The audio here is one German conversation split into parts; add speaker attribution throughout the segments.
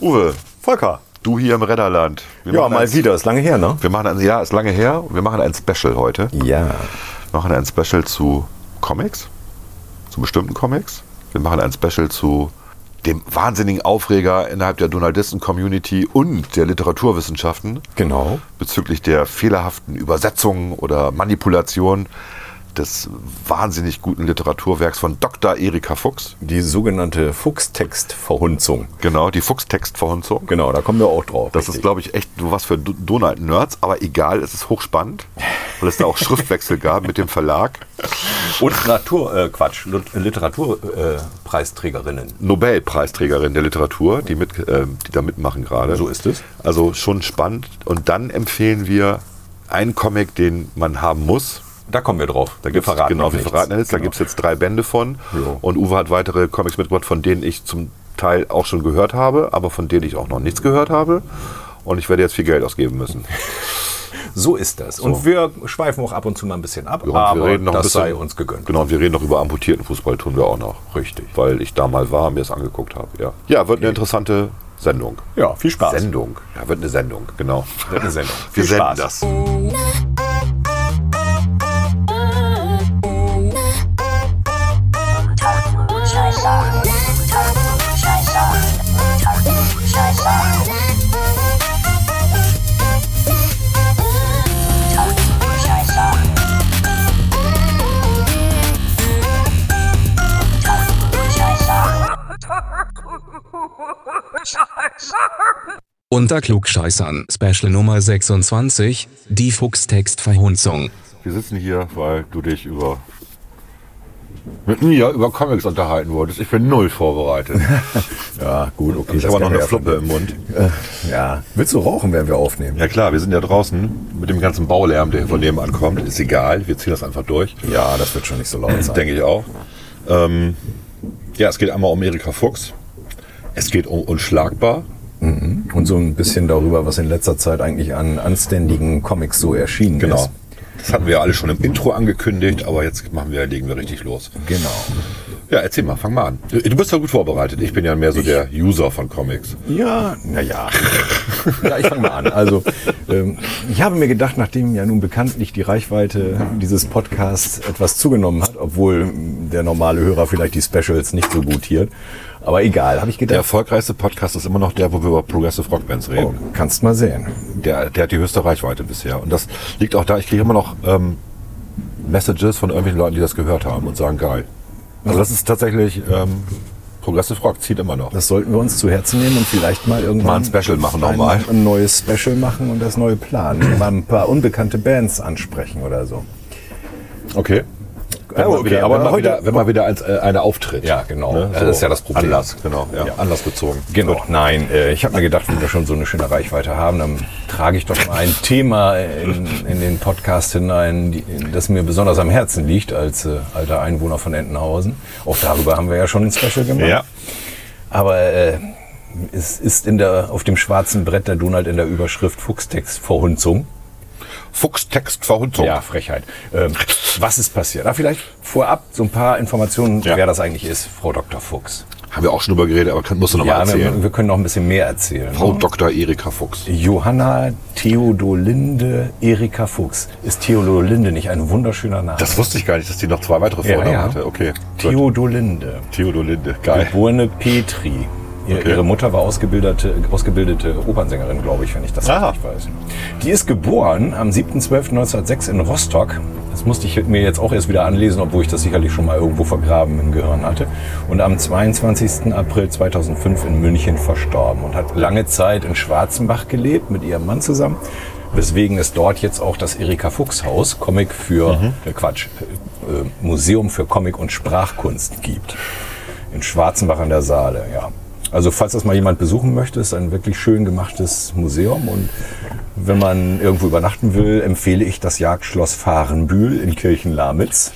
Speaker 1: Uwe,
Speaker 2: Volker.
Speaker 1: du hier im Rennerland. Wir
Speaker 2: Ja,
Speaker 1: machen
Speaker 2: mal
Speaker 1: ein,
Speaker 2: wieder. Ist lange her, ne?
Speaker 1: Wir machen ein, ja, ist lange her. Wir machen ein Special heute.
Speaker 2: Ja.
Speaker 1: Wir machen ein Special zu Comics, zu bestimmten Comics. Wir machen ein Special zu dem wahnsinnigen Aufreger innerhalb der Donaldisten-Community und der Literaturwissenschaften
Speaker 2: Genau.
Speaker 1: bezüglich der fehlerhaften Übersetzung oder Manipulation des wahnsinnig guten Literaturwerks von Dr. Erika Fuchs.
Speaker 2: Die sogenannte Fuchstextverhunzung.
Speaker 1: Genau, die Fuchstextverhunzung.
Speaker 2: Genau, da kommen wir auch drauf.
Speaker 1: Das ist, glaube ich, echt nur was für Do- Donald-Nerds, aber egal, es ist hochspannend, weil es da auch Schriftwechsel gab mit dem Verlag.
Speaker 3: Und Natur, äh, Quatsch, Lut- Literaturpreisträgerinnen.
Speaker 1: Nobelpreisträgerin der Literatur, die, mit, äh, die da mitmachen gerade.
Speaker 3: So ist es.
Speaker 1: Also schon spannend. Und dann empfehlen wir einen Comic, den man haben muss.
Speaker 3: da kommen wir drauf.
Speaker 1: Da gibt's- genau,
Speaker 3: noch
Speaker 1: wir
Speaker 3: nichts.
Speaker 1: verraten jetzt. Da
Speaker 3: Genau.
Speaker 1: gibt es jetzt drei Bände von.
Speaker 2: Ja.
Speaker 1: Und Uwe hat weitere Comics mitgebracht, von denen ich zum Teil auch schon gehört habe, aber von denen ich auch noch nichts gehört habe. Und ich werde jetzt viel Geld ausgeben müssen.
Speaker 3: So ist das. Und wir schweifen auch ab und zu mal ein bisschen ab,
Speaker 1: Ja, und
Speaker 3: aber
Speaker 1: wir reden noch
Speaker 3: das
Speaker 1: ein bisschen,
Speaker 3: sei uns gegönnt.
Speaker 1: Genau, und wir reden noch über amputierten Fußball, tun wir auch noch. Richtig. Weil ich da mal war und mir das angeguckt habe. Ja, ja wird eine interessante Sendung.
Speaker 3: Ja, viel Spaß.
Speaker 1: Sendung. Ja, wird eine Sendung, genau.
Speaker 3: Wird eine Sendung.
Speaker 1: Wir
Speaker 3: Viel
Speaker 1: senden
Speaker 3: Spaß.
Speaker 1: das.
Speaker 4: Unter Klugscheißern Special Nummer 26, die Fuchstextverhunzung.
Speaker 1: Wir sitzen hier, weil du dich über mit mir über Comics unterhalten wolltest. Ich bin null vorbereitet.
Speaker 2: Ja, gut, okay.
Speaker 1: Ich
Speaker 2: das
Speaker 1: habe auch noch eine
Speaker 2: kennen wir ja von
Speaker 1: Fluppe im Mund.
Speaker 2: dir. Ja. Willst du rauchen, während wir aufnehmen?
Speaker 1: Ja klar, wir sind ja draußen mit dem ganzen Baulärm, der hier von nebenan kommt. Ist egal, wir ziehen das einfach durch.
Speaker 2: Ja, das wird schon nicht so laut sein.
Speaker 1: Denke ich auch. Ähm, ja, es geht einmal um Erika Fuchs. Es geht um Unschlagbar.
Speaker 2: Und so ein bisschen darüber, was in letzter Zeit eigentlich an anständigen Comics so erschienen
Speaker 1: Genau.
Speaker 2: ist.
Speaker 1: Das hatten wir ja alle schon im Intro angekündigt, aber jetzt machen wir, legen wir richtig los.
Speaker 2: Genau.
Speaker 1: Ja, erzähl mal, fang mal an. Du, du bist ja gut vorbereitet. Ich bin ja mehr so der User von Comics.
Speaker 2: Ja, naja. Ja, ich fange mal an. Also, ähm, ich habe mir gedacht, nachdem ja nun bekanntlich die Reichweite dieses Podcasts etwas zugenommen hat, obwohl mh, der normale Hörer vielleicht die Specials nicht so gutiert, aber egal, habe ich
Speaker 1: Der
Speaker 2: gedacht,
Speaker 1: erfolgreichste Podcast ist immer noch der, wo wir über Progressive Rock Bands
Speaker 2: oh,
Speaker 1: reden.
Speaker 2: kannst mal sehen.
Speaker 1: Der, der hat die höchste Reichweite bisher. Und das liegt auch da, ich kriege immer noch ähm, Messages von irgendwelchen Leuten, die das gehört haben und sagen, geil. Also das ist tatsächlich, ähm, Progressive Rock zieht immer noch.
Speaker 2: Das sollten wir uns zu Herzen nehmen und vielleicht mal
Speaker 1: Mal
Speaker 2: irgendwann
Speaker 1: ein Special machen
Speaker 2: ein,
Speaker 1: nochmal.
Speaker 2: ein neues Special machen und das neue planen. Mal ein paar unbekannte Bands ansprechen oder so.
Speaker 1: Okay. Wenn
Speaker 2: Ja,
Speaker 1: man
Speaker 2: okay,
Speaker 1: wieder,
Speaker 2: aber
Speaker 1: wenn man
Speaker 2: heute-
Speaker 1: wieder, wenn man wieder als, äh, eine auftritt.
Speaker 2: Ja, genau.
Speaker 1: Ne?
Speaker 2: Das ist ja das Problem.
Speaker 1: Anlass, genau. Ja.
Speaker 2: Ja.
Speaker 1: Anlassbezogen.
Speaker 2: Genau, nein, äh, ich habe mir gedacht, wenn wir schon so eine schöne Reichweite haben, dann trage ich doch mal ein Thema in, in den Podcast hinein, die, das mir besonders am Herzen liegt als äh, alter Einwohner von Entenhausen. Auch darüber haben wir ja schon ein Special gemacht.
Speaker 1: Ja.
Speaker 2: Aber äh, es ist in der, auf dem schwarzen Brett der Donald in der Überschrift Fuchstextverhunzung.
Speaker 1: Fuchstextverhunzung.
Speaker 2: Ja, Frechheit. Ähm, was ist passiert? Na, vielleicht vorab so ein paar Informationen,
Speaker 1: Ja.
Speaker 2: wer das eigentlich ist, Frau Dr. Fuchs.
Speaker 1: Haben wir auch schon drüber geredet, aber kann, musst du noch mal
Speaker 2: Ja,
Speaker 1: erzählen.
Speaker 2: wir, wir können noch ein bisschen mehr erzählen.
Speaker 1: Frau Dr. Erika Fuchs.
Speaker 2: Johanna Theodolinde Erika Fuchs. Ist Theodolinde nicht ein wunderschöner Name?
Speaker 1: Das wusste ich gar nicht, dass die noch zwei weitere
Speaker 2: Ja,
Speaker 1: Vornamen
Speaker 2: ja.
Speaker 1: hatte. Okay. gut.
Speaker 2: Theodolinde.
Speaker 1: Theodolinde. Geil.
Speaker 2: Geborene Petri. Ihr-
Speaker 1: Okay.
Speaker 2: Ihre Mutter war ausgebildete, ausgebildete Opernsängerin, glaube ich, wenn ich das
Speaker 1: Aha.
Speaker 2: richtig weiß. Die ist geboren am 7.12.1906 in Rostock. Das musste ich mir jetzt auch erst wieder anlesen, obwohl ich das sicherlich schon mal irgendwo vergraben im Gehirn hatte. Und am 22. April 2005 in München verstorben und hat lange Zeit in Schwarzenbach gelebt mit ihrem Mann zusammen. Weswegen es dort jetzt auch das Erika Fuchs Haus, Comic für,
Speaker 1: Mhm.
Speaker 2: äh, Quatsch, äh, äh, Museum für Comic und Sprachkunst gibt. In Schwarzenbach an der Saale, ja. Also falls das mal jemand besuchen möchte, ist ein wirklich schön gemachtes Museum und wenn man irgendwo übernachten will, empfehle ich das Jagdschloss Fahrenbühl in Kirchenlamitz.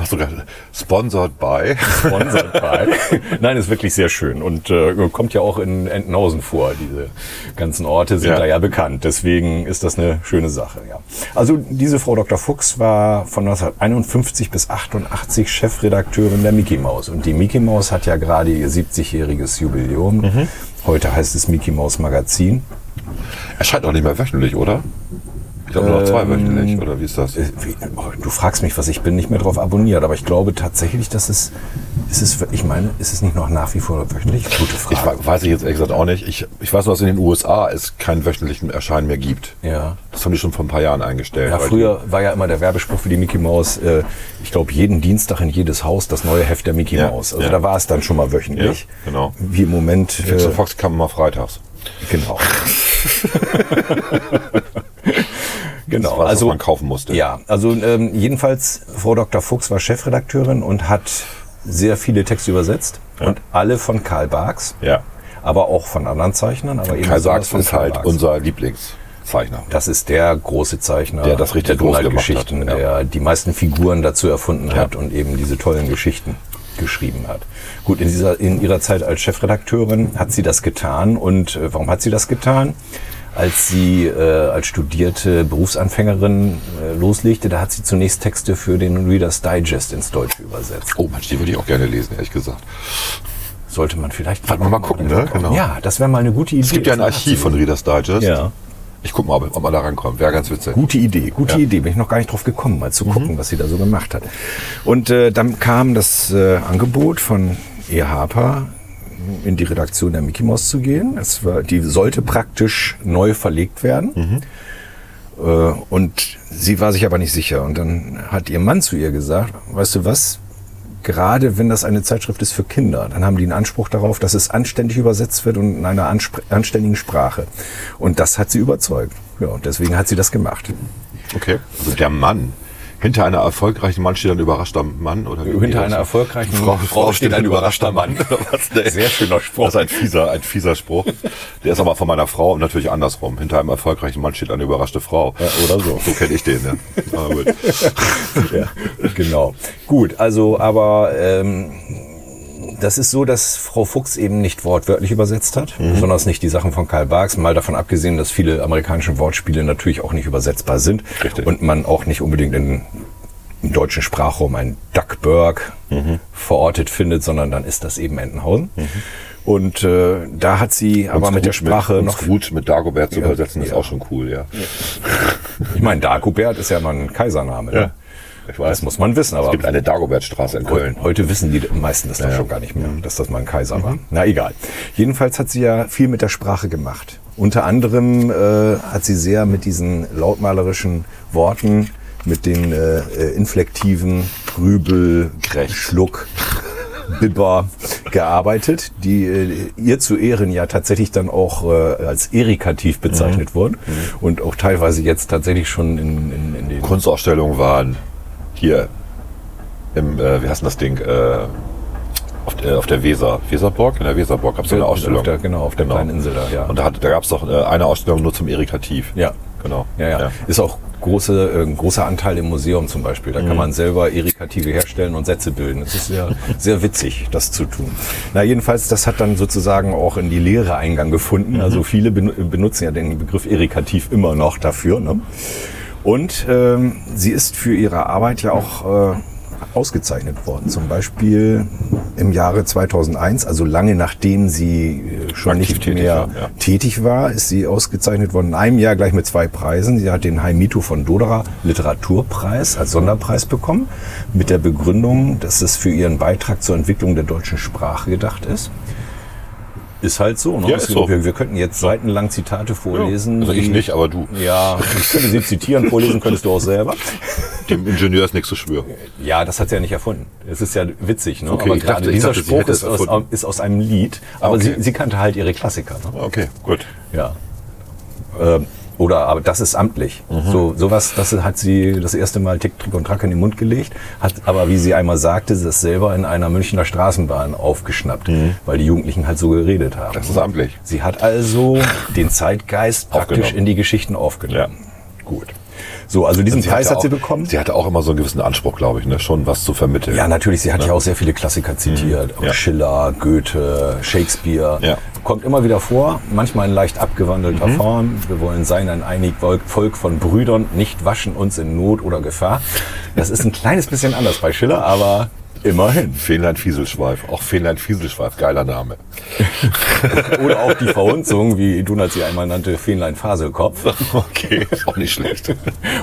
Speaker 1: Hast du gerade sponsored by.
Speaker 2: Sponsored by. Nein, ist wirklich sehr schön und äh, kommt ja auch in Entenhausen vor. Diese ganzen Orte sind
Speaker 1: Ja.
Speaker 2: da ja bekannt. Deswegen ist das eine schöne Sache. Ja. Also diese Frau Dr. Fuchs war von 1951 bis 88 Chefredakteurin der Mickey Mouse. Und die Mickey Mouse hat ja gerade ihr 70-jähriges Jubiläum. Heute heißt es Mickey Mouse Magazin.
Speaker 1: Erscheint auch nicht mehr wöchentlich, oder? Ich glaube nur noch zwei
Speaker 2: Ähm,
Speaker 1: wöchentlich, oder wie ist das?
Speaker 2: Äh, wie- oh, Du fragst mich was, ich bin nicht mehr drauf abonniert, aber ich glaube tatsächlich, dass es, ist es, ich meine, ist es nicht noch nach wie vor wöchentlich? Gute
Speaker 1: Ich
Speaker 2: Frage.
Speaker 1: we- weiß ich jetzt ehrlich gesagt auch nicht. Ich, ich weiß nur, dass in den USA es keinen wöchentlichen Erscheinen mehr gibt.
Speaker 2: ja.
Speaker 1: Das haben die schon vor ein paar Jahren eingestellt.
Speaker 2: Ja,
Speaker 1: weil die-
Speaker 2: früher war ja immer der Werbespruch für die Mickey Maus, äh, ich glaube, jeden Dienstag in jedes Haus das neue Heft der Mickey
Speaker 1: Ja,
Speaker 2: Maus. Also
Speaker 1: ja.
Speaker 2: da war es dann schon mal wöchentlich.
Speaker 1: Ja, genau.
Speaker 2: Wie im Moment.
Speaker 1: Pixel
Speaker 2: äh,
Speaker 1: Fox kam immer freitags.
Speaker 2: Genau.
Speaker 1: Das
Speaker 2: genau.
Speaker 1: war das,
Speaker 2: also
Speaker 1: was man kaufen musste.
Speaker 2: Ja, also ähm, jedenfalls Frau Dr. Fuchs war Chefredakteurin und hat sehr viele Texte übersetzt und alle von Karl Barks,
Speaker 1: Ja.
Speaker 2: aber auch von anderen Zeichnern, aber eben
Speaker 1: Karl
Speaker 2: besonders
Speaker 1: Barks
Speaker 2: von
Speaker 1: ist
Speaker 2: Karl
Speaker 1: halt
Speaker 2: Barks.
Speaker 1: unser Lieblingszeichner.
Speaker 2: das ist der große Zeichner,
Speaker 1: Der das richtig
Speaker 2: der
Speaker 1: groß gemacht
Speaker 2: Geschichten,
Speaker 1: hat, ja.
Speaker 2: der die meisten Figuren dazu erfunden hat und eben diese tollen Geschichten geschrieben hat. Gut, in, dieser, in ihrer Zeit als Chefredakteurin hat sie das getan. Und äh, warum hat sie das getan? Als sie äh, als studierte Berufsanfängerin äh, loslegte, da hat sie zunächst Texte für den Reader's Digest ins Deutsche übersetzt.
Speaker 1: Oh Mensch, die würde ich auch gerne lesen, ehrlich gesagt.
Speaker 2: Sollte man vielleicht
Speaker 1: Warte mal, mal gucken, ne? Genau.
Speaker 2: Ja, das wäre mal eine gute Idee.
Speaker 1: Es gibt ja ein Archiv von Reader's Digest.
Speaker 2: Ja.
Speaker 1: Ich guck mal, ob, ob man da rankommt. Wäre ganz witzig.
Speaker 2: Gute Idee, gute Idee. Bin ich noch gar nicht drauf gekommen, mal zu gucken, was sie da so gemacht hat. Und äh, dann kam das äh, Angebot von E. Harper, in die Redaktion der Mickey Mouse zu gehen. Es war, die sollte praktisch neu verlegt werden. Äh, und sie war sich aber nicht sicher. Und dann hat ihr Mann zu ihr gesagt, weißt du was? Gerade wenn das eine Zeitschrift ist für Kinder, dann haben die einen Anspruch darauf, dass es anständig übersetzt wird und in einer anspr- anständigen Sprache. Und das hat sie überzeugt. Ja, und deswegen hat sie das gemacht.
Speaker 1: Okay. Also der Mann. Hinter einer erfolgreichen Mann steht ein überraschter Mann oder wie geht
Speaker 2: Hinter
Speaker 1: das?
Speaker 2: einer erfolgreichen
Speaker 1: Frau, Frau steht ein überraschter Mann.
Speaker 2: Sehr schöner Spruch.
Speaker 1: Das ist ein fieser, ein fieser Spruch. Der ist aber von meiner Frau und natürlich andersrum. Hinter einem erfolgreichen Mann steht eine überraschte Frau. oder so. So kenne ich den, ne? Aber gut.
Speaker 2: ja, genau. Gut, also aber ähm, das ist so, dass Frau Fuchs eben nicht wortwörtlich übersetzt hat,
Speaker 1: Mhm.
Speaker 2: besonders nicht die Sachen von Karl Barks, mal davon abgesehen, dass viele amerikanische Wortspiele natürlich auch nicht übersetzbar sind
Speaker 1: Richtig.
Speaker 2: und man auch nicht unbedingt in, im deutschen Sprachraum einen Duckburg
Speaker 1: Mhm.
Speaker 2: verortet findet, sondern dann ist das eben Entenhausen. Und äh, da hat sie aber
Speaker 1: Uns
Speaker 2: mit der
Speaker 1: Mhm. gut
Speaker 2: Sprache
Speaker 1: uns
Speaker 2: noch
Speaker 1: gut mit Dagobert zu
Speaker 2: Ja,
Speaker 1: übersetzen, ist
Speaker 2: ja.
Speaker 1: auch schon cool, ja.
Speaker 2: Ich meine, Dagobert ist ja mal ein Kaisername. Ne?
Speaker 1: Ich
Speaker 2: Das muss man wissen, aber
Speaker 1: Es gibt eine Dagobertstraße in Köln.
Speaker 2: Heute wissen die meisten das doch schon gar nicht mehr, dass das mal ein Kaiser war.
Speaker 1: Mhm.
Speaker 2: Na egal. Jedenfalls hat sie ja viel mit der Sprache gemacht. Unter anderem äh, hat sie sehr mit diesen lautmalerischen Worten, mit den äh, äh, inflektiven Grübel,
Speaker 1: Krech.
Speaker 2: Schluck, Bibber gearbeitet, die äh, ihr zu Ehren ja tatsächlich dann auch äh, als Erikativ
Speaker 1: Mhm.
Speaker 2: bezeichnet wurden und auch teilweise jetzt tatsächlich schon in, in, in den
Speaker 1: Kunstausstellungen waren hier im, äh, wie heißt denn das Ding, äh, auf, der- auf der Weser, Weserburg? In der Weserburg gab es so eine
Speaker 2: Auf
Speaker 1: Ausstellung.
Speaker 2: der- genau, auf der kleinen Insel da, ja.
Speaker 1: Und da, hat- da gab es doch äh, eine Ausstellung nur zum Irritativ.
Speaker 2: Ja.
Speaker 1: Genau.
Speaker 2: Ja, ja, Ist auch große, äh, ein großer Anteil im Museum zum Beispiel. Da kann man selber Irritative herstellen und Sätze bilden. Es ist sehr, sehr witzig, das zu tun. Na, jedenfalls, das hat dann sozusagen auch in die Lehre Eingang gefunden. Also viele ben benutzen ja den Begriff Irritativ immer noch dafür. Ne? Und ähm, sie ist für ihre Arbeit ja auch äh, ausgezeichnet worden. Zum Beispiel im Jahre 2001, also lange nachdem sie äh, schon
Speaker 1: Aktiv
Speaker 2: nicht
Speaker 1: tätig
Speaker 2: mehr
Speaker 1: war, ja.
Speaker 2: tätig war, ist sie ausgezeichnet worden in einem Jahr gleich mit zwei Preisen. Sie hat den Heimito von Dodera Literaturpreis als Sonderpreis bekommen, mit der Begründung, dass es für ihren Beitrag zur Entwicklung der deutschen Sprache gedacht ist. Ist halt so. Ne?
Speaker 1: Ja, ist so.
Speaker 2: Wir, wir könnten jetzt seitenlang Zitate vorlesen.
Speaker 1: Also ich
Speaker 2: die-
Speaker 1: nicht, aber du.
Speaker 2: Ja, ich könnte sie zitieren, vorlesen könntest du auch selber.
Speaker 1: Dem Ingenieur ist nichts zu schwören.
Speaker 2: Ja, das hat sie ja nicht erfunden. Es ist ja witzig, ne?
Speaker 1: Okay,
Speaker 2: aber
Speaker 1: ich
Speaker 2: gerade
Speaker 1: dachte- ich
Speaker 2: dieser
Speaker 1: dachte, sie
Speaker 2: Spruch
Speaker 1: hätte es
Speaker 2: ist aus,
Speaker 1: erfunden.
Speaker 2: ist aus einem Lied, aber
Speaker 1: Okay.
Speaker 2: sie, sie kannte halt ihre Klassiker. Ne?
Speaker 1: Okay, gut.
Speaker 2: Ja. Ähm, oder, aber das ist amtlich.
Speaker 1: Mhm.
Speaker 2: So, sowas, das hat sie das erste Mal Tick, Trick und Track in den Mund gelegt, hat aber, wie sie einmal sagte, das selber in einer Münchner Straßenbahn aufgeschnappt, weil die Jugendlichen halt so geredet haben.
Speaker 1: Mhm. Das ist amtlich.
Speaker 2: Sie hat also den Zeitgeist praktisch
Speaker 1: Aufgenommen.
Speaker 2: in die Geschichten aufgenommen. Gut. So, also diesen Preis
Speaker 1: hatte
Speaker 2: hat sie
Speaker 1: auch-
Speaker 2: bekommen.
Speaker 1: Sie hatte auch immer so einen gewissen Anspruch, glaube ich, ne? schon was zu vermitteln.
Speaker 2: Ja, natürlich, sie hat ja auch sehr viele Klassiker zitiert.
Speaker 1: Mhm. Ja.
Speaker 2: Schiller, Goethe, Shakespeare.
Speaker 1: Ja. Mhm.
Speaker 2: Kommt immer wieder vor, manchmal in leicht abgewandelter Form. Wir wollen sein ein einig Volk- Volk von Brüdern, nicht waschen uns in Not oder Gefahr. Das ist ein kleines bisschen anders bei Schiller, aber Immerhin.
Speaker 1: Feenland Fieselschweif. Auch Feenland Fieselschweif, geiler Name.
Speaker 2: Oder auch die Verhunzung, wie Donald sie einmal nannte, Fähnlein Faselkopf.
Speaker 1: Okay, ist auch nicht schlecht.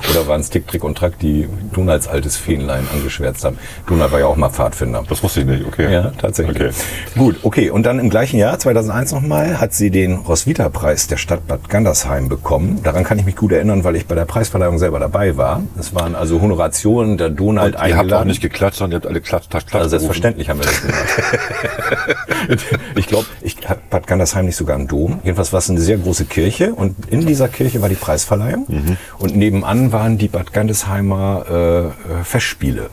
Speaker 2: Oder waren es Tick, Trick und Track, die Donalds altes Fähnlein angeschwärzt haben. Donald war ja auch mal Pfadfinder.
Speaker 1: Das wusste ich nicht, okay.
Speaker 2: Ja, tatsächlich.
Speaker 1: Okay.
Speaker 2: Gut, okay. Und dann im gleichen Jahr, 2001 nochmal, hat sie den Roswitha-Preis der Stadt Bad Gandersheim bekommen. Daran kann ich mich gut erinnern, weil ich bei der Preisverleihung selber dabei war. Es waren also Honorationen der Donald
Speaker 1: Ihr habt auch nicht geklatscht, sondern ihr habt alle klatscht, klatscht, klatscht.
Speaker 2: also selbstverständlich haben wir das gemacht. ich glaube, ich hat Bad Gandersheim nicht sogar einen Dom. Jedenfalls war es eine sehr große Kirche und in dieser Kirche war die Preisverleihung
Speaker 1: Mhm.
Speaker 2: und nebenan waren die Bad Gandersheimer äh, äh, Festspiele.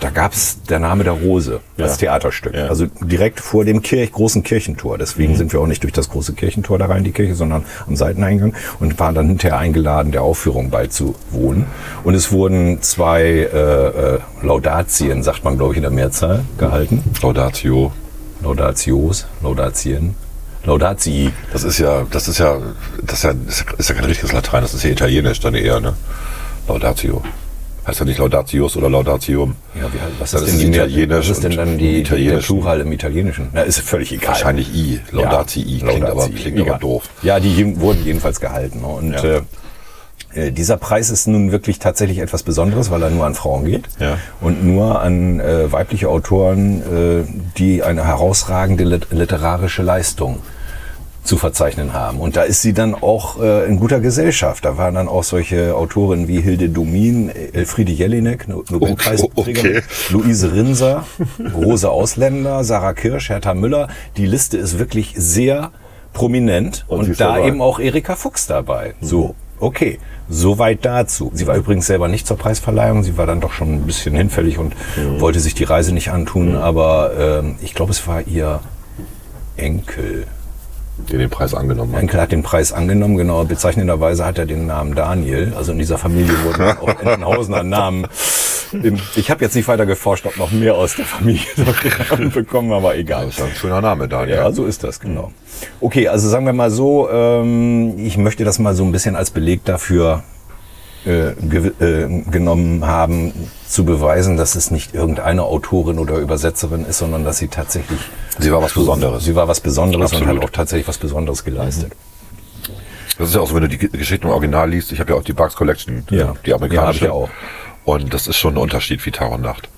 Speaker 2: Da gab's der Name der Rose als Theaterstück.
Speaker 1: Ja.
Speaker 2: Also direkt vor dem Kirch, großen Kirchentor. Deswegen sind wir auch nicht durch das große Kirchentor da rein in die Kirche, sondern am Seiteneingang und waren dann hinterher eingeladen, der Aufführung beizuwohnen. Und es wurden zwei äh, äh, Laudatien, sagt man glaube ich in der Mehrzahl, gehalten.
Speaker 1: Laudatio.
Speaker 2: Laudatios, Laudatien, Laudatii.
Speaker 1: Das ist ja, das ist ja, das ist ja, das ist ja kein richtiges Latein, das ist ja Italienisch dann eher, ne? Laudatio. Heißt ja nicht Laudatius oder Laudatium.
Speaker 2: Ja, wie, was
Speaker 1: Das
Speaker 2: ist,
Speaker 1: ist
Speaker 2: denn die,
Speaker 1: Italienisch
Speaker 2: was ist denn
Speaker 1: und
Speaker 2: dann die, der
Speaker 1: Italienisch.
Speaker 2: Plural im Italienischen? Na, ist völlig egal.
Speaker 1: Wahrscheinlich I. Laudatii klingt aber,
Speaker 2: Laudatii,
Speaker 1: klingt aber
Speaker 2: egal.
Speaker 1: doof.
Speaker 2: Ja, die je- wurden jedenfalls gehalten. ne? Und
Speaker 1: Ja.
Speaker 2: äh, äh, dieser Preis ist nun wirklich tatsächlich etwas Besonderes, weil er nur an Frauen geht
Speaker 1: Ja.
Speaker 2: und nur an äh, weibliche Autoren, äh, die eine herausragende lit literarische Leistung zu verzeichnen haben. Und da ist sie dann auch äh, in guter Gesellschaft. Da waren dann auch solche Autorinnen wie Hilde Domin, Elfriede Jelinek, No- Nobelpreisträgerin,
Speaker 1: Okay.
Speaker 2: Luise Rinser, Rose Ausländer, Sarah Kirsch, Hertha Müller. Die Liste ist wirklich sehr prominent
Speaker 1: Und
Speaker 2: und,
Speaker 1: sie ist
Speaker 2: da
Speaker 1: dabei. Mhm.
Speaker 2: eben auch Erika Fuchs dabei. So, okay. Soweit dazu. Sie war übrigens selber nicht zur Preisverleihung. Sie war dann doch schon ein bisschen hinfällig und wollte sich die Reise nicht antun. Aber ähm, ich glaube, es war ihr Enkel.
Speaker 1: Der den Preis angenommen hat.
Speaker 2: Enkel hat den Preis angenommen, genau. Bezeichnenderweise hat er den Namen Daniel. Also in dieser Familie wurden auch Entenhausener Namen. Im- Ich habe jetzt nicht weiter geforscht, ob noch mehr aus der Familie solche Namen bekommen, aber egal.
Speaker 1: Das ist ja ein schöner Name, Daniel.
Speaker 2: Ja, so ist das, genau. Okay, also sagen wir mal so, ähm, ich möchte das mal so ein bisschen als Beleg dafür äh, gew- äh, genommen haben, zu beweisen, dass es nicht irgendeine Autorin oder Übersetzerin ist, sondern dass sie tatsächlich
Speaker 1: Sie war was Besonderes.
Speaker 2: Sie war was Besonderes und
Speaker 1: Absolut.
Speaker 2: hat auch tatsächlich was Besonderes geleistet.
Speaker 1: Das ist ja auch so, wenn du die Ge- Geschichten im Original liest. Ich habe ja auch die Bugs Collection,
Speaker 2: Ja.
Speaker 1: die amerikanische.
Speaker 2: Ja, hab ich
Speaker 1: Und das ist schon ein Unterschied wie Tag und Nacht.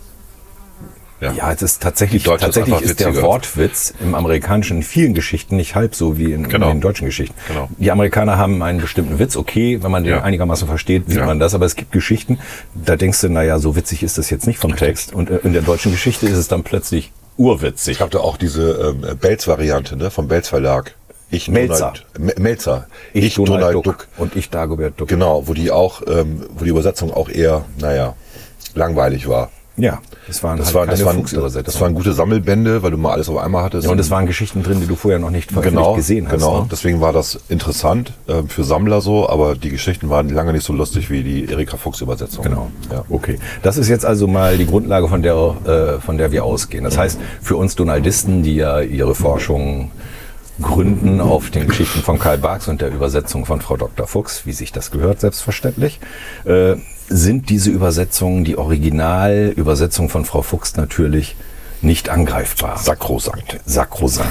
Speaker 2: Ja, es ist tatsächlich,
Speaker 1: Die Deutsche ist
Speaker 2: tatsächlich
Speaker 1: einfach
Speaker 2: ist der
Speaker 1: witziger.
Speaker 2: Wortwitz im amerikanischen in vielen Geschichten nicht halb so wie in,
Speaker 1: Genau.
Speaker 2: in den deutschen Geschichten.
Speaker 1: Genau.
Speaker 2: Die Amerikaner haben einen bestimmten Witz, okay, wenn man den
Speaker 1: Ja.
Speaker 2: einigermaßen versteht, sieht
Speaker 1: Ja.
Speaker 2: man das, aber es gibt Geschichten, da denkst du, naja, so witzig ist das jetzt nicht vom Text und äh, in der deutschen Geschichte ist es dann plötzlich urwitzig.
Speaker 1: Ich habe da auch diese ähm, Belz-Variante ne, vom Belz Verlag. Ich
Speaker 2: Melzer.
Speaker 1: Donald, M Melzer. Ich, Donald, Duck.
Speaker 2: Und ich Dagobert Duck.
Speaker 1: Genau, wo die auch, ähm, wo die Übersetzung auch eher, naja, langweilig war.
Speaker 2: Ja, das waren,
Speaker 1: Das,
Speaker 2: halt
Speaker 1: waren,
Speaker 2: keine
Speaker 1: das, waren,
Speaker 2: Fuchsübersetzungen.
Speaker 1: das waren gute Sammelbände, weil du mal alles auf einmal hattest.
Speaker 2: und es waren Geschichten drin, die du vorher noch nicht veröffentlicht
Speaker 1: genau,
Speaker 2: gesehen hast.
Speaker 1: genau.
Speaker 2: ne?
Speaker 1: Deswegen war das interessant ähm, für Sammler so, aber die Geschichten waren lange nicht so lustig wie die Erika Fuchs Übersetzung.
Speaker 2: Genau.
Speaker 1: Ja.
Speaker 2: Okay. Das ist jetzt also mal die Grundlage, von der, äh, von der wir ausgehen. Das heißt, für uns Donaldisten, die ja ihre Forschung gründen auf den Geschichten von Karl Barks und der Übersetzung von Frau Dr. Fuchs, wie sich das gehört, selbstverständlich, äh, sind diese Übersetzungen, die Originalübersetzung von Frau Fuchs natürlich nicht angreifbar.
Speaker 1: Sakrosankt.
Speaker 2: Sakrosankt.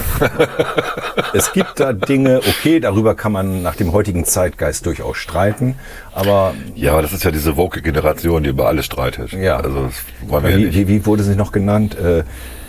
Speaker 2: es gibt da Dinge, okay, darüber kann man nach dem heutigen Zeitgeist durchaus streiten, aber
Speaker 1: Ja, aber das ist ja diese woke Generation, die über alles streitet.
Speaker 2: Ja.
Speaker 1: Also das wollen wir ja
Speaker 2: Wie,
Speaker 1: nicht.
Speaker 2: wie, wie wurde sie noch genannt? Äh,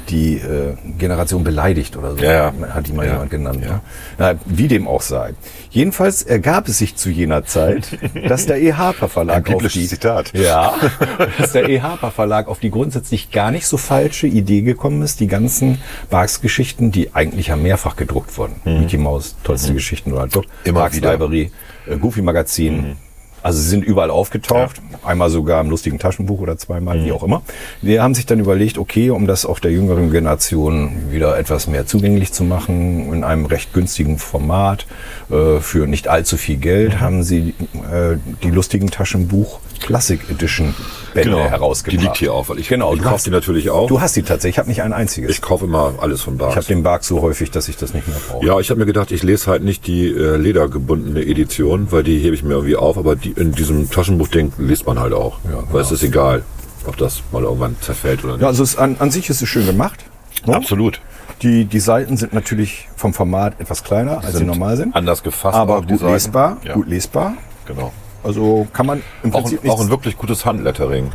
Speaker 2: die äh, Generation beleidigt oder so.
Speaker 1: Ja, ja.
Speaker 2: Hat die mal
Speaker 1: Ja.
Speaker 2: jemand genannt.
Speaker 1: Ja.
Speaker 2: Ne? Na, wie dem auch sei. Jedenfalls ergab es sich zu jener Zeit, dass der E. Harper
Speaker 1: Ein
Speaker 2: Verlag auf
Speaker 1: biblisches
Speaker 2: die,
Speaker 1: Zitat.
Speaker 2: Ja, dass der E. Harper Verlag auf die grundsätzlich gar nicht so falsche Idee gekommen ist, die ganzen Barks-Geschichten, die eigentlich ja mehrfach gedruckt wurden. Mickey Mouse, tollste Geschichten oder halt Druck.
Speaker 1: Mhm. Immer
Speaker 2: Barks
Speaker 1: wieder.
Speaker 2: Library, äh, Goofy Magazin.
Speaker 1: Mhm.
Speaker 2: Also sie sind überall aufgetaucht, einmal sogar im lustigen Taschenbuch oder zweimal,
Speaker 1: Mhm.
Speaker 2: wie auch immer. Wir haben sich dann überlegt, okay, um das auch der jüngeren Generation wieder etwas mehr zugänglich zu machen, in einem recht günstigen Format, äh, für nicht allzu viel Geld,
Speaker 1: Mhm.
Speaker 2: haben sie äh, die lustigen Taschenbuch Classic Edition Bände
Speaker 1: Genau.
Speaker 2: herausgebracht.
Speaker 1: Die liegt hier auch, weil ich-
Speaker 2: genau,
Speaker 1: ich
Speaker 2: du
Speaker 1: kauf
Speaker 2: hast-
Speaker 1: die natürlich auch.
Speaker 2: Du hast die tatsächlich, ich habe nicht ein einziges.
Speaker 1: Ich kaufe immer alles von
Speaker 2: Ich
Speaker 1: Barks.
Speaker 2: habe den Bark so häufig, dass ich das nicht mehr brauche.
Speaker 1: ja, ich habe mir gedacht, ich lese halt nicht die äh, ledergebundene Edition, weil die hebe ich mir irgendwie auf, aber die in diesem Taschenbuchding liest man halt auch,
Speaker 2: Ja, genau.
Speaker 1: weil es ist egal. ob das mal irgendwann zerfällt oder nicht.
Speaker 2: Ja, also es, an, an sich ist es schön gemacht. ne?
Speaker 1: Absolut.
Speaker 2: Die, die Seiten sind natürlich vom Format etwas kleiner, als sie normal sind.
Speaker 1: Anders gefasst. auch
Speaker 2: Aber
Speaker 1: die
Speaker 2: gut
Speaker 1: Seiten.
Speaker 2: lesbar,
Speaker 1: Ja,
Speaker 2: gut lesbar.
Speaker 1: genau.
Speaker 2: Also kann man im
Speaker 1: Auch,
Speaker 2: Prinzip
Speaker 1: ein, auch ein
Speaker 2: nichts-
Speaker 1: wirklich gutes Handlettering.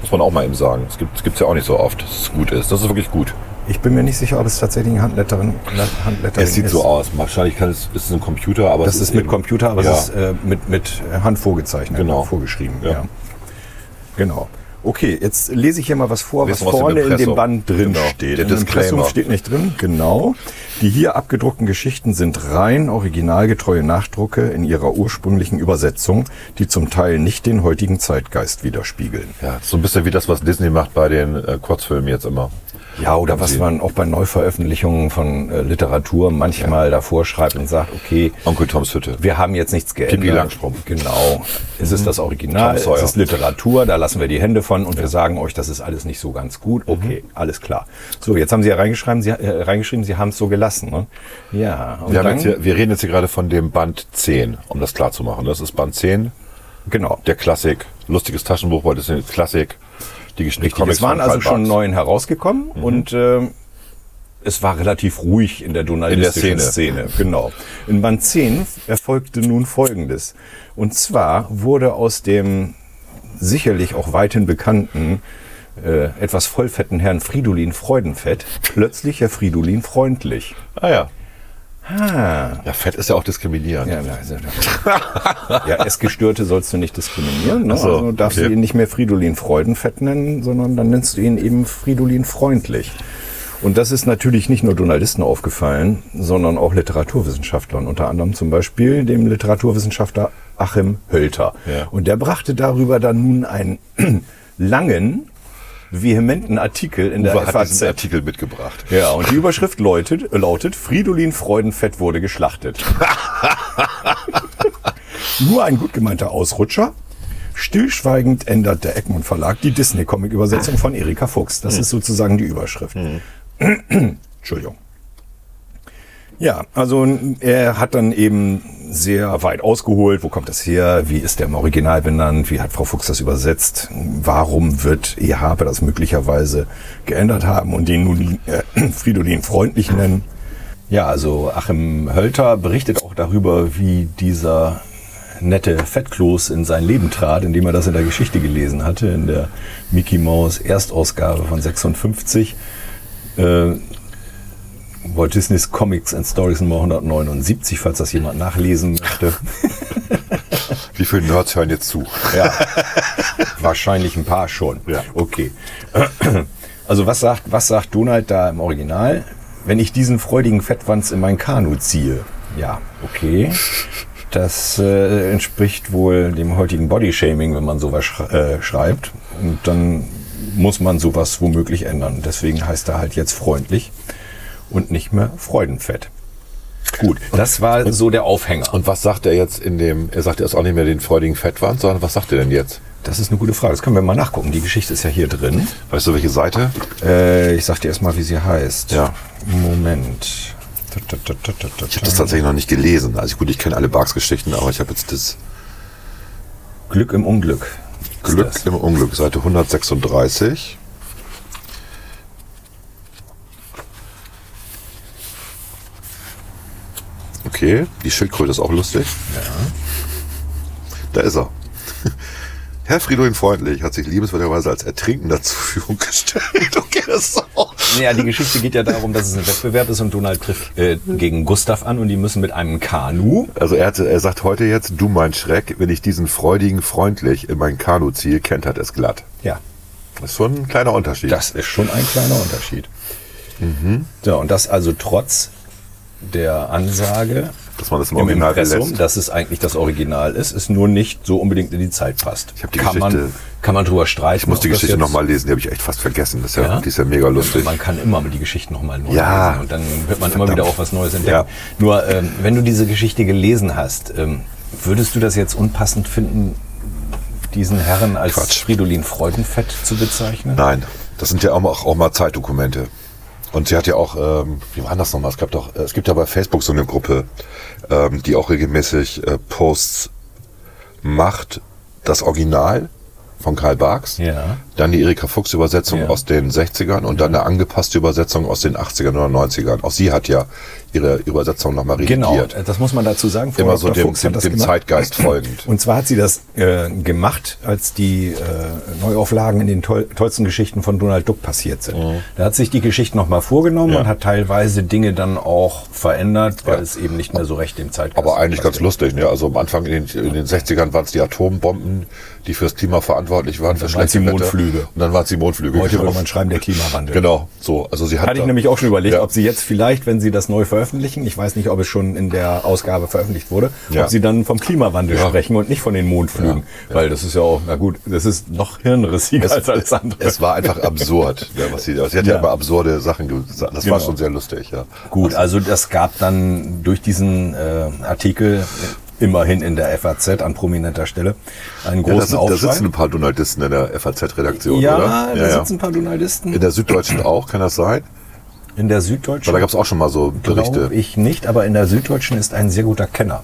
Speaker 1: Muss man auch mal eben sagen. Es gibt es gibt's ja auch nicht so oft, dass es gut ist. Das ist wirklich gut.
Speaker 2: Ich bin mir nicht sicher, ob es tatsächlich ein Handlettering, Handlettering
Speaker 1: Es sieht
Speaker 2: ist.
Speaker 1: so aus. Wahrscheinlich kann es, ist es ein Computer, aber
Speaker 2: Das
Speaker 1: es
Speaker 2: ist mit
Speaker 1: eben-
Speaker 2: Computer, aber
Speaker 1: ja.
Speaker 2: es ist äh, mit, mit Hand vorgezeichnet,
Speaker 1: Genau.
Speaker 2: vorgeschrieben.
Speaker 1: Ja.
Speaker 2: Ja. Genau. Okay, jetzt lese ich hier mal was vor,
Speaker 1: Lesen wir
Speaker 2: was
Speaker 1: aus dem
Speaker 2: vorne in
Speaker 1: Impressum.
Speaker 2: dem Band drin
Speaker 1: Genau,
Speaker 2: steht.
Speaker 1: der
Speaker 2: Im Impressum
Speaker 1: Disclaimer.
Speaker 2: steht nicht drin, genau. Die hier abgedruckten Geschichten sind rein originalgetreue Nachdrucke in ihrer ursprünglichen Übersetzung, die zum Teil nicht den heutigen Zeitgeist widerspiegeln.
Speaker 1: ja, so ein bisschen wie das, was Disney macht bei den äh, Kurzfilmen jetzt immer.
Speaker 2: Ja, oder was
Speaker 1: Sie-
Speaker 2: man auch bei Neuveröffentlichungen von äh, Literatur manchmal davor schreibt und sagt, okay,
Speaker 1: Onkel Toms Hütte.
Speaker 2: wir haben jetzt nichts geändert.
Speaker 1: Pippi Langstrumpf. Mhm.
Speaker 2: Genau. Es ist das Original,
Speaker 1: Tom Sawyer.
Speaker 2: es ist Literatur, da lassen wir die Hände von und wir sagen euch, das ist alles nicht so ganz gut.
Speaker 1: Mhm.
Speaker 2: Okay, alles klar. So, jetzt haben Sie ja reingeschrieben, Sie, äh, reingeschrieben, Sie haben es so gelassen. Ne? Ja, und
Speaker 1: Wir, haben jetzt hier, wir reden jetzt hier gerade von dem Band 10, um das klar zu machen. Das ist Band 10,
Speaker 2: genau.
Speaker 1: der Klassik. Lustiges Taschenbuch, weil das ist Klassik. Die Geschichte
Speaker 2: Richtig, es waren also schon neun herausgekommen und ähm, es war relativ ruhig in der donaldistischen
Speaker 1: In der
Speaker 2: Szene. Genau. In Band 10 erfolgte nun Folgendes. Und zwar wurde aus dem sicherlich auch weithin bekannten äh, etwas vollfetten Herrn Fridolin Freudenfett plötzlich Herr Fridolin freundlich.
Speaker 1: Ah ja.
Speaker 2: Ah.
Speaker 1: Ja, Fett ist ja auch diskriminierend.
Speaker 2: Ja, also, ja, Essgestörte sollst du nicht diskriminieren. Ne?
Speaker 1: so,
Speaker 2: also darfst
Speaker 1: okay.
Speaker 2: du ihn nicht mehr Fridolin Freudenfett nennen, sondern dann nennst du ihn eben Fridolin freundlich. Und das ist natürlich nicht nur Journalisten aufgefallen, sondern auch Literaturwissenschaftlern, unter anderem zum Beispiel dem Literaturwissenschaftler Achim Hölter.
Speaker 1: Ja.
Speaker 2: Und der brachte darüber dann nun einen langen, vehementen Artikel in der
Speaker 1: Uwe hat
Speaker 2: FAZ.
Speaker 1: diesen Artikel mitgebracht.
Speaker 2: Ja, und die Überschrift läutet, lautet, Fridolin Freudenfett wurde geschlachtet. Nur ein gut gemeinter Ausrutscher. Stillschweigend ändert der Egmont Verlag die Disney-Comic-Übersetzung von Erika Fuchs. Das ist sozusagen die Überschrift. Entschuldigung. Ja, also er hat dann eben sehr weit ausgeholt. Wo kommt das her? Wie ist der im Original benannt? Wie hat Frau Fuchs das übersetzt? Warum wird E. Harpe das möglicherweise geändert haben und den nun äh, Fridolin freundlich nennen? Ja, also Achim Hölter berichtet auch darüber, wie dieser nette Fettkloß in sein Leben trat, indem er das in der Geschichte gelesen hatte, in der Mickey Mouse Erstausgabe von 56. Äh, Walt Disney's Comics and Stories Nummer 179, falls das jemand nachlesen möchte.
Speaker 1: Wie viele Nerds hören jetzt zu?
Speaker 2: Ja, wahrscheinlich ein paar schon.
Speaker 1: Ja.
Speaker 2: Okay. Also was sagt, was sagt Donald da im Original? Wenn ich diesen freudigen Fettwanz in mein Kanu ziehe. Ja, okay. Das äh, entspricht wohl dem heutigen Bodyshaming, wenn man sowas sch äh, schreibt. Und dann muss man sowas womöglich ändern. Deswegen heißt er halt jetzt freundlich und nicht mehr Freudenfett. Gut, das war so der Aufhänger.
Speaker 1: Und was sagt er jetzt in dem, er sagt jetzt auch nicht mehr den freudigen Fettwand, sondern was sagt er denn jetzt?
Speaker 2: Das ist eine gute Frage. Das können wir mal nachgucken. Die Geschichte ist ja hier drin.
Speaker 1: Weißt du, welche Seite?
Speaker 2: Äh, ich sag dir erstmal, wie sie heißt.
Speaker 1: Ja.
Speaker 2: Moment. Ta, ta, ta, ta, ta, ta,
Speaker 1: Ich habe das tatsächlich noch nicht gelesen. Also gut, ich kenne alle Barks-Geschichten, aber ich habe jetzt das
Speaker 2: ta. Glück im Unglück. ist
Speaker 1: Glück
Speaker 2: das.
Speaker 1: im Unglück, Seite 136. Okay, die Schildkröte ist auch lustig. Ja. Da ist er. Herr Fridolin Freundlich hat sich liebenswerterweise als Ertrinkender zur Verfügung gestellt. Okay, das ist auch.
Speaker 2: Naja, die Geschichte geht ja darum, dass es ein Wettbewerb ist und Donald trifft äh, gegen Gustav an und die müssen mit einem Kanu.
Speaker 1: Also er, hat, er sagt heute jetzt, du mein Schreck, wenn ich diesen freudigen Freundlich in mein Kanu ziehe, kentert es glatt.
Speaker 2: Ja,
Speaker 1: Das ist schon ein kleiner Unterschied.
Speaker 2: das ist schon ein kleiner Unterschied.
Speaker 1: Mhm.
Speaker 2: So, und das also trotz der Ansage
Speaker 1: dass man das im
Speaker 2: im
Speaker 1: Original
Speaker 2: Impressum,
Speaker 1: belässt.
Speaker 2: dass es eigentlich das Original ist, ist nur nicht so unbedingt in die Zeit passt.
Speaker 1: Ich hab die
Speaker 2: kann
Speaker 1: Geschichte-
Speaker 2: man, kann man drüber streiten.
Speaker 1: Ich muss die Geschichte nochmal lesen, die habe ich echt fast vergessen. Das ist ja, Die ist ja mega lustig.
Speaker 2: Also Man kann immer die Geschichten nochmal neu
Speaker 1: Ja.
Speaker 2: lesen und dann wird man
Speaker 1: Verdammt.
Speaker 2: immer wieder auch was Neues entdecken.
Speaker 1: Ja.
Speaker 2: Nur, ähm, wenn du diese Geschichte gelesen hast, ähm, würdest du das jetzt unpassend finden, diesen Herren als
Speaker 1: Quatsch.
Speaker 2: Fridolin Freudenfett zu bezeichnen?
Speaker 1: Nein, das sind ja auch mal, auch mal Zeitdokumente. Und sie hat ja auch, ähm, wie war das nochmal? Es gab doch, äh, es gibt ja bei Facebook so eine Gruppe, ähm, die auch regelmäßig äh, Posts macht, das Original von Karl Barks.
Speaker 2: Ja.
Speaker 1: dann die Erika Fuchs Übersetzung
Speaker 2: Ja.
Speaker 1: aus den 60ern und dann eine angepasste Übersetzung aus den 80ern oder 90ern. Auch sie hat ja ihre Übersetzung nochmal
Speaker 2: Genau,
Speaker 1: redigiert.
Speaker 2: das muss man dazu sagen. Frau
Speaker 1: Immer so
Speaker 2: Dr.
Speaker 1: dem,
Speaker 2: Fuchs
Speaker 1: dem,
Speaker 2: hat das
Speaker 1: dem
Speaker 2: gemacht.
Speaker 1: Zeitgeist folgend.
Speaker 2: Und zwar hat sie das äh, gemacht, als die äh, Neuauflagen in den toll tollsten Geschichten von Donald Duck passiert sind. Da hat sich die Geschichte nochmal vorgenommen
Speaker 1: Mhm. Ja.
Speaker 2: und hat teilweise Dinge dann auch verändert, weil
Speaker 1: Ja.
Speaker 2: es eben nicht mehr so recht dem Zeitgeist
Speaker 1: Aber eigentlich ganz
Speaker 2: passte.
Speaker 1: lustig. Ne? Also am Anfang in den, in den 60ern waren es die Atombomben, die fürs Klima verantwortlich waren, für
Speaker 2: dann waren's
Speaker 1: schlechte
Speaker 2: die
Speaker 1: Wetter.
Speaker 2: Mondflüge.
Speaker 1: Und dann waren es die Mondflüge.
Speaker 2: Heute
Speaker 1: genau.
Speaker 2: würde man schreiben, der Klimawandel.
Speaker 1: Genau, so. Also sie hat
Speaker 2: Hatte ich
Speaker 1: da-
Speaker 2: nämlich auch schon überlegt,
Speaker 1: Ja.
Speaker 2: ob sie jetzt vielleicht, wenn sie das neu veröffentlichen, ich weiß nicht, ob es schon in der Ausgabe veröffentlicht wurde,
Speaker 1: Ja.
Speaker 2: ob sie dann vom Klimawandel
Speaker 1: Ja.
Speaker 2: sprechen und nicht von den Mondflügen. Weil das ist ja auch, na gut, das ist noch hirnrissiger als alles andere.
Speaker 1: Es war einfach absurd, ja, was sie, sie hat ja.
Speaker 2: Ja.
Speaker 1: immer absurde Sachen gesagt. Das war
Speaker 2: Genau.
Speaker 1: schon sehr lustig, ja.
Speaker 2: Gut, also das gab dann durch diesen äh, Artikel äh, immerhin in der FAZ an prominenter Stelle einen
Speaker 1: ja da,
Speaker 2: großen
Speaker 1: sind, da
Speaker 2: Aufschrei.
Speaker 1: sitzen ein paar Donaldisten in der FAZ-Redaktion,
Speaker 2: ja,
Speaker 1: oder?
Speaker 2: da sitzen ein paar Journalisten.
Speaker 1: In der Süddeutschen auch, kann das sein?
Speaker 2: In der Süddeutschen
Speaker 1: Weil da gab es auch schon mal so
Speaker 2: Genau,
Speaker 1: Berichte.
Speaker 2: glaube ich nicht, aber in der Süddeutschen ist ein sehr guter Kenner.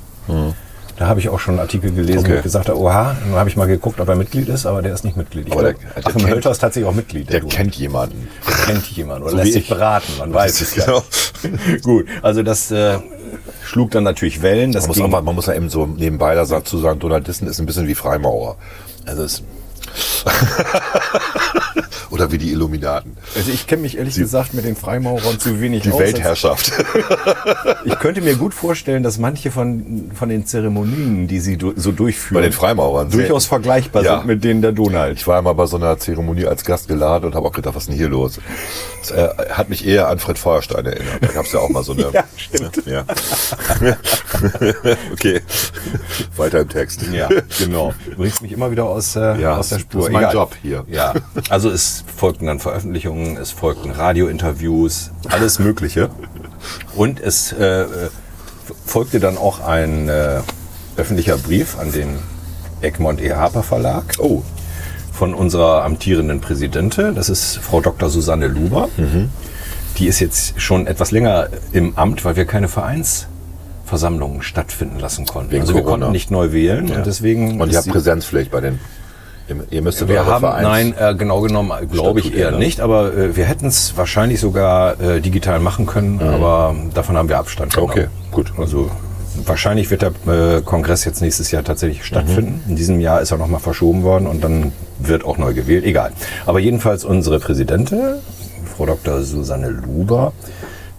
Speaker 2: Da habe ich auch schon einen Artikel gelesen,
Speaker 1: Hm. Okay.
Speaker 2: wo ich gesagt habe, oha, dann habe ich mal geguckt, ob er Mitglied ist, aber der ist nicht Mitglied. Ich
Speaker 1: Aber der-
Speaker 2: glaube,
Speaker 1: der
Speaker 2: Achim
Speaker 1: kennt-
Speaker 2: Hölter ist tatsächlich auch Mitglied.
Speaker 1: Der
Speaker 2: du.
Speaker 1: kennt jemanden.
Speaker 2: Der kennt jemanden oder
Speaker 1: So wie
Speaker 2: lässt sich
Speaker 1: ich.
Speaker 2: beraten, man weiß es ja.
Speaker 1: Genau.
Speaker 2: Gut, also das äh, schlug dann natürlich Wellen. Das
Speaker 1: Man muss,
Speaker 2: ging-
Speaker 1: auch, mal- man muss ja eben so nebenbei da dazu sagen, Donaldisten ist ein bisschen wie Freimaurer. Also es Oder wie die Illuminaten.
Speaker 2: Also ich kenne mich ehrlich gesagt mit den Freimaurern zu wenig
Speaker 1: Die
Speaker 2: aus.
Speaker 1: Weltherrschaft.
Speaker 2: Ich könnte mir gut vorstellen, dass manche von, von den Zeremonien, die sie du, so durchführen,
Speaker 1: Bei den Freimaurern.
Speaker 2: durchaus
Speaker 1: Sehr-
Speaker 2: vergleichbar
Speaker 1: Ja.
Speaker 2: sind mit denen der Donald.
Speaker 1: Ich war mal bei so einer Zeremonie als Gast geladen und habe auch gedacht, was ist denn hier los? Das äh, hat mich eher an Fred Feuerstein erinnert. Da gab es ja auch mal so eine.
Speaker 2: Ja, stimmt.
Speaker 1: Ja. okay. Weiter im Text.
Speaker 2: Ja, genau. Bringst mich immer wieder aus, äh,
Speaker 1: Ja,
Speaker 2: aus der
Speaker 1: das
Speaker 2: Spur.
Speaker 1: ist mein Job hier.
Speaker 2: Ja, also es folgten dann Veröffentlichungen, es folgten Radiointerviews, alles Mögliche. Und es äh, äh, folgte dann auch ein äh, öffentlicher Brief an den Egmont E. Harper Verlag.
Speaker 1: Oh,
Speaker 2: von unserer amtierenden Präsidentin. Das ist Frau Dr. Susanne Luber.
Speaker 1: Mhm.
Speaker 2: Die ist jetzt schon etwas länger im Amt, weil wir keine Vereinsversammlungen stattfinden lassen konnten.
Speaker 1: Wegen
Speaker 2: also wir
Speaker 1: Corona.
Speaker 2: konnten nicht neu wählen und deswegen.
Speaker 1: und
Speaker 2: ist
Speaker 1: ihr habt
Speaker 2: sie-
Speaker 1: Präsenzpflicht bei den. Ihr- Ihr müsstet
Speaker 2: wir
Speaker 1: eure
Speaker 2: haben,
Speaker 1: Vereins-
Speaker 2: nein, äh, genau genommen, glaube ich
Speaker 1: Statut
Speaker 2: eher
Speaker 1: ändern.
Speaker 2: nicht, aber äh, wir hätten es wahrscheinlich sogar äh, digital machen können, aber davon haben wir Abstand genommen.
Speaker 1: Mhm. Okay, gut.
Speaker 2: Also wahrscheinlich wird der äh, Kongress jetzt nächstes Jahr
Speaker 1: Mhm.
Speaker 2: tatsächlich stattfinden. In diesem Jahr ist er nochmal verschoben worden und dann wird auch neu gewählt, egal. Aber jedenfalls unsere Präsidentin, Frau Dr. Susanne Luber,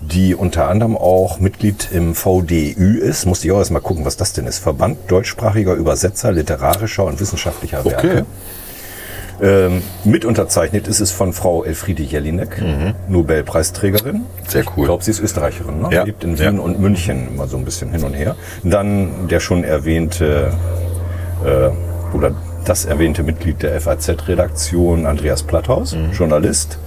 Speaker 2: die unter anderem auch Mitglied im VDÜ ist, musste ich auch erstmal gucken, was das denn ist. Verband deutschsprachiger Übersetzer literarischer und wissenschaftlicher Werke.
Speaker 1: Okay.
Speaker 2: Ähm, mit unterzeichnet ist es von Frau Elfriede Jelinek, Nobelpreisträgerin.
Speaker 1: Mhm. Sehr cool.
Speaker 2: Ich glaube, sie ist Österreicherin, ne?
Speaker 1: Ja.
Speaker 2: lebt in Wien
Speaker 1: Ja.
Speaker 2: und München immer so ein bisschen hin und her. Dann der schon erwähnte äh, oder das erwähnte Mitglied der FAZ-Redaktion Andreas Platthaus,
Speaker 1: Mhm.
Speaker 2: Journalist.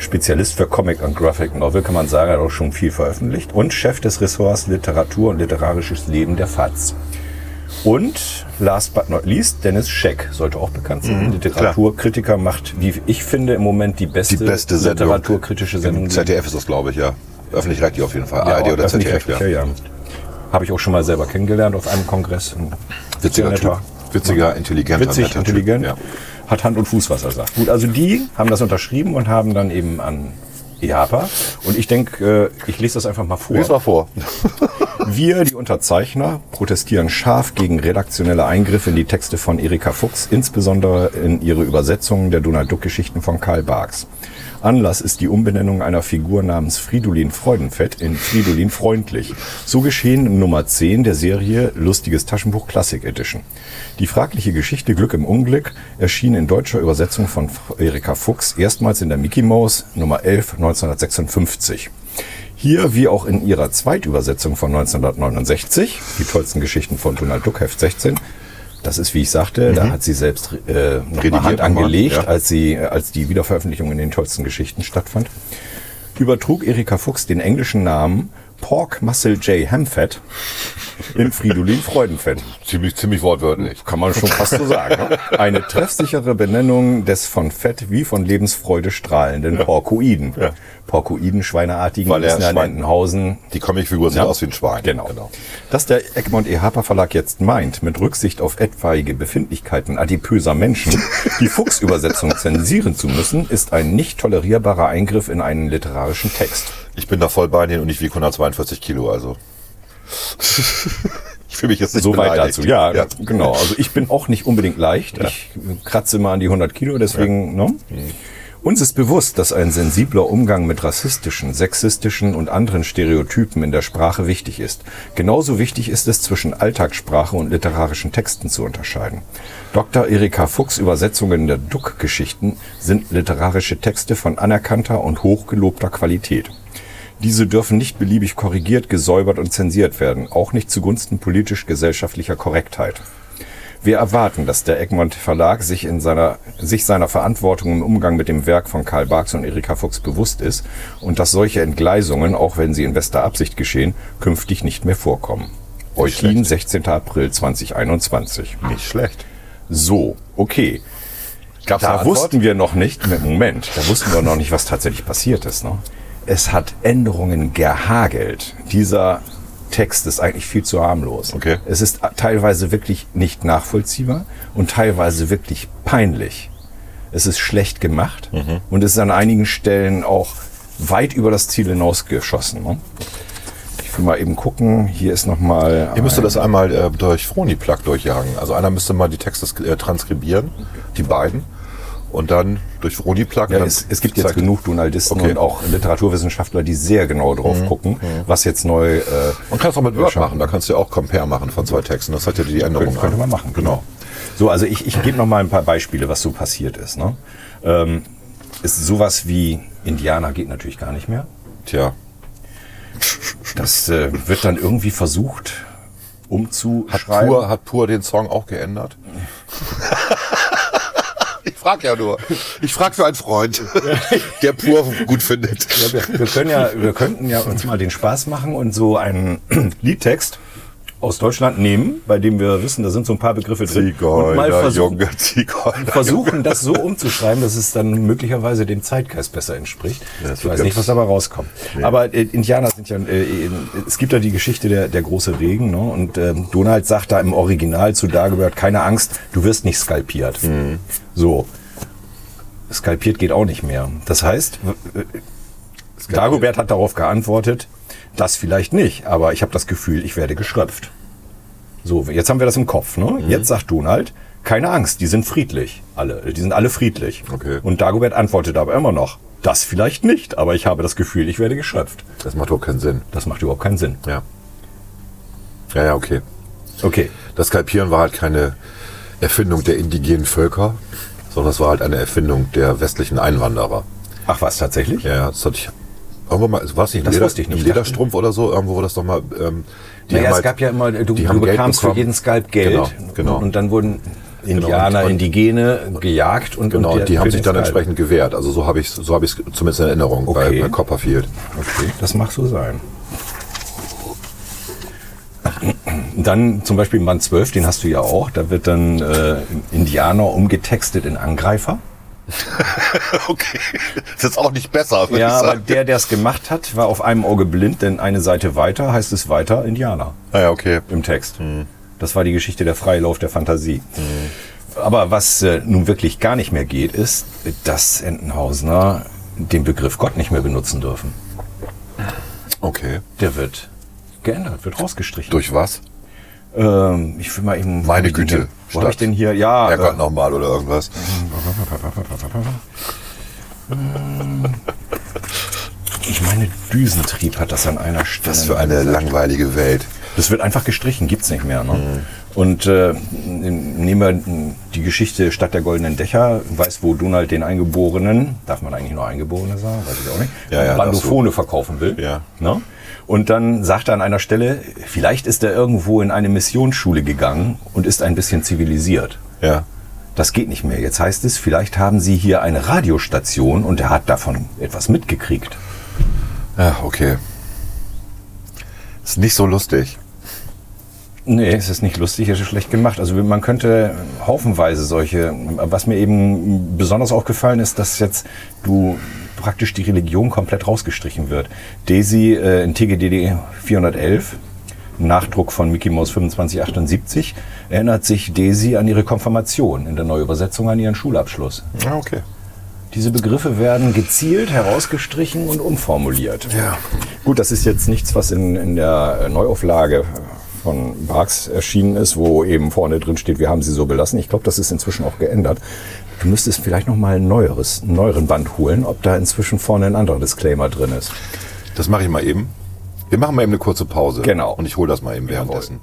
Speaker 2: Spezialist für Comic und Graphic Novel, kann man sagen, hat auch schon viel veröffentlicht. Und Chef des Ressorts Literatur und literarisches Leben der FAZ. Und last but not least, Dennis Scheck sollte auch bekannt sein.
Speaker 1: Mhm,
Speaker 2: Literaturkritiker macht, wie ich finde, im Moment die beste,
Speaker 1: Die beste Sendung.
Speaker 2: literaturkritische Sendung.
Speaker 1: ZDF ist das, glaube ich, ja. Öffentlich-rechtlich auf jeden Fall.
Speaker 2: ähm, Ja,
Speaker 1: ARD oder ZDF,
Speaker 2: öffentlich-rechtlicher,
Speaker 1: ja.
Speaker 2: ja. Habe ich auch schon mal selber kennengelernt auf einem Kongress. Ein
Speaker 1: Witziger
Speaker 2: sehr netter-
Speaker 1: Typ. Witziger, intelligenter,
Speaker 2: Witzig,
Speaker 1: netter Typ,
Speaker 2: intelligent.
Speaker 1: ja.
Speaker 2: Hat Hand und Fuß, was er sagt. Gut, also die haben das unterschrieben und haben dann eben an IAPA. Und ich denke, äh, ich lese das einfach mal vor.
Speaker 1: Lies mal vor.
Speaker 2: Wir, die Unterzeichner, protestieren scharf gegen redaktionelle Eingriffe in die Texte von Erika Fuchs, insbesondere in ihre Übersetzungen der Donald Duck-Geschichten von Karl Barks. Anlass ist die Umbenennung einer Figur namens Fridolin Freudenfett in Fridolin Freundlich. So geschehen in Nummer 10 der Serie Lustiges Taschenbuch Classic Edition. Die fragliche Geschichte Glück im Unglück erschien in deutscher Übersetzung von Erika Fuchs erstmals in der Mickey Mouse Nummer 11 1956. Hier wie auch in ihrer Zweitübersetzung von 1969, die tollsten Geschichten von Donald Duck, Heft 16. Das ist, wie ich sagte, da hat sie selbst äh, nochmal
Speaker 1: Mhm. Redigiert
Speaker 2: Hand
Speaker 1: nochmal,
Speaker 2: angelegt,
Speaker 1: ja.
Speaker 2: als, sie, als die Wiederveröffentlichung in den tollsten Geschichten stattfand übertrug Erika Fuchs den englischen Namen Pork Muscle J Hamfett in Fridolin Freudenfett.
Speaker 1: Ziemlich, ziemlich wortwörtlich.
Speaker 2: Kann man schon fast so sagen. Ne? Eine treffsichere Benennung des von Fett wie von Lebensfreude strahlenden Porkoiden. Porkoiden, Schweineartigen,
Speaker 1: Weil er
Speaker 2: Wissen an
Speaker 1: Schwein-
Speaker 2: Entenhausen.
Speaker 1: Die Comicfigur sieht
Speaker 2: Ja.
Speaker 1: aus wie ein Schwein.
Speaker 2: Genau. Dass der Egmont E. Harper Verlag jetzt meint, mit Rücksicht auf etwaige Befindlichkeiten adipöser Menschen die Fuchsübersetzung zensieren zu müssen, ist ein nicht tolerierbarer Eingriff in einen literarischen Text.
Speaker 1: Ich bin da voll bei dir und ich wiege 142 Kilo, also. ich fühle mich jetzt nicht
Speaker 2: Soweit
Speaker 1: beleidigt.
Speaker 2: dazu, ja, genau. Also ich bin auch nicht unbedingt leicht. Ich kratze mal an die 100 Kilo, deswegen, ne? Uns ist bewusst, dass ein sensibler Umgang mit rassistischen, sexistischen und anderen Stereotypen in der Sprache wichtig ist. Genauso wichtig ist es, zwischen Alltagssprache und literarischen Texten zu unterscheiden. Dr. Erika Fuchs Übersetzungen der Duck-Geschichten sind literarische Texte von anerkannter und hochgelobter Qualität. Diese dürfen nicht beliebig korrigiert, gesäubert und zensiert werden, auch nicht zugunsten politisch-gesellschaftlicher Korrektheit. Wir erwarten, dass der Egmont Verlag sich, in seiner, sich seiner Verantwortung im Umgang mit dem Werk von Karl Barks und Erika Fuchs bewusst ist und dass solche Entgleisungen, auch wenn sie in bester Absicht geschehen, künftig nicht mehr vorkommen. Eutin, 16. April 2021.
Speaker 1: Nicht schlecht.
Speaker 2: So, okay.
Speaker 1: Gab's
Speaker 2: Da
Speaker 1: eine Antwort?
Speaker 2: wussten wir noch nicht, Moment, da wussten wir noch nicht, was tatsächlich passiert ist. Ne? Es hat Änderungen gehagelt. Dieser Text ist eigentlich viel zu harmlos.
Speaker 1: Okay.
Speaker 2: Es ist teilweise wirklich nicht nachvollziehbar und teilweise wirklich peinlich. Es ist schlecht gemacht und es ist an einigen Stellen auch weit über das Ziel hinausgeschossen. Ne? Ich will mal eben gucken. Hier ist nochmal.
Speaker 1: Ihr müsst das einmal äh, durch Froniplug durchjagen. Also einer müsste mal die Texte äh, transkribieren, die beiden, und dann durch Froniplug.
Speaker 2: Ja,
Speaker 1: dann
Speaker 2: es, es gibt jetzt
Speaker 1: zeigt-
Speaker 2: genug Donaldisten
Speaker 1: Okay. Mhm.
Speaker 2: und auch Literaturwissenschaftler, die sehr genau drauf gucken, was jetzt neu. Äh,
Speaker 1: Und kannst auch mit Word
Speaker 2: Schauen.
Speaker 1: machen, da kannst du ja auch Compare machen von zwei Texten. Das hat ja die Änderung.
Speaker 2: könnte man machen.
Speaker 1: Genau.
Speaker 2: So, also ich, ich gebe noch mal ein paar Beispiele, was so passiert ist. Ne? Ähm, ist sowas wie Indianer geht natürlich gar nicht mehr.
Speaker 1: Tja.
Speaker 2: Das äh, wird dann irgendwie versucht umzuschreiben.
Speaker 1: Pur, hat Pur den Song auch geändert? ich frage ja nur. Ich frage für einen Freund, der Pur gut findet.
Speaker 2: Ja, wir, wir, können ja, wir könnten ja uns mal den Spaß machen und so einen Liedtext aus Deutschland nehmen, bei dem wir wissen, da sind so ein paar Begriffe drin. und mal
Speaker 1: Zigeuner,
Speaker 2: versuchen,
Speaker 1: Junge, Zigeuner.
Speaker 2: versuchen, das so umzuschreiben, dass es dann möglicherweise dem Zeitgeist besser entspricht.
Speaker 1: das
Speaker 2: ich
Speaker 1: wird
Speaker 2: weiß nicht,
Speaker 1: ganz-
Speaker 2: was dabei rauskommt. Aber äh, Indianer sind ja, äh, äh, es gibt ja die Geschichte der, der große Regen, ne? und ähm, Donald sagt da im Original zu Dagobert, keine Angst, du wirst nicht skalpiert.
Speaker 1: Mhm.
Speaker 2: So. Skalpiert geht auch nicht mehr. Das heißt, w- äh, Dagobert hat darauf geantwortet, das vielleicht nicht, aber ich habe das Gefühl, ich werde geschröpft. So, jetzt haben wir das im Kopf. Ne?
Speaker 1: Mhm.
Speaker 2: Jetzt sagt Donald, keine Angst, die sind friedlich. Alle, die sind alle friedlich.
Speaker 1: Okay.
Speaker 2: Und Dagobert antwortet aber immer noch, das vielleicht nicht, aber ich habe das Gefühl, ich werde geschöpft.
Speaker 1: Das macht doch keinen Sinn.
Speaker 2: Das macht überhaupt keinen Sinn.
Speaker 1: Ja. Ja, ja, okay.
Speaker 2: Okay.
Speaker 1: Das Skalpieren war halt keine Erfindung der indigenen Völker, sondern es war halt eine Erfindung der westlichen Einwanderer.
Speaker 2: Ach was, tatsächlich?
Speaker 1: Ja, ja, das hatte ich irgendwo mal, war es nicht, ein
Speaker 2: Das wusste ich nicht.
Speaker 1: ein Lederstrumpf oder so, irgendwo wurde das nochmal, ähm, die
Speaker 2: naja,
Speaker 1: haben
Speaker 2: es
Speaker 1: halt-
Speaker 2: gab ja immer, du,
Speaker 1: die
Speaker 2: du
Speaker 1: haben Geld
Speaker 2: bekamst für
Speaker 1: bekommen.
Speaker 2: jeden Skalp Geld.
Speaker 1: Genau, genau.
Speaker 2: Und dann wurden
Speaker 1: und-
Speaker 2: Indianer,
Speaker 1: und-
Speaker 2: Indigene gejagt und
Speaker 1: Genau,
Speaker 2: und
Speaker 1: und die haben sich dann
Speaker 2: Skalp.
Speaker 1: entsprechend gewehrt. Also so habe ich so habe ich es zumindest in Erinnerung bei,
Speaker 2: Okay.
Speaker 1: bei Copperfield.
Speaker 2: Okay, das mag so sein. Dann zum Beispiel Band 12, den hast du ja auch, da wird dann äh, Indianer umgetextet in Angreifer.
Speaker 1: okay, das ist auch nicht besser, würde
Speaker 2: Ja, aber der, der es gemacht hat, war auf einem Auge blind, denn eine Seite weiter heißt es weiter Indianer
Speaker 1: Ah, ja, okay. Hm.
Speaker 2: im Text. Das war die Geschichte der Freilauf der Fantasie.
Speaker 1: Hm.
Speaker 2: Aber was äh, nun wirklich gar nicht mehr geht, ist, dass Entenhausener den Begriff Gott nicht mehr benutzen dürfen.
Speaker 1: Okay.
Speaker 2: Der wird geändert, wird rausgestrichen.
Speaker 1: Durch was?
Speaker 2: Ähm, ich will mal
Speaker 1: Meine
Speaker 2: eben. wo hab ich denn
Speaker 1: Güte,
Speaker 2: hier- Wo habe ich
Speaker 1: Stadt.
Speaker 2: denn hier? Ja.
Speaker 1: Herrgott
Speaker 2: äh,
Speaker 1: nochmal oder irgendwas.
Speaker 2: äh, ich meine, Düsentrieb hat das an einer Stelle.
Speaker 1: Was für eine langweilige Welt.
Speaker 2: Das wird einfach gestrichen, gibt's nicht mehr. Ne?
Speaker 1: Hm.
Speaker 2: Und äh, nehmen wir mh, die Geschichte Stadt der goldenen Dächer, weiß, wo Donald den Eingeborenen, darf man eigentlich nur Eingeborene sagen, weiß ich auch nicht,
Speaker 1: Ja, ja,
Speaker 2: Bandophone verkaufen will.
Speaker 1: Ja.
Speaker 2: Ne? Und dann sagt er an einer Stelle, vielleicht ist er irgendwo in eine Missionsschule gegangen und ist ein bisschen zivilisiert.
Speaker 1: Ja.
Speaker 2: Das geht nicht mehr. Jetzt heißt es, vielleicht haben Sie hier eine Radiostation und er hat davon etwas mitgekriegt.
Speaker 1: Ja, okay. Ah, Ist nicht so lustig.
Speaker 2: Nee, es ist nicht lustig, es ist schlecht gemacht. Also man könnte haufenweise solche. Was mir eben besonders aufgefallen ist, dass jetzt du praktisch die Religion komplett rausgestrichen wird. Daisy äh, in TGDD 411, Nachdruck von Mickey Mouse 2578, erinnert sich Daisy an ihre Konfirmation, in der Neuübersetzung an ihren Schulabschluss.
Speaker 1: Ja, okay.
Speaker 2: Diese Begriffe werden gezielt herausgestrichen und umformuliert.
Speaker 1: Ja.
Speaker 2: Gut, das ist jetzt nichts, was in, in der Neuauflage von Barks erschienen ist, wo eben vorne drin steht, wir haben sie so belassen. Ich glaube, das ist inzwischen auch geändert. Du müsstest vielleicht noch mal ein neueres, einen neueren Band holen, ob da inzwischen vorne ein anderer Disclaimer drin ist.
Speaker 1: Das mache ich mal eben. Wir machen mal eben eine kurze Pause.
Speaker 2: Genau.
Speaker 1: Und ich hole das mal eben währenddessen.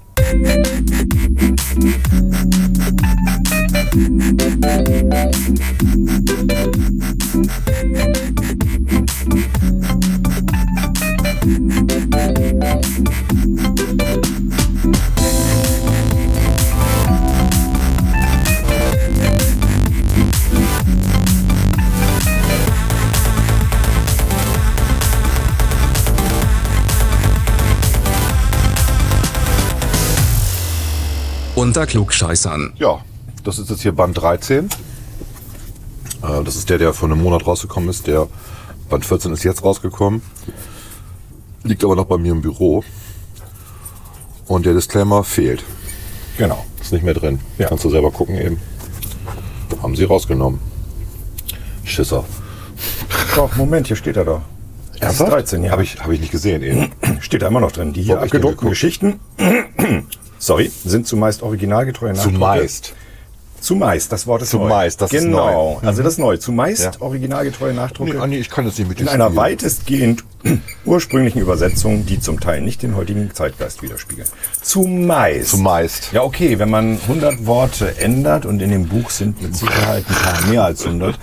Speaker 5: Unter Klugscheißern.
Speaker 1: Ja, das ist jetzt hier Band 13. Äh, Das ist der, der vor einem Monat rausgekommen ist. Der Band 14 ist jetzt rausgekommen. Liegt aber noch bei mir im Büro. Und der Disclaimer fehlt.
Speaker 2: Genau.
Speaker 1: Ist nicht mehr drin.
Speaker 2: Ja.
Speaker 1: Kannst du selber gucken eben. Haben sie rausgenommen. Schisser.
Speaker 2: Doch, Moment, hier steht er doch. Das ist 13, ja.
Speaker 1: Habe ich, hab ich nicht gesehen eben.
Speaker 2: Steht da immer noch drin. Die hier
Speaker 1: Wo hab ich denn
Speaker 2: abgedruckten
Speaker 1: geguckt?
Speaker 2: Geschichten, sorry, sind zumeist originalgetreue Nachdrucke. Zumeist, das Wort ist neu.
Speaker 1: Zumeist, das ist
Speaker 2: genau.
Speaker 1: neu. Mhm.
Speaker 2: Also das ist neu. Zumeist
Speaker 1: Ja.
Speaker 2: originalgetreue Nachdrucke.
Speaker 1: Ah, Nee, Andi, ich kann das nicht mit
Speaker 2: in
Speaker 1: dir
Speaker 2: einer
Speaker 1: spielen.
Speaker 2: weitestgehend ursprünglichen Übersetzung, die zum Teil nicht den heutigen Zeitgeist widerspiegelt. Zumeist.
Speaker 1: Zumeist.
Speaker 2: Ja, okay, wenn man 100 Worte ändert und in dem Buch sind mit Sicherheit ein paar mehr als 100,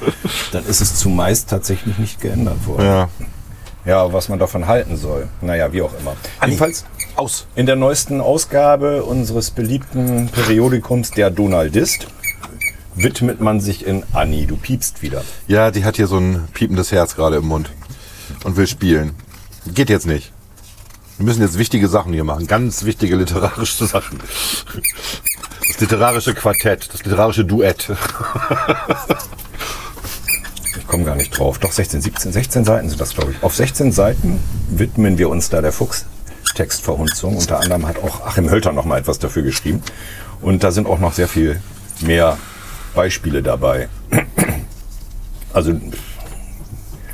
Speaker 2: dann ist es zumeist tatsächlich nicht geändert worden.
Speaker 1: Ja.
Speaker 2: Ja, was man davon halten soll. Naja, wie auch immer. Jedenfalls
Speaker 1: Aus.
Speaker 2: in der neuesten Ausgabe unseres beliebten Periodikums Der Donaldist widmet man sich in Anni, du piepst wieder.
Speaker 1: Ja, die hat hier so ein piependes Herz gerade im Mund und will spielen. Geht jetzt nicht. Wir müssen jetzt wichtige Sachen hier machen. Ganz wichtige literarische Sachen. Das literarische Quartett, das literarische Duett.
Speaker 2: Ich komme gar nicht drauf. Doch 16, 17, 16 Seiten sind das, glaube ich. Auf 16 Seiten widmen wir uns da der Fuchs. Textverhunzung. Unter anderem hat auch Achim Hölter noch mal etwas dafür geschrieben. Und da sind auch noch sehr viel mehr Beispiele dabei. Also,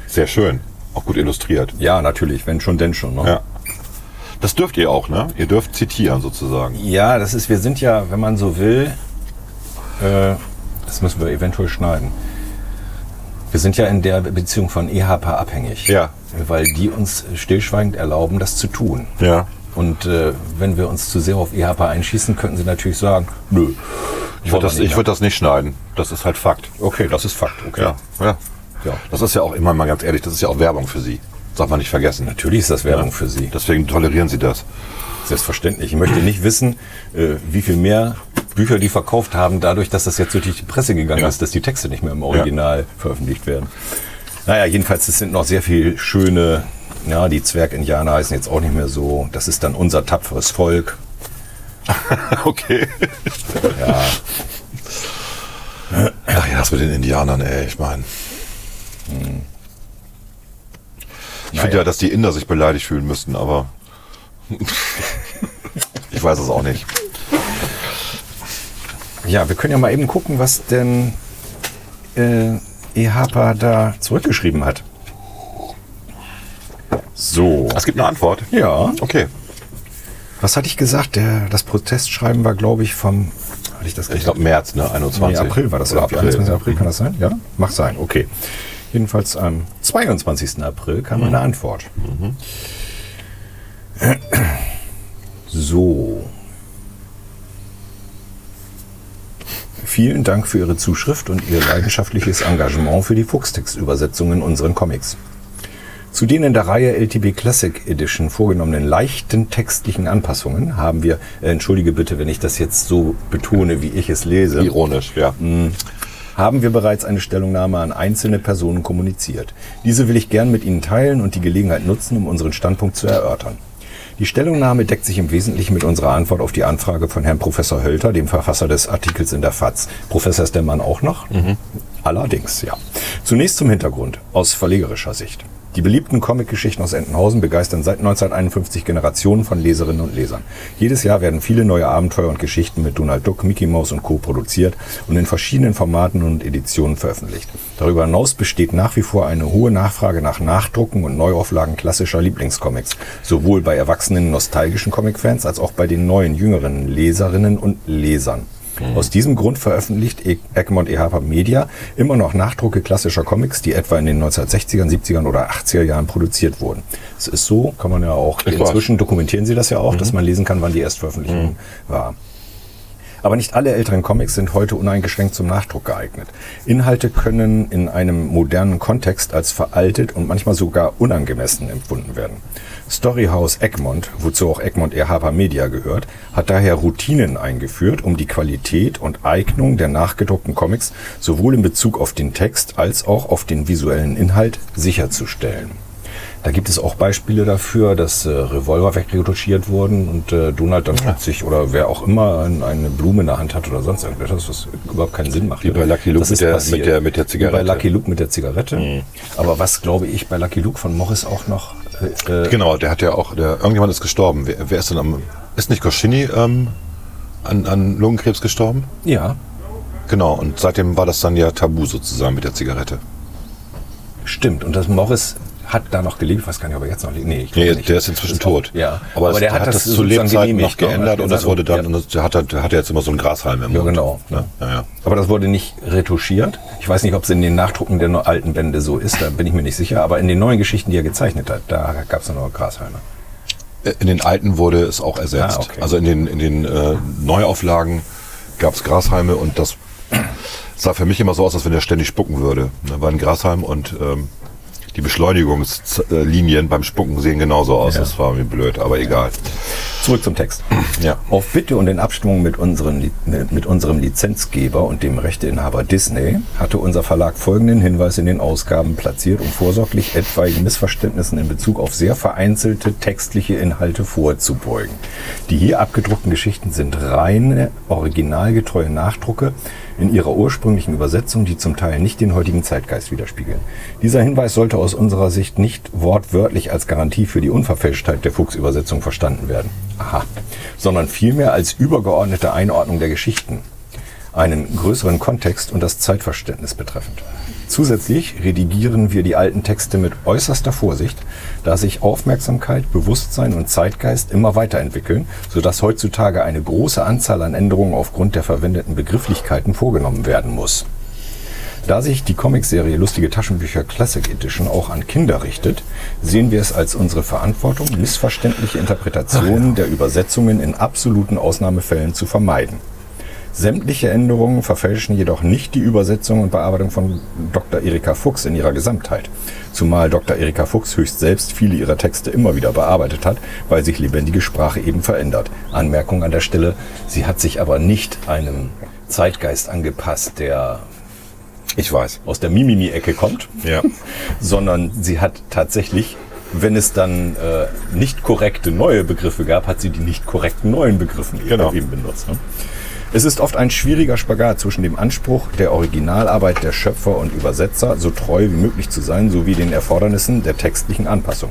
Speaker 1: Sehr schön. Auch gut illustriert.
Speaker 2: ja, natürlich, wenn schon, denn schon. Ne?
Speaker 1: Ja. Das dürft ihr auch, ne? Ihr dürft zitieren sozusagen.
Speaker 2: Ja, das ist, wir sind ja, wenn man so will, äh, das müssen wir eventuell schneiden. Wir sind ja in der Beziehung von EHP abhängig.
Speaker 1: Ja.
Speaker 2: Weil die uns stillschweigend erlauben, das zu tun.
Speaker 1: Ja.
Speaker 2: Und äh, wenn wir uns zu sehr auf EHP einschießen, könnten sie natürlich sagen, nö.
Speaker 1: Ich würde das, ich würd das nicht schneiden. Das ist halt Fakt.
Speaker 2: ne? okay, das ist Fakt, okay.
Speaker 1: Ja. ja.
Speaker 2: Ja.
Speaker 1: Das ist ja auch immer mal ganz ehrlich, das ist ja auch Werbung für sie. Darf man nicht vergessen.
Speaker 2: Natürlich ist das Werbung für sie.
Speaker 1: Deswegen tolerieren sie das.
Speaker 2: Selbstverständlich. Ich möchte nicht wissen, äh, wie viel mehr Bücher die verkauft haben, dadurch, dass das jetzt durch die Presse gegangen
Speaker 1: Ja.
Speaker 2: ist, dass die Texte nicht mehr im Original veröffentlicht werden. Naja, jedenfalls, es sind noch sehr viel schöne, ja, die Zwergindianer heißen jetzt auch nicht mehr so. Das ist dann unser tapferes Volk.
Speaker 1: Okay.
Speaker 2: Ja,
Speaker 1: Ach ja, das mit den Indianern, ey, ich meine. Ich finde
Speaker 2: Naja.
Speaker 1: ja, dass die Inder sich beleidigt fühlen müssten, aber ich weiß es auch nicht.
Speaker 2: ja wir können ja mal eben gucken, was denn äh, Ehapa da zurückgeschrieben hat. So.
Speaker 1: Es gibt eine Antwort.
Speaker 2: Ja.
Speaker 1: Okay.
Speaker 2: Was hatte ich gesagt? Der, das Protestschreiben war, glaube ich, vom. Hatte ich das
Speaker 1: Ich glaube März, ne? 21.
Speaker 2: Nee, April war das.
Speaker 1: Oder
Speaker 2: irgendwie.
Speaker 1: April.
Speaker 2: 21. April kann das sein? Ja, mag sein. Okay. Jedenfalls am 22. April kam
Speaker 1: Mhm.
Speaker 2: eine Antwort. So. Vielen Dank für Ihre Zuschrift und Ihr leidenschaftliches Engagement für die Fuchstextübersetzung in unseren Comics. Zu den in der Reihe LTB Classic Edition vorgenommenen leichten textlichen Anpassungen haben wir, äh, entschuldige bitte, wenn ich das jetzt so betone, wie ich es lese,
Speaker 1: Ironisch, ja.
Speaker 2: haben wir bereits eine Stellungnahme an einzelne Personen kommuniziert. Diese will ich gern mit Ihnen teilen und die Gelegenheit nutzen, um unseren Standpunkt zu erörtern. Die Stellungnahme deckt sich im Wesentlichen mit unserer Antwort auf die Anfrage von Herrn Professor Hölter, dem Verfasser des Artikels in der FAZ. Professor ist der Mann auch noch? Allerdings, ja. Zunächst zum Hintergrund, aus verlegerischer Sicht. Die beliebten Comicgeschichten aus Entenhausen begeistern seit 1951 Generationen von Leserinnen und Lesern. Jedes Jahr werden viele neue Abenteuer und Geschichten mit Donald Duck, Mickey Mouse und Co. produziert und in verschiedenen Formaten und Editionen veröffentlicht. Darüber hinaus besteht nach wie vor eine hohe Nachfrage nach Nachdrucken und Neuauflagen klassischer Lieblingscomics, sowohl bei erwachsenen nostalgischen Comicfans als auch bei den neuen jüngeren Leserinnen und Lesern. Aus diesem Grund veröffentlicht E- Egmont Ehapa Media immer noch Nachdrucke klassischer Comics, die etwa in den 1960ern, 70ern oder 80er Jahren produziert wurden. Es ist so, kann man ja auch, inzwischen dokumentieren sie das ja auch, dass man lesen kann, wann die Erstveröffentlichung war. Aber nicht alle älteren Comics sind heute uneingeschränkt zum Nachdruck geeignet. Inhalte können in einem modernen Kontext als veraltet und manchmal sogar unangemessen empfunden werden. Storyhouse Egmont, wozu auch Egmont Erhaber Media gehört, hat daher Routinen eingeführt, um die Qualität und Eignung der nachgedruckten Comics sowohl in Bezug auf den Text als auch auf den visuellen Inhalt sicherzustellen. Da gibt es auch Beispiele dafür, dass äh, Revolver wegretuschiert wurden und äh, Donald dann plötzlich oder wer auch immer ein, eine Blume in der Hand hat oder sonst irgendetwas, was überhaupt keinen Sinn macht. Wie
Speaker 5: bei Lucky Luke mit der- mit der- mit der
Speaker 2: Wie
Speaker 5: Zigarette.
Speaker 2: bei Lucky Luke mit der Zigarette. Aber was, glaube ich, bei Lucky Luke von Morris auch noch... Äh, äh,
Speaker 1: Genau, der hat ja auch, der, irgendjemand ist gestorben. Wer, wer ist denn am, ist nicht Goscinny ähm, an, an Lungenkrebs gestorben?
Speaker 2: ja,
Speaker 1: Genau, und seitdem war das dann ja tabu sozusagen mit der Zigarette.
Speaker 2: stimmt. Und das Morris hat da noch gelebt. Ich weiß gar nicht, ob er jetzt noch lebt. Nee, ich glaube
Speaker 1: Nee,
Speaker 2: nicht.
Speaker 1: der ist inzwischen tot.
Speaker 2: ja.
Speaker 1: aber, der hat das, zu
Speaker 2: sozusagen
Speaker 1: Lebzeiten noch
Speaker 2: genehmigt, ne?
Speaker 1: geändert
Speaker 2: Hat
Speaker 1: und das
Speaker 2: gesagt,
Speaker 1: wurde dann,
Speaker 2: ja.
Speaker 1: und das hat, er- der hat jetzt immer so einen Grashalm im
Speaker 2: Ja,
Speaker 1: Mund.
Speaker 2: genau.
Speaker 1: genau. Ja, ja, ja.
Speaker 2: Aber das wurde nicht retuschiert. Ich weiß nicht, ob es in den Nachdrucken der neu- alten Bände so ist, da bin ich mir nicht sicher. Aber in den neuen Geschichten, die er gezeichnet hat, da gab es nur Grashalme.
Speaker 1: Äh, In den alten wurde es auch ersetzt.
Speaker 2: Ah, okay.
Speaker 1: Also in den, in den äh, Neuauflagen gab es Grashalme und das sah für mich immer so aus, als wenn der ständig spucken würde. Da war ein Grashalm und ähm, die Beschleunigungslinien beim Spucken sehen genauso aus. Das war mir blöd, aber egal.
Speaker 2: Zurück zum Text.
Speaker 1: Ja.
Speaker 2: Auf Bitte und in Abstimmung mit, unseren, Li- mit mit unserem Lizenzgeber und dem Rechteinhaber Disney hatte unser Verlag folgenden Hinweis in den Ausgaben platziert, um vorsorglich etwaigen Missverständnissen in Bezug auf sehr vereinzelte textliche Inhalte vorzubeugen. Die hier abgedruckten Geschichten sind reine, originalgetreue Nachdrucke in ihrer ursprünglichen Übersetzung, die zum Teil nicht den heutigen Zeitgeist widerspiegeln. Dieser Hinweis sollte aus unserer Sicht nicht wortwörtlich als Garantie für die Unverfälschtheit der Fuchs-Übersetzung verstanden werden. Aha. Sondern vielmehr als übergeordnete Einordnung der Geschichten, einen größeren Kontext und das Zeitverständnis betreffend. Zusätzlich redigieren wir die alten Texte mit äußerster Vorsicht, da sich Aufmerksamkeit, Bewusstsein und Zeitgeist immer weiterentwickeln, sodass heutzutage eine große Anzahl an Änderungen aufgrund der verwendeten Begrifflichkeiten vorgenommen werden muss. Da sich die Comicserie Lustige Taschenbücher Classic Edition auch an Kinder richtet, sehen wir es als unsere Verantwortung, missverständliche Interpretationen der Übersetzungen in absoluten Ausnahmefällen zu vermeiden. Sämtliche Änderungen verfälschen jedoch nicht die Übersetzung und Bearbeitung von Dr. Erika Fuchs in ihrer Gesamtheit, zumal Dr. Erika Fuchs höchst selbst viele ihrer Texte immer wieder bearbeitet hat, weil sich lebendige Sprache eben verändert. Anmerkung an der Stelle, sie hat sich aber nicht einem Zeitgeist angepasst, der
Speaker 1: Ich weiß.
Speaker 2: aus der Mimimi-Ecke kommt,
Speaker 1: Ja.
Speaker 2: sondern sie hat tatsächlich, wenn es dann äh, nicht korrekte neue Begriffe gab, hat sie die nicht korrekten neuen Begriffe
Speaker 1: Genau.
Speaker 2: eben benutzt. Ne? Es ist oft ein schwieriger Spagat zwischen dem Anspruch der Originalarbeit der Schöpfer und Übersetzer, so treu wie möglich zu sein, sowie den Erfordernissen der textlichen Anpassung.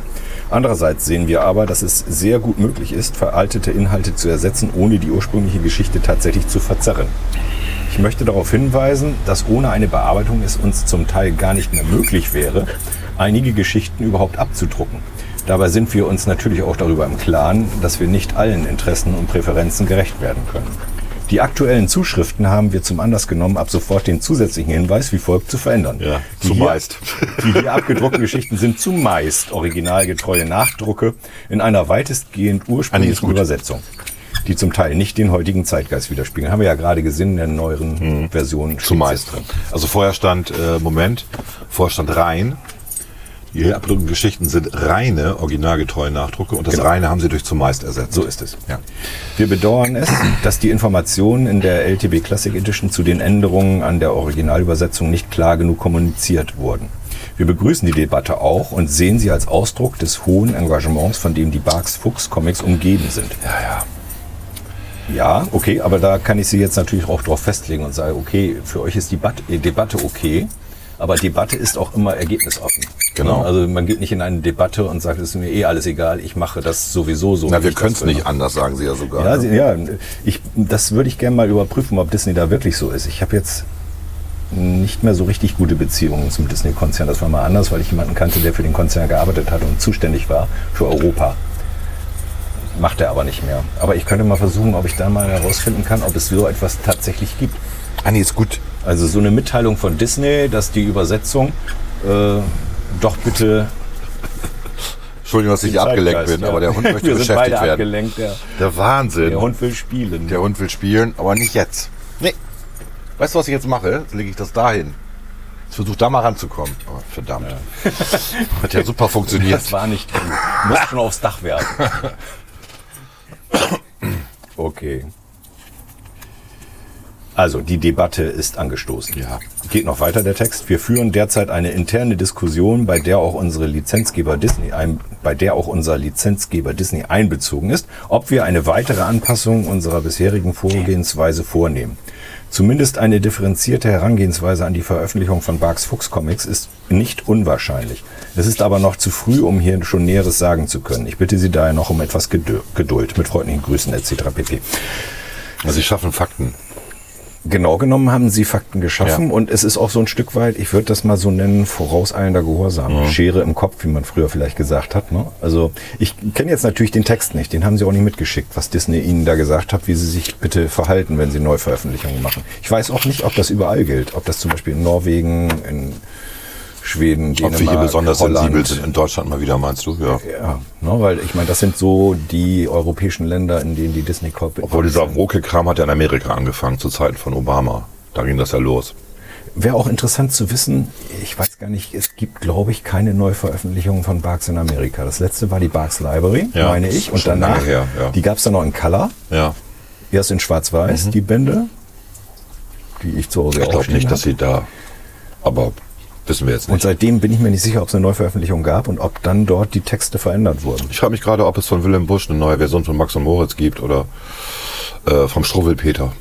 Speaker 2: Andererseits sehen wir aber, dass es sehr gut möglich ist, veraltete Inhalte zu ersetzen, ohne die ursprüngliche Geschichte tatsächlich zu verzerren. Ich möchte darauf hinweisen, dass ohne eine Bearbeitung es uns zum Teil gar nicht mehr möglich wäre, einige Geschichten überhaupt abzudrucken. Dabei sind wir uns natürlich auch darüber im Klaren, dass wir nicht allen Interessen und Präferenzen gerecht werden können. Die aktuellen Zuschriften haben wir zum Anlass genommen, ab sofort den zusätzlichen Hinweis wie folgt zu verändern.
Speaker 1: Ja,
Speaker 2: die
Speaker 1: zumeist.
Speaker 2: Hier, die hier abgedruckten Geschichten sind zumeist originalgetreue Nachdrucke in einer weitestgehend
Speaker 1: Anni Ah, ist
Speaker 2: ursprünglichen
Speaker 1: gut.
Speaker 2: Übersetzung, die zum Teil nicht den heutigen Zeitgeist widerspiegeln. Haben wir ja gerade gesehen in der neueren Version. steht's
Speaker 1: Mhm. Zumeist.
Speaker 2: jetzt drin.
Speaker 1: Also vorher stand, äh, Moment, vorher stand rein. Die hier abgedruckten Geschichten sind reine, originalgetreue Nachdrucke und das reine haben sie durch zumeist ersetzt.
Speaker 2: So ist es.
Speaker 1: Ja.
Speaker 2: Wir bedauern es, dass die Informationen in der LTB Classic Edition zu den Änderungen an der Originalübersetzung nicht klar genug kommuniziert wurden. Wir begrüßen die Debatte auch und sehen sie als Ausdruck des hohen Engagements, von dem die Barks Fuchs Comics umgeben sind.
Speaker 1: Ja, ja.
Speaker 2: Ja, okay, aber da kann ich Sie jetzt natürlich auch drauf festlegen und sage, okay, für euch ist die Bat äh, Debatte okay, aber Debatte ist auch immer ergebnisoffen.
Speaker 1: Genau.
Speaker 2: Also man geht nicht in eine Debatte und sagt, es ist mir eh alles egal, ich mache das sowieso so.
Speaker 1: Na,
Speaker 2: wie
Speaker 1: wir
Speaker 2: ich das
Speaker 1: können es
Speaker 2: will.
Speaker 1: nicht anders, sagen sie ja sogar.
Speaker 2: Ja,
Speaker 1: ne?
Speaker 2: sie, ja ich, das würde ich gerne mal überprüfen, ob Disney da wirklich so ist. Ich habe jetzt nicht mehr so richtig gute Beziehungen zum Disney-Konzern. Das war mal anders, weil ich jemanden kannte, der für den Konzern gearbeitet hat und zuständig war für Europa. Macht er aber nicht mehr. Aber ich könnte mal versuchen, ob ich da mal herausfinden kann, ob es so etwas tatsächlich gibt.
Speaker 1: ah, nee, ist gut.
Speaker 2: Also so eine Mitteilung von Disney, dass die Übersetzung äh, doch bitte
Speaker 1: Entschuldigung, dass ich abgelenkt
Speaker 2: Zeitgeist,
Speaker 1: bin,
Speaker 2: ja.
Speaker 1: aber der Hund möchte
Speaker 2: Wir sind
Speaker 1: beschäftigt
Speaker 2: beide
Speaker 1: werden.
Speaker 2: abgelenkt. Ja.
Speaker 1: Der Wahnsinn.
Speaker 2: Der Hund will spielen.
Speaker 1: Der Hund will spielen, aber nicht jetzt. Nee. Weißt du, was ich jetzt mache? Jetzt lege ich das dahin. Ich versuche da mal ranzukommen. Oh, verdammt. Hat ja super funktioniert.
Speaker 2: Das war nicht gut. Muss schon aufs Dach werfen. Okay. Also, die Debatte ist angestoßen.
Speaker 1: Ja.
Speaker 2: Geht noch weiter der Text. Wir führen derzeit eine interne Diskussion, bei der auch unsere Lizenzgeber Disney ein, bei der auch unser Lizenzgeber Disney einbezogen ist, ob wir eine weitere Anpassung unserer bisherigen Vorgehensweise vornehmen. Zumindest eine differenzierte Herangehensweise an die Veröffentlichung von Barks Fuchs Comics ist nicht unwahrscheinlich. Es ist aber noch zu früh, um hier schon Näheres sagen zu können. Ich bitte Sie daher noch um etwas Gedö- Geduld. Mit freundlichen Grüßen etc. pp.
Speaker 1: Also, sie schaffen Fakten.
Speaker 2: Genau genommen haben sie Fakten geschaffen
Speaker 1: Ja.
Speaker 2: und es ist auch so ein Stück weit, ich würde das mal so nennen, vorauseilender Gehorsam. Schere im Kopf, wie man früher vielleicht gesagt hat. Ne? Also ich kenne jetzt natürlich den Text nicht, den haben sie auch nicht mitgeschickt, was Disney ihnen da gesagt hat, wie sie sich bitte verhalten, wenn sie Neuveröffentlichungen machen. Ich weiß auch nicht, ob das überall gilt, ob das zum Beispiel in Norwegen, in Schweden, Dänemark,
Speaker 1: Ob wir hier besonders
Speaker 2: Holland.
Speaker 1: sensibel sind. In Deutschland mal wieder, meinst du? Ja.
Speaker 2: Ja, ne? weil ich meine, das sind so die europäischen Länder, in denen die Disney Corp.
Speaker 1: Obwohl dieser Woke-Kram hat ja in Amerika angefangen, zu Zeiten von Obama. Da ging das ja los.
Speaker 2: Wäre auch interessant zu wissen, ich weiß gar nicht, es gibt, glaube ich, keine Neuveröffentlichungen von Barks in Amerika. Das letzte war die Barks Library,
Speaker 1: Ja,
Speaker 2: meine
Speaker 1: das
Speaker 2: ich.
Speaker 1: ist
Speaker 2: Und
Speaker 1: schon lange
Speaker 2: danach,
Speaker 1: her, ja.
Speaker 2: die gab es dann noch in Color,
Speaker 1: Ja.
Speaker 2: erst in Schwarz-Weiß, die Bände, die ich zu Hause
Speaker 1: Ich glaube
Speaker 2: stehen
Speaker 1: nicht,
Speaker 2: habe.
Speaker 1: dass sie da. Aber wissen wir jetzt
Speaker 2: Und
Speaker 1: nicht.
Speaker 2: seitdem bin ich mir nicht sicher, ob es eine Neuveröffentlichung gab und ob dann dort die Texte verändert wurden.
Speaker 1: Ich frage mich gerade, ob es von Willem Busch eine neue Version von Max und Moritz gibt oder äh, vom Struwwelpeter.